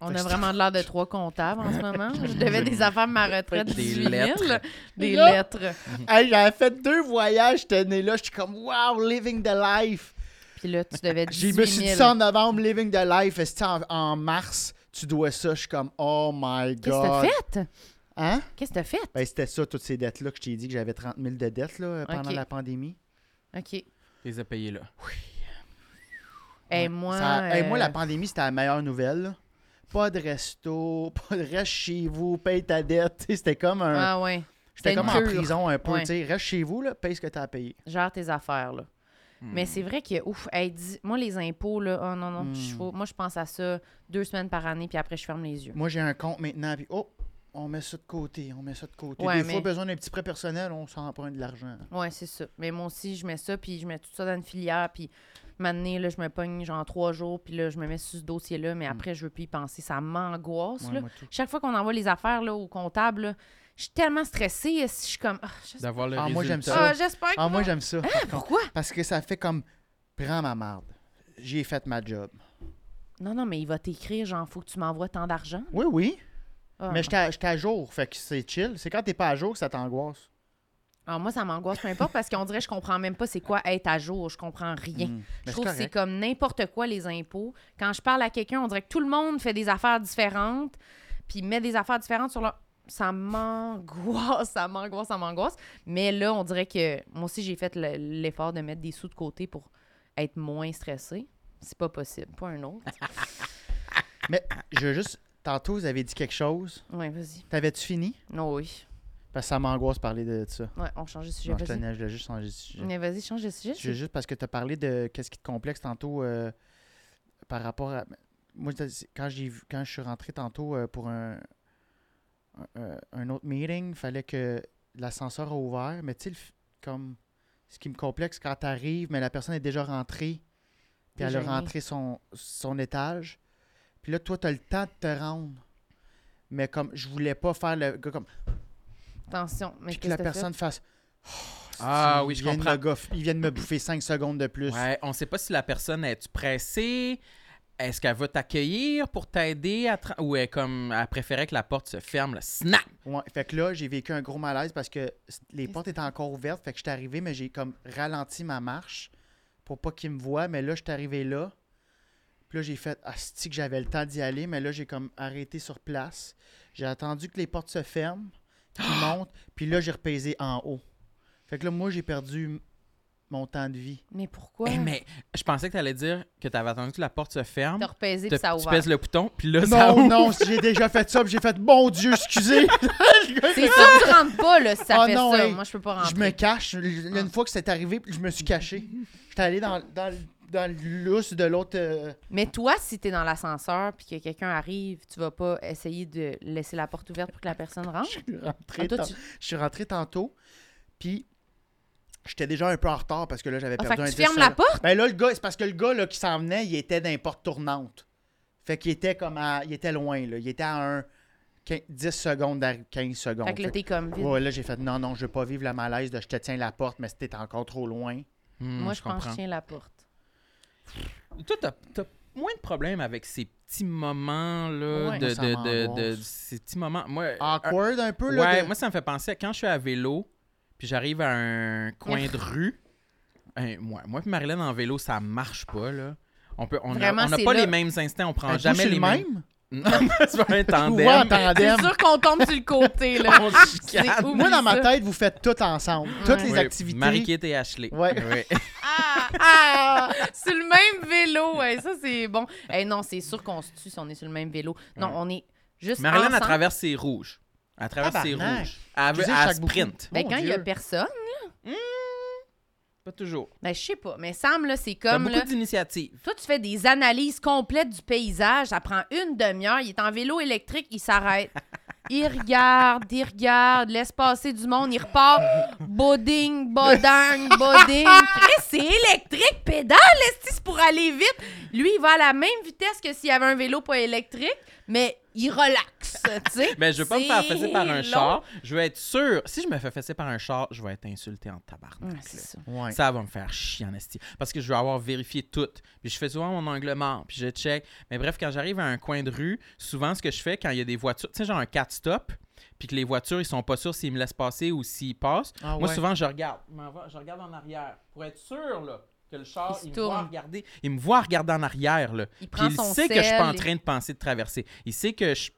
[SPEAKER 2] On a vraiment de l'air de trois comptables en ce moment. Je devais
[SPEAKER 4] *laughs*
[SPEAKER 2] des affaires de ma retraite,
[SPEAKER 1] Des
[SPEAKER 2] 18 000,
[SPEAKER 1] lettres.
[SPEAKER 2] là. Des
[SPEAKER 4] Là.
[SPEAKER 2] lettres.
[SPEAKER 4] hey, j'avais fait deux voyages cette année-là. J'étais comme, wow, living the life.
[SPEAKER 2] Puis là, tu devais
[SPEAKER 4] *laughs* J'ai
[SPEAKER 2] 18
[SPEAKER 4] me suis dit
[SPEAKER 2] 000.
[SPEAKER 4] ça en novembre, living the life. Est-ce que en, en mars, tu dois ça? Je suis comme, oh my god.
[SPEAKER 2] Qu'est-ce que t'as fait?
[SPEAKER 4] Hein?
[SPEAKER 2] Qu'est-ce que t'as fait?
[SPEAKER 4] Ben, c'était ça, toutes ces dettes-là que je t'ai dit que j'avais 30 000 de dettes là, pendant
[SPEAKER 2] Ok.
[SPEAKER 4] la pandémie.
[SPEAKER 2] OK.
[SPEAKER 1] Tu les as payés là.
[SPEAKER 2] Et
[SPEAKER 4] Ouais.
[SPEAKER 2] moi...
[SPEAKER 4] Ça- hey, moi,
[SPEAKER 2] euh,
[SPEAKER 4] la pandémie, c'était la meilleure nouvelle. là. Pas de resto, *laughs* pas de reste chez vous, paye ta dette. Tu sais, C'était comme un.
[SPEAKER 2] Ah ouais. c'était
[SPEAKER 4] J'étais comme
[SPEAKER 2] une
[SPEAKER 4] en
[SPEAKER 2] cure.
[SPEAKER 4] prison un peu.
[SPEAKER 2] Ouais.
[SPEAKER 4] tu sais, Reste chez vous, là, paye ce que t'as à payer.
[SPEAKER 2] Gère tes affaires, là.
[SPEAKER 4] Hmm.
[SPEAKER 2] Mais c'est vrai que, ouf, hey, dis- moi, les impôts, là, oh non, non, je
[SPEAKER 4] Hmm.
[SPEAKER 2] suis faux. moi, je pense à ça deux semaines par année, puis après, je ferme les yeux.
[SPEAKER 4] Moi, j'ai un compte maintenant, puis oh, on met ça de côté, on met ça de côté.
[SPEAKER 2] Ouais,
[SPEAKER 4] Des
[SPEAKER 2] mais-
[SPEAKER 4] fois, besoin d'un petit prêt personnel, on s'en prend de l'argent.
[SPEAKER 2] Ouais, c'est ça. Mais moi aussi, je mets ça, puis je mets tout ça dans une filière, puis maintenant, là, je me pogne genre trois jours, puis là, je me mets sur ce dossier-là, mais après, je veux plus y penser. Ça m'angoisse,
[SPEAKER 4] Hmm. Ouais,
[SPEAKER 2] là.
[SPEAKER 4] moi, tout.
[SPEAKER 2] Chaque fois qu'on envoie les affaires, là, au comptable, là, je suis tellement stressée, je suis comme... Ah, j'espère-
[SPEAKER 1] D'avoir le
[SPEAKER 4] Ah, moi, j'aime
[SPEAKER 1] résultat.
[SPEAKER 4] ça.
[SPEAKER 2] Ah, j'espère que...
[SPEAKER 4] Ah, moi,
[SPEAKER 2] non.
[SPEAKER 4] j'aime ça. par contre.
[SPEAKER 2] Pourquoi?
[SPEAKER 4] Parce que ça fait comme prends ma marde. J'ai fait ma job.
[SPEAKER 2] Non, non, mais il va t'écrire, genre, faut que tu m'envoies tant d'argent.
[SPEAKER 4] Oui, oui.
[SPEAKER 2] Ah,
[SPEAKER 4] Mais j'étais à, j'étais à jour, fait que c'est chill. C'est quand t'es pas à jour que ça t'angoisse.
[SPEAKER 2] Ah, moi, ça m'angoisse, peu importe, parce qu'on dirait que je comprends même pas c'est quoi être à jour. Je comprends rien.
[SPEAKER 4] Mm.
[SPEAKER 2] Je
[SPEAKER 4] Mais
[SPEAKER 2] trouve que c'est
[SPEAKER 4] correct.
[SPEAKER 2] comme n'importe quoi, les impôts. Quand je parle à quelqu'un, on dirait que tout le monde fait des affaires différentes, puis met des affaires différentes sur leur... Ça m'angoisse, ça m'angoisse, ça m'angoisse. Mais là, on dirait que moi aussi, j'ai fait le- l'effort de mettre des sous de côté pour être moins stressée. C'est pas possible, pas un autre.
[SPEAKER 4] Mais je veux juste. Tantôt, vous avez dit quelque chose.
[SPEAKER 2] Ouais, vas-y.
[SPEAKER 4] T'avais-tu fini?
[SPEAKER 2] Non, oui.
[SPEAKER 4] Parce que ça m'angoisse de parler de, de ça.
[SPEAKER 2] Ouais, on change de sujet.
[SPEAKER 4] Non, je
[SPEAKER 2] Vas-y.
[SPEAKER 4] tenais, je voulais juste changer de sujet.
[SPEAKER 2] Mais vas-y, change de sujet.
[SPEAKER 4] Je voulais juste parce que tu as parlé de qu'est-ce qui te complexe tantôt euh, par rapport à. ben, Moi, je te- quand, j'ai vu- quand je suis rentré tantôt euh, pour un, un, euh, un autre meeting, fallait que l'ascenseur a ouvert. Mais tu sais, le f- comme ce qui me complexe quand tu arrives, mais la personne est déjà rentrée, puis elle a
[SPEAKER 2] Déjeuner.
[SPEAKER 4] rentré son, son étage. Puis là, toi, tu as le temps de te rendre. Mais comme je voulais pas faire le gars comme.
[SPEAKER 2] Attention. Mais
[SPEAKER 4] Puis que
[SPEAKER 2] qu'est-ce
[SPEAKER 4] la
[SPEAKER 2] que t'as fait?
[SPEAKER 4] personne fasse.
[SPEAKER 1] Ah oui, je
[SPEAKER 4] Ils viennent
[SPEAKER 1] comprends.
[SPEAKER 4] me goff- Ils viennent me bouffer 5 secondes de plus.
[SPEAKER 1] Ouais, on sait pas si la personne est pressée. Est-ce qu'elle veut t'accueillir pour t'aider à tra- ou est comme elle préférait que la porte se ferme, le snap.
[SPEAKER 4] Ouais, fait que là, j'ai vécu un gros malaise parce que c- les
[SPEAKER 2] Qu'est-ce
[SPEAKER 4] portes étaient encore ouvertes. Fait que j'étais arrivé, mais j'ai comme ralenti ma marche pour pas qu'ils me voient. Mais là, j'étais arrivé là. Puis là, j'ai fait Asti que j'avais le temps d'y aller. Mais là, j'ai comme arrêté sur place. J'ai attendu que les portes se ferment,
[SPEAKER 1] *gasps*
[SPEAKER 4] qu'ils montent. Puis là, j'ai repaisé en haut. Fait que là, moi, j'ai perdu m- mon temps de vie.
[SPEAKER 2] Mais pourquoi?
[SPEAKER 1] Eh, mais je pensais que t'allais dire que t'avais attendu que la porte se ferme.
[SPEAKER 2] T'as repaisé
[SPEAKER 1] te-
[SPEAKER 2] puis ça a
[SPEAKER 1] tu
[SPEAKER 2] ouvert.
[SPEAKER 1] pèses le bouton, puis là, ça
[SPEAKER 4] Non,
[SPEAKER 1] ouvre.
[SPEAKER 4] non, j'ai déjà fait ça. puis j'ai fait Bon Dieu, excusez.
[SPEAKER 2] C'est sûr que tu rentres pas, là, si ça
[SPEAKER 4] Ah
[SPEAKER 2] fait
[SPEAKER 4] non,
[SPEAKER 2] ça.
[SPEAKER 4] hey,
[SPEAKER 2] Moi, je peux pas
[SPEAKER 4] Je me
[SPEAKER 2] rentrer.
[SPEAKER 4] cache. L- Une fois que c'est arrivé, je me suis caché. J'étais allé dans, dans, le- dans le lousse de l'autre. euh,
[SPEAKER 2] Mais toi, si t'es dans l'ascenseur puis que quelqu'un arrive, tu vas pas essayer de laisser la porte ouverte pour que la personne rentre?
[SPEAKER 4] je suis rentré
[SPEAKER 2] Ah, toi,
[SPEAKER 4] tant-
[SPEAKER 2] tu-
[SPEAKER 4] je suis rentré tantôt, puis j'étais déjà un peu en retard parce que là, j'avais
[SPEAKER 2] Ah,
[SPEAKER 4] perdu
[SPEAKER 2] fait
[SPEAKER 4] un
[SPEAKER 2] que tu
[SPEAKER 4] 10
[SPEAKER 2] fermes la
[SPEAKER 4] secondes.
[SPEAKER 2] porte?
[SPEAKER 4] Ben là, le gars, c'est parce que le gars là, qui s'en venait, il était dans les portes tournantes. Fait qu'il était comme à. Il était loin, là. Il était à un 15 10 secondes, d'arri- 15 secondes.
[SPEAKER 2] Fait que là,
[SPEAKER 4] Fait
[SPEAKER 2] t'es comme
[SPEAKER 4] que-
[SPEAKER 2] vite.
[SPEAKER 4] ouais, là, j'ai fait non, non, je veux pas vivre la malaise de je te tiens la porte, mais c'était encore trop loin.
[SPEAKER 1] Hmm,
[SPEAKER 2] Moi, je, pense que
[SPEAKER 1] comprends.
[SPEAKER 2] je tiens la porte.
[SPEAKER 1] Toi, t'as, t'as moins de problèmes avec ces petits moments là
[SPEAKER 4] Ouais.
[SPEAKER 1] de,
[SPEAKER 4] Moi, ça
[SPEAKER 1] de-
[SPEAKER 4] m'en
[SPEAKER 1] de-
[SPEAKER 4] gonfle.
[SPEAKER 1] de- ces petits moments. Moi,
[SPEAKER 4] Awkward un peu,
[SPEAKER 1] euh,
[SPEAKER 4] là.
[SPEAKER 1] ouais,
[SPEAKER 4] de-
[SPEAKER 1] moi ça me fait penser à quand je suis à vélo, puis j'arrive à un coin de rue. hein, moi, moi et Marilyn en vélo, ça marche pas là. On peut, on a-
[SPEAKER 2] Vraiment,
[SPEAKER 1] on n'a
[SPEAKER 2] c'est
[SPEAKER 1] pas
[SPEAKER 2] là.
[SPEAKER 1] les mêmes instincts, on prend
[SPEAKER 4] Êtes-vous
[SPEAKER 1] jamais
[SPEAKER 4] sur
[SPEAKER 1] les
[SPEAKER 4] le
[SPEAKER 1] mêmes.
[SPEAKER 4] même?
[SPEAKER 1] *laughs* Non, c'est pas un tandem.
[SPEAKER 4] Ouais, en tandem.
[SPEAKER 2] C'est sûr qu'on tombe sur le côté,
[SPEAKER 4] *laughs*
[SPEAKER 2] là.
[SPEAKER 1] *laughs* On se
[SPEAKER 2] C'est
[SPEAKER 1] chicane.
[SPEAKER 2] oublie
[SPEAKER 4] Moi, dans ma
[SPEAKER 2] ça.
[SPEAKER 4] tête, vous faites tout ensemble. Toutes les
[SPEAKER 1] Oui,
[SPEAKER 4] activités.
[SPEAKER 1] Ah. Marie-Kate et Ashley.
[SPEAKER 4] Ouais.
[SPEAKER 2] Ah, ah, sur le même vélo. Ouais, ça, c'est bon. Eh non, c'est sûr qu'on se tue si on est sur le même vélo. Non,
[SPEAKER 1] Ouais.
[SPEAKER 2] on est juste
[SPEAKER 1] Marilyn, elle
[SPEAKER 2] ensemble.
[SPEAKER 1] traverse ses rouges. Elle traverse ses
[SPEAKER 4] Tabarnak.
[SPEAKER 1] rouges. Elle, veut-
[SPEAKER 4] Excusez,
[SPEAKER 1] elle
[SPEAKER 4] chaque
[SPEAKER 1] sprint.
[SPEAKER 2] Ben,
[SPEAKER 4] Mon
[SPEAKER 2] quand il y a
[SPEAKER 4] Dieu.
[SPEAKER 2] personne,
[SPEAKER 1] Pas toujours.
[SPEAKER 2] ben, je sais pas. Mais Sam, là, c'est
[SPEAKER 1] T'as
[SPEAKER 2] comme,
[SPEAKER 1] beaucoup
[SPEAKER 2] là,
[SPEAKER 1] d'initiatives.
[SPEAKER 2] toi, tu fais des analyses complètes du paysage. Ça prend une demi-heure. Il est en vélo électrique, il
[SPEAKER 1] *laughs*
[SPEAKER 2] s'arrête. Il regarde, il regarde, laisse passer du monde, il repart.
[SPEAKER 1] *laughs*
[SPEAKER 2] Boding, bodang, boding. Chris, c'est électrique, pédale, est c'est pour aller vite? Lui, il va à la même vitesse que s'il y avait un vélo pas électrique, mais il relaxe, tu sais.
[SPEAKER 1] *laughs* Mais Ben, je veux pas me faire
[SPEAKER 2] C'est
[SPEAKER 1] fesser par un
[SPEAKER 2] long.
[SPEAKER 1] char. Je veux être sûr. Si je me fais fesser par un char, je vais être insulté en tabarnak.
[SPEAKER 2] Ouais,
[SPEAKER 1] là.
[SPEAKER 2] c'est ça.
[SPEAKER 4] Ouais.
[SPEAKER 1] Ça va me faire chier en esti. Parce que je veux avoir vérifié tout. Puis je fais souvent mon angle mort, puis je check. Mais bref, quand j'arrive à un coin de rue, souvent ce que je fais quand il y a des voitures, tu sais, genre un 4 stop, puis que les voitures, ils sont pas sûrs s'ils me laissent passer ou s'ils passent.
[SPEAKER 4] Ah
[SPEAKER 1] Moi,
[SPEAKER 4] ouais.
[SPEAKER 1] souvent, je regarde. Je m'en vais- Je regarde en arrière pour être sûr là, que le char,
[SPEAKER 2] Il se
[SPEAKER 1] il, me
[SPEAKER 2] tourne.
[SPEAKER 1] voit regarder. Il me voit regarder en arrière. Là. Puis
[SPEAKER 2] Il prend
[SPEAKER 1] il
[SPEAKER 2] son
[SPEAKER 1] sait que je suis pas en
[SPEAKER 2] sel,
[SPEAKER 1] train de penser de traverser. Il sait que je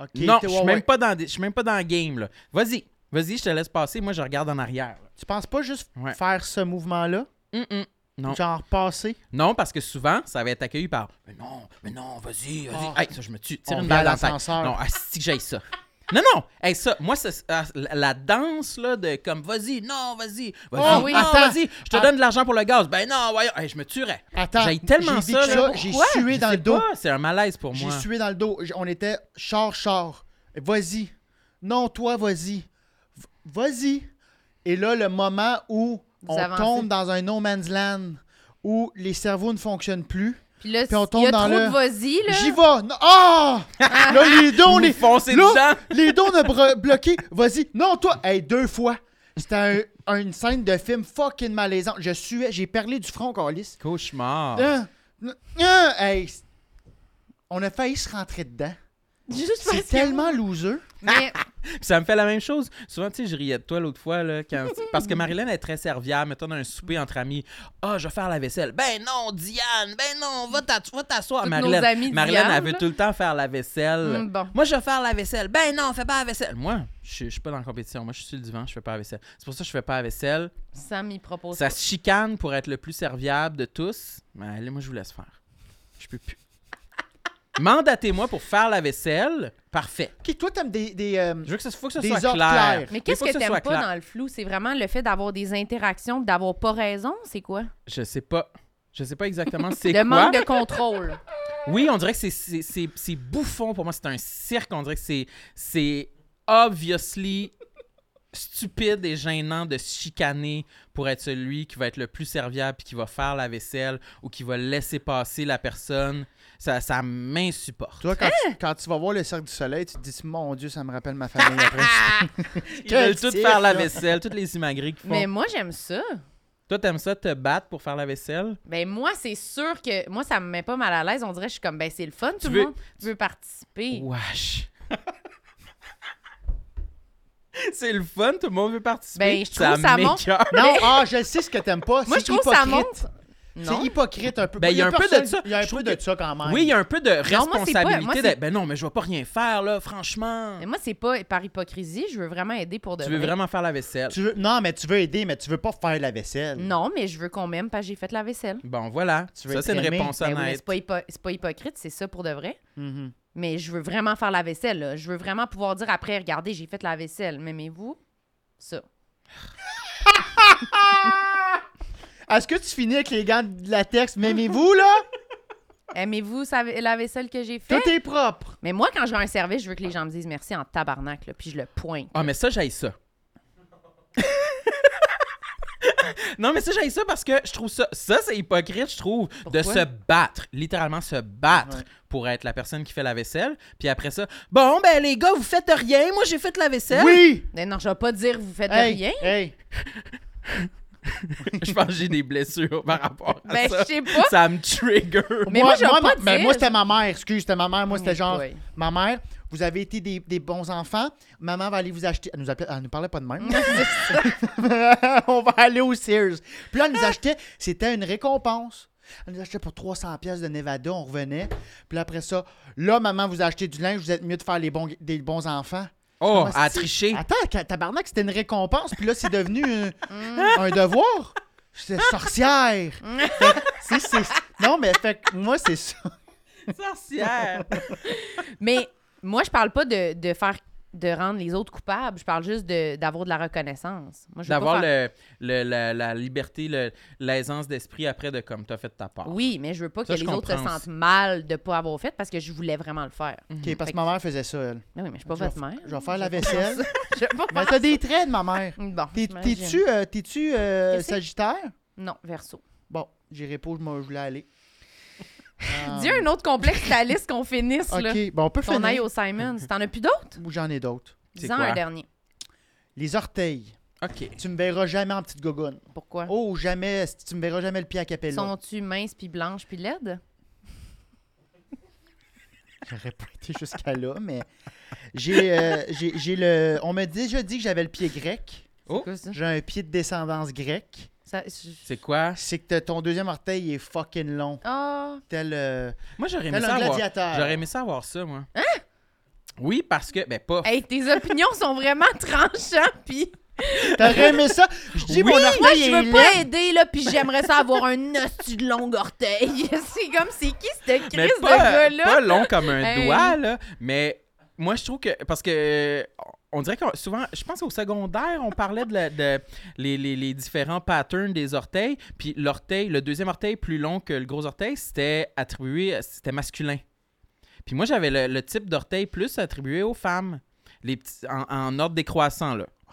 [SPEAKER 4] Ok,
[SPEAKER 1] non, je
[SPEAKER 4] t'es- ouais,
[SPEAKER 1] suis
[SPEAKER 4] ouais.
[SPEAKER 1] même pas dans des- je suis même pas dans le game là. Vas-y, vas-y, je te laisse passer, moi je regarde en arrière. là.
[SPEAKER 4] Tu penses pas juste
[SPEAKER 1] Ouais.
[SPEAKER 4] faire ce mouvement-là?
[SPEAKER 1] Mm-mm. Non.
[SPEAKER 4] Genre passer?
[SPEAKER 1] Non, parce que souvent, ça va être accueilli par Mais non, mais non, vas-y, vas-y.
[SPEAKER 4] Ah.
[SPEAKER 1] Hey, ça, je me tue. Tire
[SPEAKER 4] On
[SPEAKER 1] une
[SPEAKER 4] vient à
[SPEAKER 1] balle dans la tête.
[SPEAKER 4] l'ascenseur.
[SPEAKER 1] Non, si que j'aille ça. Non, non, hey, ça, moi, c'est- ah, la, la danse, là, de comme, vas-y, non, vas-y, vas-y,
[SPEAKER 2] Oh, oui.
[SPEAKER 1] non,
[SPEAKER 4] Attends.
[SPEAKER 1] vas-y, je te
[SPEAKER 4] Ah.
[SPEAKER 1] donne de l'argent pour le gaz. Ben non, voyons, Hey, je me tuerais.
[SPEAKER 4] Attends,
[SPEAKER 1] J'ai tellement
[SPEAKER 4] j'ai
[SPEAKER 1] ça,
[SPEAKER 4] vécu
[SPEAKER 1] là.
[SPEAKER 4] j'ai
[SPEAKER 1] Pourquoi?
[SPEAKER 4] sué
[SPEAKER 1] Je
[SPEAKER 4] dans
[SPEAKER 1] sais
[SPEAKER 4] le dos.
[SPEAKER 1] pas, C'est un malaise pour
[SPEAKER 4] J'ai
[SPEAKER 1] moi.
[SPEAKER 4] sué dans le dos. J- On était char, char. Vas-y. Non, toi, vas-y. V- Vas-y. Et là, le moment où
[SPEAKER 2] Vous
[SPEAKER 4] on
[SPEAKER 2] avancez.
[SPEAKER 4] tombe dans un no man's land, où les cerveaux ne fonctionnent plus.
[SPEAKER 2] Puis là,
[SPEAKER 4] Puis on
[SPEAKER 2] il y
[SPEAKER 4] tombe
[SPEAKER 2] a
[SPEAKER 4] dans
[SPEAKER 2] trop
[SPEAKER 4] le-
[SPEAKER 2] de vas-y, là.
[SPEAKER 4] J'y vais. Non- Ah! là,
[SPEAKER 1] *laughs*
[SPEAKER 4] les deux, on
[SPEAKER 1] Vous
[SPEAKER 4] est.
[SPEAKER 1] foncez
[SPEAKER 4] Là,
[SPEAKER 1] dedans.
[SPEAKER 4] les deux, on
[SPEAKER 1] *laughs*
[SPEAKER 4] a bro- bloqué. Vas-y. Non, toi. Hey, deux fois. C'était un- une scène de film fucking malaisante. Je suais. J'ai perlé du front, Carlis.
[SPEAKER 1] Cauchemar.
[SPEAKER 4] Hein? Hein? Hey, c- on a failli se rentrer dedans.
[SPEAKER 2] *laughs* Juste parce
[SPEAKER 4] C'est
[SPEAKER 2] que-
[SPEAKER 4] tellement loser.
[SPEAKER 2] Mais-
[SPEAKER 1] Puis ça me fait la même chose. Souvent, tu sais, je riais de toi l'autre fois, là,
[SPEAKER 2] *laughs*
[SPEAKER 1] quand... parce que Marilyn est très serviable. Mettons, dans un souper entre amis. Ah, je vais faire la vaisselle. Ben non, Diane. Ben non, va t'a- va t'asseoir.
[SPEAKER 2] Toutes
[SPEAKER 1] Marilyn,
[SPEAKER 2] nos amies
[SPEAKER 1] Marilyn
[SPEAKER 2] Diane,
[SPEAKER 1] elle veut
[SPEAKER 2] là.
[SPEAKER 1] tout le temps faire la vaisselle.
[SPEAKER 2] Mm, bon.
[SPEAKER 1] Moi, je vais faire la vaisselle. Ben non, fais pas la vaisselle. Moi, je suis- je suis pas dans la compétition. Moi, je suis sur le divan, je fais pas la vaisselle. C'est pour ça que je fais pas la vaisselle.
[SPEAKER 2] Sam, il propose.
[SPEAKER 1] Ça se chicane pour être le plus serviable de tous. Mais allez, moi, je vous laisse faire. Je peux
[SPEAKER 2] *laughs*
[SPEAKER 1] plus. Mandatez-moi pour faire la vaisselle. Parfait.
[SPEAKER 4] Ok, toi, t'aimes des. des euh,
[SPEAKER 1] Je veux que ça, faut que ça
[SPEAKER 4] Des
[SPEAKER 1] soit
[SPEAKER 4] ordres
[SPEAKER 1] clair.
[SPEAKER 4] clairs.
[SPEAKER 2] Mais
[SPEAKER 1] Il
[SPEAKER 2] qu'est-ce
[SPEAKER 1] faut
[SPEAKER 2] que,
[SPEAKER 1] ça
[SPEAKER 2] t'aimes
[SPEAKER 1] soit
[SPEAKER 2] pas
[SPEAKER 1] clair.
[SPEAKER 2] dans le flou? C'est vraiment le fait d'avoir des interactions, pis d'avoir pas raison, c'est quoi?
[SPEAKER 1] Je sais pas. Je sais pas
[SPEAKER 2] *laughs*
[SPEAKER 1] exactement c'est
[SPEAKER 2] Le
[SPEAKER 1] quoi.
[SPEAKER 2] manque de
[SPEAKER 1] *laughs*
[SPEAKER 2] contrôle.
[SPEAKER 1] Oui, on dirait que c'est- c'est- c'est c'est bouffon pour moi. C'est un cirque. On dirait que c'est- c'est obviously stupide et gênant de se chicaner pour être celui qui va être le plus serviable puis qui va faire la vaisselle ou qui va laisser passer la personne. Ça, ça m'insupporte.
[SPEAKER 4] Toi, quand, tu, quand tu vas voir le cercle du soleil, tu te dis Mon Dieu, ça me rappelle ma famille après.
[SPEAKER 1] *laughs* Ils veulent tous
[SPEAKER 4] cirque,
[SPEAKER 1] faire la
[SPEAKER 4] là.
[SPEAKER 1] vaisselle, toutes les imagrées qui font.
[SPEAKER 2] Mais moi, j'aime ça.
[SPEAKER 1] Toi, t'aimes ça te battre pour faire la vaisselle?
[SPEAKER 2] Ben moi, c'est sûr que... Moi, ça me met pas mal à l'aise. On dirait que je suis comme, ben c'est le fun, tout le
[SPEAKER 1] veux-
[SPEAKER 2] monde veut participer.
[SPEAKER 1] Wesh. *laughs* C'est le fun, tout le monde veut participer.
[SPEAKER 2] Ben, je trouve ça montre-
[SPEAKER 1] m'écoeure.
[SPEAKER 4] non, ah, je sais ce que t'aimes pas.
[SPEAKER 2] Moi,
[SPEAKER 4] c'est
[SPEAKER 2] je trouve
[SPEAKER 4] hypocrite.
[SPEAKER 2] ça monte... Non.
[SPEAKER 4] C'est hypocrite un peu.
[SPEAKER 1] Ben, il y a un peu de
[SPEAKER 4] personne-
[SPEAKER 1] ça.
[SPEAKER 4] Il y a un
[SPEAKER 1] Je
[SPEAKER 4] peu
[SPEAKER 1] trouve
[SPEAKER 4] de
[SPEAKER 1] que-
[SPEAKER 4] ça quand même.
[SPEAKER 1] Oui, il y a un peu de
[SPEAKER 2] Non, moi, c'est pas-
[SPEAKER 1] responsabilité.
[SPEAKER 2] moi, c'est-
[SPEAKER 1] d'être, ben non, mais je vais pas rien faire, là, franchement.
[SPEAKER 2] Mais moi, c'est pas par hypocrisie. Je veux vraiment aider pour de
[SPEAKER 1] Tu veux
[SPEAKER 2] vrai.
[SPEAKER 1] vraiment faire la vaisselle.
[SPEAKER 4] Tu veux- Non, mais tu veux aider, mais tu veux pas faire la vaisselle.
[SPEAKER 2] Non, mais je veux qu'on m'aime parce que j'ai fait la vaisselle.
[SPEAKER 1] Bon, voilà.
[SPEAKER 4] Tu
[SPEAKER 1] ça, Mm-hmm.
[SPEAKER 4] veux être
[SPEAKER 1] c'est une
[SPEAKER 4] aimé.
[SPEAKER 1] réponse
[SPEAKER 2] Ben oui, mais
[SPEAKER 1] honnête.
[SPEAKER 2] c'est pas, hypo- c'est pas hypocrite, c'est ça pour de vrai.
[SPEAKER 4] Mhm.
[SPEAKER 2] Mais je veux vraiment faire la vaisselle. là. Je veux vraiment pouvoir dire après, regardez, j'ai fait la vaisselle. M'aimez-vous? Ça.
[SPEAKER 4] Est-ce que tu finis avec les gants de latex?
[SPEAKER 2] *laughs*
[SPEAKER 4] M'aimez-vous, là?
[SPEAKER 2] Aimez-vous sa- la vaisselle que j'ai faite?
[SPEAKER 4] Tout est propre.
[SPEAKER 2] Mais moi, quand je vais à un service, je veux que les gens me disent merci en tabarnak, là, puis je le pointe.
[SPEAKER 1] Ah, mais ça, j'aille ça. *laughs* non, mais ça, j'aille ça parce que je trouve ça. Ça, c'est hypocrite, je trouve, de
[SPEAKER 2] Pourquoi?
[SPEAKER 1] se battre, littéralement se battre
[SPEAKER 4] Ouais.
[SPEAKER 1] pour être la personne qui fait la vaisselle. Puis après ça, bon, ben les gars, vous faites rien, moi j'ai fait la vaisselle.
[SPEAKER 4] Oui!
[SPEAKER 2] Mais non, je vais pas dire vous faites de
[SPEAKER 4] Hey,
[SPEAKER 2] rien.
[SPEAKER 4] hey.
[SPEAKER 1] *laughs* je pense que j'ai des blessures par rapport à
[SPEAKER 2] Ben,
[SPEAKER 1] ça.
[SPEAKER 2] je sais pas.
[SPEAKER 1] Ça me trigger.
[SPEAKER 2] Mais moi, je vais pas
[SPEAKER 4] mais
[SPEAKER 2] dire.
[SPEAKER 4] moi, c'était ma mère. Excuse, c'était ma mère. Moi,
[SPEAKER 2] Oh
[SPEAKER 4] c'était
[SPEAKER 2] my
[SPEAKER 4] genre,
[SPEAKER 2] boy.
[SPEAKER 4] ma mère, vous avez été des, des bons enfants. Maman va aller vous acheter. Elle nous, appelait- elle nous parlait pas
[SPEAKER 2] *laughs*
[SPEAKER 4] de même. *laughs* On va aller au Sears. Puis là, elle
[SPEAKER 2] Ah!
[SPEAKER 4] nous achetait. C'était une récompense. Elle nous achetait pour 300 pièces de Nevada. On revenait. Puis là, après ça, là, maman, vous a acheté du linge. Vous êtes mieux de faire les bons, des bons enfants.
[SPEAKER 1] Oh,
[SPEAKER 4] Moi,
[SPEAKER 1] à
[SPEAKER 4] si.
[SPEAKER 1] tricher.
[SPEAKER 4] Attends, ca- tabarnak, c'était une récompense, puis là, c'est devenu un, *laughs* un devoir. J'étais sorcière. Fait que, c'est- c'est- Non, mais fait que moi, c'est ça.
[SPEAKER 1] Sorcière.
[SPEAKER 2] Mais moi, je parle pas de, de faire de rendre les autres coupables. Je parle juste de- d'avoir de, la reconnaissance. Moi, je veux pas
[SPEAKER 1] D'avoir
[SPEAKER 2] faire-
[SPEAKER 1] le, le- la, la liberté, le- l'aisance d'esprit après de comme t'as fait ta part.
[SPEAKER 2] Oui, mais je veux pas
[SPEAKER 1] Ça,
[SPEAKER 2] que
[SPEAKER 1] je
[SPEAKER 2] les autres se
[SPEAKER 1] comprends Mm.
[SPEAKER 2] sentent mal de pas avoir fait parce que je voulais vraiment le faire.
[SPEAKER 4] OK, parce que ma mère faisait ça, elle.
[SPEAKER 2] Mais oui, mais je suis Mhm. pas
[SPEAKER 4] Je vais-
[SPEAKER 2] votre mère.
[SPEAKER 4] Je vais faire la vaisselle.
[SPEAKER 2] *laughs* Je vais pas
[SPEAKER 4] *laughs* Mais
[SPEAKER 2] faire-
[SPEAKER 4] t'as des traits de ma mère.
[SPEAKER 2] Bon,
[SPEAKER 4] T'es-
[SPEAKER 2] j'imagine.
[SPEAKER 4] T'es-tu euh, t'es-tu, euh,
[SPEAKER 2] Qu'est-ce que-
[SPEAKER 4] sagittaire?
[SPEAKER 2] Non, verso.
[SPEAKER 4] Bon, j'irai pas où je m'en- je voulais aller. Euh,
[SPEAKER 2] Dis un autre complexe ta liste qu'on finisse, là.
[SPEAKER 4] OK, bon, on peut
[SPEAKER 2] Qu'on aille
[SPEAKER 4] finir.
[SPEAKER 2] au Simons. T'en as plus d'autres?
[SPEAKER 4] Ou J'en ai d'autres.
[SPEAKER 1] C'est
[SPEAKER 2] Dis-en
[SPEAKER 1] quoi?
[SPEAKER 2] un dernier.
[SPEAKER 4] Les orteils.
[SPEAKER 1] OK.
[SPEAKER 4] Tu me verras jamais en petite gogonne.
[SPEAKER 2] Pourquoi?
[SPEAKER 4] Oh, jamais. Tu me verras jamais le pied à capella.
[SPEAKER 2] Sont-tu minces puis blanches puis laides?
[SPEAKER 4] J'aurais pas été jusqu'à là, mais j'ai euh, j'ai j'ai le. On m'a déjà dit que j'avais le pied grec.
[SPEAKER 1] Oh,
[SPEAKER 2] Quoi, ça?
[SPEAKER 4] J'ai un pied de descendance grecque.
[SPEAKER 2] Ça- je-
[SPEAKER 1] c'est quoi?
[SPEAKER 4] C'est que ton deuxième orteil est fucking long.
[SPEAKER 2] Ah,
[SPEAKER 4] Tel, euh,
[SPEAKER 1] Moi, j'aurais aimé
[SPEAKER 4] tel
[SPEAKER 1] ça
[SPEAKER 4] un
[SPEAKER 1] avoir...
[SPEAKER 4] gladiateur.
[SPEAKER 1] J'aurais aimé ça avoir ça, moi. Hein? Oui, parce que... Ben, pas... *laughs*
[SPEAKER 2] Hey, tes opinions sont vraiment tranchantes, puis
[SPEAKER 4] T'aurais aimé ça? Je dis
[SPEAKER 1] Oui,
[SPEAKER 4] mon
[SPEAKER 2] moi,
[SPEAKER 4] orteil
[SPEAKER 2] je
[SPEAKER 4] est
[SPEAKER 2] veux pas
[SPEAKER 4] laid.
[SPEAKER 2] aider, là, puis j'aimerais ça avoir un hostie de long orteil. *laughs* c'est comme, c'est qui cette
[SPEAKER 1] mais
[SPEAKER 2] crise de
[SPEAKER 1] pas,
[SPEAKER 2] gars-là?
[SPEAKER 1] pas long comme un
[SPEAKER 2] Hey.
[SPEAKER 1] doigt, là. Mais moi, je trouve que... Parce que... euh, On dirait que souvent, je pense au secondaire, on parlait de, la- de les, les- les différents patterns des orteils. Puis l'orteil, le deuxième orteil plus long que le gros orteil, c'était attribué, c'était masculin. Puis moi, j'avais le, le type d'orteil plus attribué aux femmes. Les petits, en, en ordre décroissant, là.
[SPEAKER 4] Ah,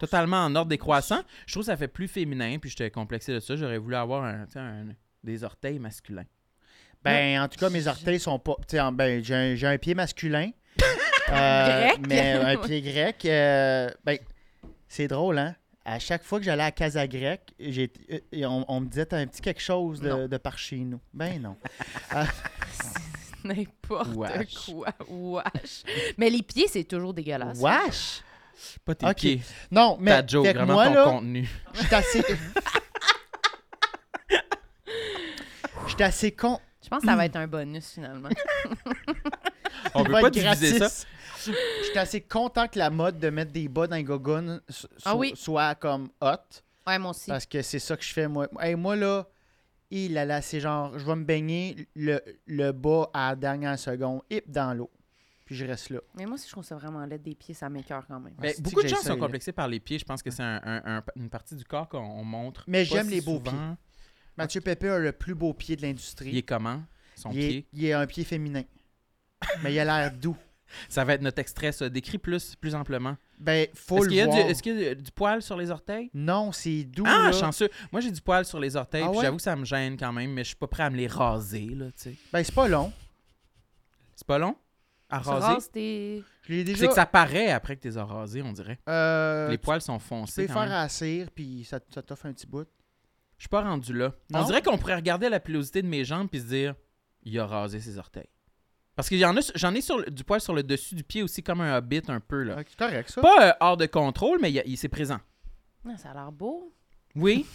[SPEAKER 1] Totalement en ordre décroissant. Je trouve que ça fait plus féminin, puis j'étais complexé de ça. J'aurais voulu avoir un- tu sais, un- des orteils masculins.
[SPEAKER 4] Ben, en tout cas, mes orteils sont pas. tu sais, en- ben, j'ai un, j'ai un
[SPEAKER 2] *laughs*
[SPEAKER 4] pied masculin. Euh,
[SPEAKER 2] Grec.
[SPEAKER 4] Mais un pied grec. euh, ben, c'est drôle, hein? À chaque fois que j'allais à Casa Grecque, j'ai- euh, et on, on me disait T'as un petit quelque chose de,
[SPEAKER 2] Non.
[SPEAKER 4] de par chez nous. Ben non.
[SPEAKER 2] N'importe
[SPEAKER 1] Wesh.
[SPEAKER 2] quoi. Wesh. Mais les pieds, c'est toujours dégueulasse. hein.
[SPEAKER 4] Wesh!
[SPEAKER 1] Pas tes
[SPEAKER 4] Ok.
[SPEAKER 1] pieds.
[SPEAKER 4] Non, mais.
[SPEAKER 1] Ta joke,
[SPEAKER 4] fait que
[SPEAKER 1] vraiment
[SPEAKER 4] moi,
[SPEAKER 1] ton
[SPEAKER 4] là, *laughs*
[SPEAKER 1] contenu.
[SPEAKER 4] Je suis assez. Je suis assez con.
[SPEAKER 2] Je pense que ça va être un bonus, finalement.
[SPEAKER 1] On
[SPEAKER 4] Il
[SPEAKER 1] peut
[SPEAKER 4] va
[SPEAKER 1] pas
[SPEAKER 4] être
[SPEAKER 1] diviser ça.
[SPEAKER 4] gratis. Je suis assez content que la mode de mettre des bas dans les gogones so-
[SPEAKER 2] Ah
[SPEAKER 4] so-
[SPEAKER 2] oui.
[SPEAKER 4] soit comme hot.
[SPEAKER 2] Ouais, moi aussi.
[SPEAKER 4] Parce que c'est ça que je fais, moi. Hey, moi, là, il a là, c'est genre, je vais me baigner le, le bas à la dernière seconde, hip dans l'eau. Puis je reste là.
[SPEAKER 2] Mais moi aussi, je trouve ça vraiment laid des pieds, ça m'écoeure quand même.
[SPEAKER 1] Ben,
[SPEAKER 4] Ouais, c'est-tu
[SPEAKER 1] beaucoup
[SPEAKER 4] que
[SPEAKER 1] de
[SPEAKER 4] j'ai
[SPEAKER 1] gens
[SPEAKER 4] ça,
[SPEAKER 1] sont
[SPEAKER 4] là.
[SPEAKER 1] complexés par les pieds. Je pense que c'est un- un- un- une partie du corps qu'on on montre.
[SPEAKER 4] Mais
[SPEAKER 1] pas
[SPEAKER 4] j'aime
[SPEAKER 1] si
[SPEAKER 4] les beaux
[SPEAKER 1] souvent.
[SPEAKER 4] pieds. Mathieu Pépé a le plus beau pied de
[SPEAKER 1] Il est
[SPEAKER 4] l'industrie.
[SPEAKER 1] comment? Son
[SPEAKER 4] Il, est-
[SPEAKER 1] pied.
[SPEAKER 4] il a un pied féminin. Mais il a l'air doux.
[SPEAKER 1] Ça va être notre extrait, ça. Décrit plus, plus amplement.
[SPEAKER 4] Ben, faut
[SPEAKER 1] Est-ce
[SPEAKER 4] le
[SPEAKER 1] qu'il y, a du-
[SPEAKER 4] voir.
[SPEAKER 1] est-ce qu'il y a du poil sur les orteils?
[SPEAKER 4] Non, c'est doux.
[SPEAKER 1] Ah,
[SPEAKER 4] là.
[SPEAKER 1] chanceux. Moi, j'ai du poil sur les orteils.
[SPEAKER 4] Ah
[SPEAKER 1] puis
[SPEAKER 4] ouais?
[SPEAKER 1] J'avoue que ça me gêne quand même, mais je suis pas prêt à me les raser. là, tu sais.
[SPEAKER 4] Ben, c'est pas long.
[SPEAKER 1] C'est pas long à
[SPEAKER 2] Tu
[SPEAKER 1] raser.
[SPEAKER 2] rases tes...
[SPEAKER 4] Je l'ai déjà.
[SPEAKER 1] C'est que ça paraît après que t'es rasé, on dirait.
[SPEAKER 4] Euh,
[SPEAKER 1] les poils sont
[SPEAKER 4] tu peux
[SPEAKER 1] foncés.
[SPEAKER 4] les
[SPEAKER 1] quand
[SPEAKER 4] faire
[SPEAKER 1] même.
[SPEAKER 4] à la cire, puis ça, ça t'offre un petit bout.
[SPEAKER 1] Je suis pas rendu là.
[SPEAKER 4] Non?
[SPEAKER 1] On dirait qu'on pourrait regarder la pilosité de mes jambes puis se dire il a rasé ses orteils. Parce que j'en ai, j'en ai sur, le- du poil sur le dessus du pied aussi comme un hobbit un peu là.
[SPEAKER 4] Ah, C'est correct, ça.
[SPEAKER 1] Pas euh, hors de contrôle, mais il, y a- il- c'est présent.
[SPEAKER 2] Non, ça a l'air beau.
[SPEAKER 1] *laughs* Oui.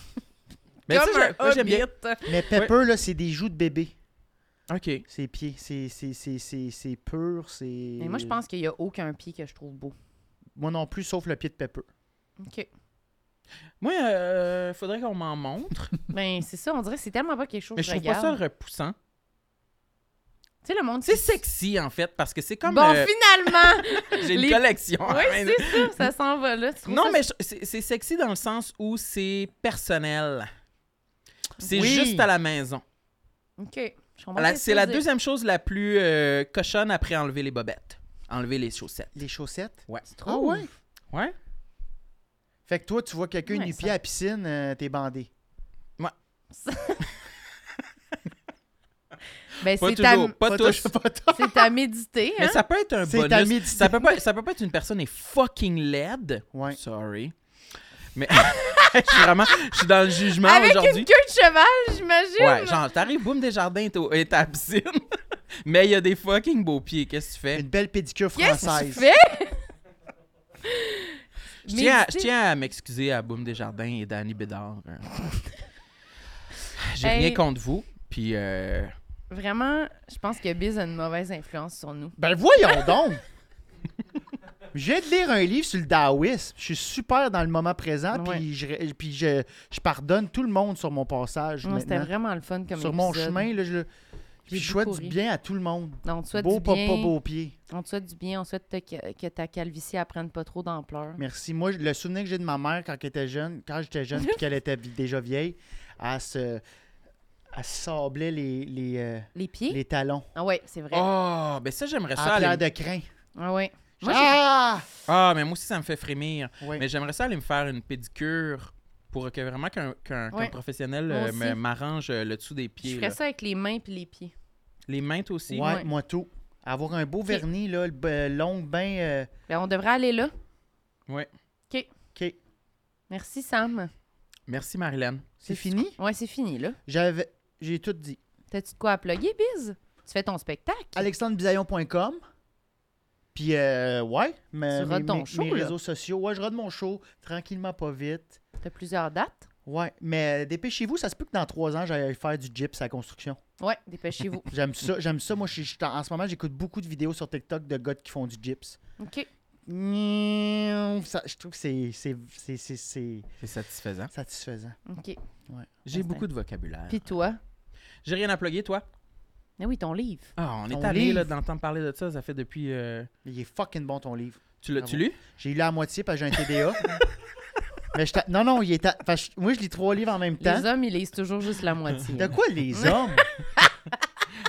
[SPEAKER 1] Mais
[SPEAKER 2] comme
[SPEAKER 1] ça, j'a- moi,
[SPEAKER 2] un
[SPEAKER 1] j'aime bien.
[SPEAKER 2] hobbit.
[SPEAKER 4] Mais Pepper, là, c'est des joues de bébé.
[SPEAKER 1] OK.
[SPEAKER 4] Ses pieds, c'est- c'est- c'est c'est- c'est pur, c'est...
[SPEAKER 2] Mais moi, je pense qu'il y a aucun pied que je
[SPEAKER 1] *laughs*
[SPEAKER 2] trouve beau.
[SPEAKER 4] Moi non plus, sauf le pied de Pepper.
[SPEAKER 2] OK.
[SPEAKER 1] Moi, euh, faudrait qu'on m'en montre.
[SPEAKER 2] Ben, c'est ça, on dirait que c'est tellement pas quelque chose
[SPEAKER 1] mais
[SPEAKER 2] que
[SPEAKER 1] je
[SPEAKER 2] je
[SPEAKER 1] trouve pas ça
[SPEAKER 2] regarde.
[SPEAKER 1] repoussant.
[SPEAKER 2] Tu sais, le monde...
[SPEAKER 1] C'est sexy en fait parce que c'est comme
[SPEAKER 2] Bon, *laughs*
[SPEAKER 1] euh, *laughs*
[SPEAKER 2] finalement!
[SPEAKER 1] j'ai une
[SPEAKER 2] les-
[SPEAKER 1] collection. *laughs*
[SPEAKER 2] Oui, c'est ça, ça s'en va là. Tu trouves
[SPEAKER 1] non
[SPEAKER 2] ça-
[SPEAKER 1] mais je- c'est c'est sexy dans le sens où c'est personnel. C'est
[SPEAKER 4] Oui.
[SPEAKER 1] juste à la maison.
[SPEAKER 2] OK. Je comprends
[SPEAKER 1] La-
[SPEAKER 2] qu'est-ce
[SPEAKER 1] c'est
[SPEAKER 2] que
[SPEAKER 1] la
[SPEAKER 2] tu veux dire.
[SPEAKER 1] deuxième chose la plus euh, cochonne après enlever les bobettes. Enlever les chaussettes.
[SPEAKER 4] Les chaussettes?
[SPEAKER 1] Ouais.
[SPEAKER 4] Ah ouais?
[SPEAKER 1] Ouais.
[SPEAKER 4] Fait que toi, tu vois quelqu'un
[SPEAKER 2] Ouais,
[SPEAKER 4] nu
[SPEAKER 2] ça-
[SPEAKER 4] pied à la piscine, euh, t'es bandé.
[SPEAKER 2] Ben,
[SPEAKER 1] Pas
[SPEAKER 2] c'est
[SPEAKER 1] toujours.
[SPEAKER 2] à-
[SPEAKER 1] Pas tous.
[SPEAKER 4] toi, *laughs* pas toi.
[SPEAKER 2] C'est à méditer, hein?
[SPEAKER 1] *laughs* Mais ça peut être un
[SPEAKER 4] C'est ta
[SPEAKER 1] bonus.
[SPEAKER 4] médité.
[SPEAKER 1] Ça peut, pas, ça peut pas être une personne est fucking laide.
[SPEAKER 4] Ouais.
[SPEAKER 1] Sorry. Mais *laughs* je suis vraiment... Je suis dans le jugement
[SPEAKER 2] Avec
[SPEAKER 1] aujourd'hui.
[SPEAKER 2] une queue de cheval, j'imagine.
[SPEAKER 1] Ouais, genre, t'arrives, boum, des jardins et ta piscine. *laughs* Mais il y a des fucking beaux pieds. Qu'est-ce que tu fais?
[SPEAKER 4] Une belle pédicure
[SPEAKER 2] Qu'est-ce que tu
[SPEAKER 4] française.
[SPEAKER 2] fais?
[SPEAKER 1] *laughs* Je tiens, à, je
[SPEAKER 2] Méditer.
[SPEAKER 1] tiens à m'excuser à Boom Desjardins et Danny Bédard.
[SPEAKER 2] *laughs*
[SPEAKER 1] Euh, J'ai
[SPEAKER 2] Hey.
[SPEAKER 1] rien contre vous. Puis, euh,
[SPEAKER 2] Vraiment, je pense que Biz a une mauvaise influence sur nous.
[SPEAKER 4] Ben voyons donc! Je viens de lire un livre sur le Taoïsme. Je suis super dans le moment présent,
[SPEAKER 2] Ouais.
[SPEAKER 4] puis, je, ré- puis je, je pardonne tout le monde sur mon passage
[SPEAKER 2] Non, C'était
[SPEAKER 4] maintenant.
[SPEAKER 2] vraiment le fun comme
[SPEAKER 4] Sur mon
[SPEAKER 2] épisode.
[SPEAKER 4] chemin, là, je, puis
[SPEAKER 2] J'ai
[SPEAKER 4] je souhaite
[SPEAKER 2] beaucoup
[SPEAKER 4] du
[SPEAKER 2] ri.
[SPEAKER 4] bien à tout le monde.
[SPEAKER 2] Non, on te souhaite
[SPEAKER 4] beau,
[SPEAKER 2] du
[SPEAKER 4] pas,
[SPEAKER 2] bien.
[SPEAKER 4] pas beau pied.
[SPEAKER 2] On te souhaite du bien. On souhaite te- que, que ta calvitie elle prenne pas trop d'ampleur.
[SPEAKER 4] Merci. Moi, le souvenir que j'ai de ma mère quand elle était jeune, quand j'étais jeune puis qu'elle était vi- déjà vieille, elle se, elle se sablait les, les, euh,
[SPEAKER 2] Les pieds?
[SPEAKER 4] les talons.
[SPEAKER 2] Ah ouais, c'est vrai.
[SPEAKER 1] oh, ben ça, j'aimerais ça
[SPEAKER 4] En pleurs
[SPEAKER 1] aller.
[SPEAKER 4] de crin.
[SPEAKER 2] Ah ouais. Moi, j'ai-
[SPEAKER 4] ah!
[SPEAKER 1] Ah, mais moi aussi, ça me fait frémir.
[SPEAKER 4] Oui.
[SPEAKER 1] Mais j'aimerais ça aller me faire une pédicure pour que vraiment qu'un qu'un- qu'un
[SPEAKER 2] Ouais.
[SPEAKER 1] professionnel
[SPEAKER 2] Moi
[SPEAKER 1] euh,
[SPEAKER 2] aussi.
[SPEAKER 1] me- m'arrange euh, le dessous des
[SPEAKER 2] je
[SPEAKER 1] pieds.
[SPEAKER 2] ferais
[SPEAKER 1] là.
[SPEAKER 2] ça avec les mains puis les pieds.
[SPEAKER 1] Les mains, toi aussi.
[SPEAKER 4] Ouais,
[SPEAKER 2] Ouais.
[SPEAKER 4] moi tout. Avoir un beau vernis, là, le b- long, ben. euh,
[SPEAKER 2] Ben, on devrait aller là.
[SPEAKER 1] Ouais.
[SPEAKER 4] OK.
[SPEAKER 2] Merci, Sam.
[SPEAKER 1] Merci, Marilyn.
[SPEAKER 4] C'est fini?
[SPEAKER 2] Ouais, c'est fini, là.
[SPEAKER 4] J'avais. J'ai tout dit.
[SPEAKER 2] T'as-tu de quoi à plugger, Biz? Tu fais ton spectacle?
[SPEAKER 4] alexandrebisaillon.com. Puis, euh, ouais, mais
[SPEAKER 2] Tu rodes ton
[SPEAKER 4] mes,
[SPEAKER 2] show,
[SPEAKER 4] mes
[SPEAKER 2] là.
[SPEAKER 4] réseaux sociaux. Ouais, je rode mon show tranquillement, pas vite.
[SPEAKER 2] T'as plusieurs dates?
[SPEAKER 4] Ouais, mais euh, dépêchez-vous, ça se peut que dans trois ans, j'aille faire du gyps à la construction.
[SPEAKER 2] Ouais,
[SPEAKER 4] *laughs*
[SPEAKER 2] dépêchez-vous.
[SPEAKER 4] J'aime ça, j'aime ça. Moi, je suis- je suis en en ce moment, j'écoute beaucoup de vidéos sur TikTok de gars qui font du gyps.
[SPEAKER 2] OK.
[SPEAKER 4] Miaou, ça- je trouve que c'est- c'est- c'est c'est- c'est
[SPEAKER 1] C'est satisfaisant.
[SPEAKER 4] satisfaisant.
[SPEAKER 2] OK.
[SPEAKER 1] J'ai
[SPEAKER 2] Instinct.
[SPEAKER 1] beaucoup de vocabulaire.
[SPEAKER 2] Puis toi?
[SPEAKER 1] J'ai rien à plugger, toi?
[SPEAKER 2] Ah oui, ton livre.
[SPEAKER 1] Ah, on
[SPEAKER 4] Ton
[SPEAKER 1] est allé
[SPEAKER 4] livre.
[SPEAKER 1] là, d'entendre parler de ça. Ça fait depuis. euh,
[SPEAKER 4] Il est fucking bon, ton livre.
[SPEAKER 1] Tu
[SPEAKER 2] Ah
[SPEAKER 1] l'as
[SPEAKER 4] Bravo.
[SPEAKER 1] tu lu?
[SPEAKER 4] J'ai lu à moitié parce que j'ai un
[SPEAKER 2] *laughs*
[SPEAKER 4] TDA. mais je t'a- non, non, il est à- parce que moi, je lis trois livres en même temps.
[SPEAKER 2] Les hommes, ils lisent toujours juste la moitié.
[SPEAKER 4] Hein? De quoi
[SPEAKER 2] *laughs*
[SPEAKER 4] les hommes?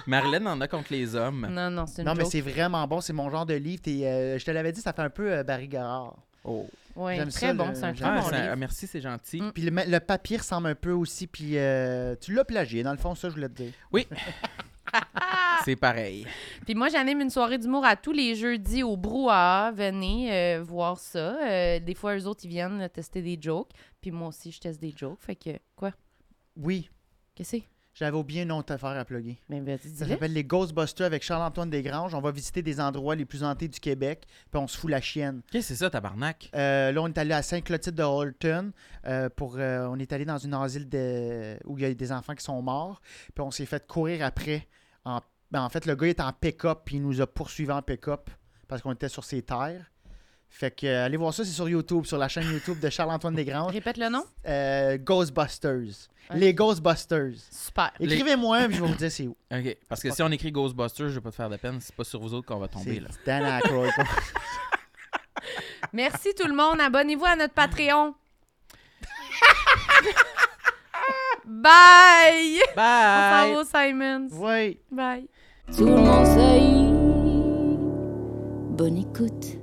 [SPEAKER 1] Marilyn en a contre les hommes.
[SPEAKER 2] Non, non, c'est une
[SPEAKER 4] non, mais
[SPEAKER 2] joke.
[SPEAKER 4] c'est vraiment bon. C'est mon genre de livre. T'es, euh, je te l'avais dit, ça fait un peu euh, Barry Garard.
[SPEAKER 1] Oh.
[SPEAKER 2] Ouais,
[SPEAKER 4] j'aime
[SPEAKER 2] très
[SPEAKER 4] ça,
[SPEAKER 2] bon,
[SPEAKER 4] le-
[SPEAKER 2] c'est un
[SPEAKER 4] j'aime
[SPEAKER 2] très
[SPEAKER 1] Ah,
[SPEAKER 2] bon
[SPEAKER 1] ça-
[SPEAKER 2] livre.
[SPEAKER 1] ah, merci, c'est gentil.
[SPEAKER 2] Mm.
[SPEAKER 4] Puis le, ma- le papier ressemble un peu aussi. Puis euh, tu l'as plagié, dans le fond, ça, je voulais te dire.
[SPEAKER 1] C'est pareil.
[SPEAKER 2] Puis moi, j'anime une soirée d'humour à tous les jeudis au Brouhaha. Venez euh, voir ça. Euh, des fois, eux autres, ils viennent euh, tester des jokes. Puis moi aussi, je teste des jokes. Fait que, quoi?
[SPEAKER 4] Oui,
[SPEAKER 2] Qu'est-ce que c'est?
[SPEAKER 4] j'avais oublié une autre affaire à plugger.
[SPEAKER 2] Ben, ben, dis
[SPEAKER 4] Ça s'appelle les Ghostbusters avec Charles-Antoine Desgranges. On va visiter des endroits les plus hantés du Québec, puis on se fout la chienne.
[SPEAKER 1] Qu'est-ce que c'est ça, tabarnak?
[SPEAKER 4] Euh, là, on est allé à Saint-Clotilde de Holton. euh, pour, euh, on est allé dans une asile de- où il y a des enfants qui sont morts. Puis on s'est fait courir après. En, ben, en fait, le gars est en pick-up, puis il nous a poursuivis en pick-up parce qu'on était sur ses terres. Fait que, euh, allez voir ça, c'est sur YouTube, sur la chaîne YouTube de Charles-Antoine Desgranges.
[SPEAKER 2] Répète le nom.
[SPEAKER 4] Euh, Ghostbusters.
[SPEAKER 2] Ok.
[SPEAKER 4] Les Ghostbusters.
[SPEAKER 2] Super.
[SPEAKER 1] Les-
[SPEAKER 4] Écrivez-moi, puis je vais vous dire c'est où.
[SPEAKER 1] OK. Parce que si on écrit Ghostbusters, je vais pas te faire de peine. C'est pas sur vous autres qu'on va tomber,
[SPEAKER 4] C'est
[SPEAKER 1] là.
[SPEAKER 4] Dan
[SPEAKER 1] *laughs*
[SPEAKER 4] Aykroyd.
[SPEAKER 2] Merci tout le monde. Abonnez-vous à notre Patreon. Bye!
[SPEAKER 1] Bye!
[SPEAKER 2] On s'en va au Simons.
[SPEAKER 4] ouais.
[SPEAKER 2] Bye.
[SPEAKER 3] Tout le monde sait. Bonne écoute.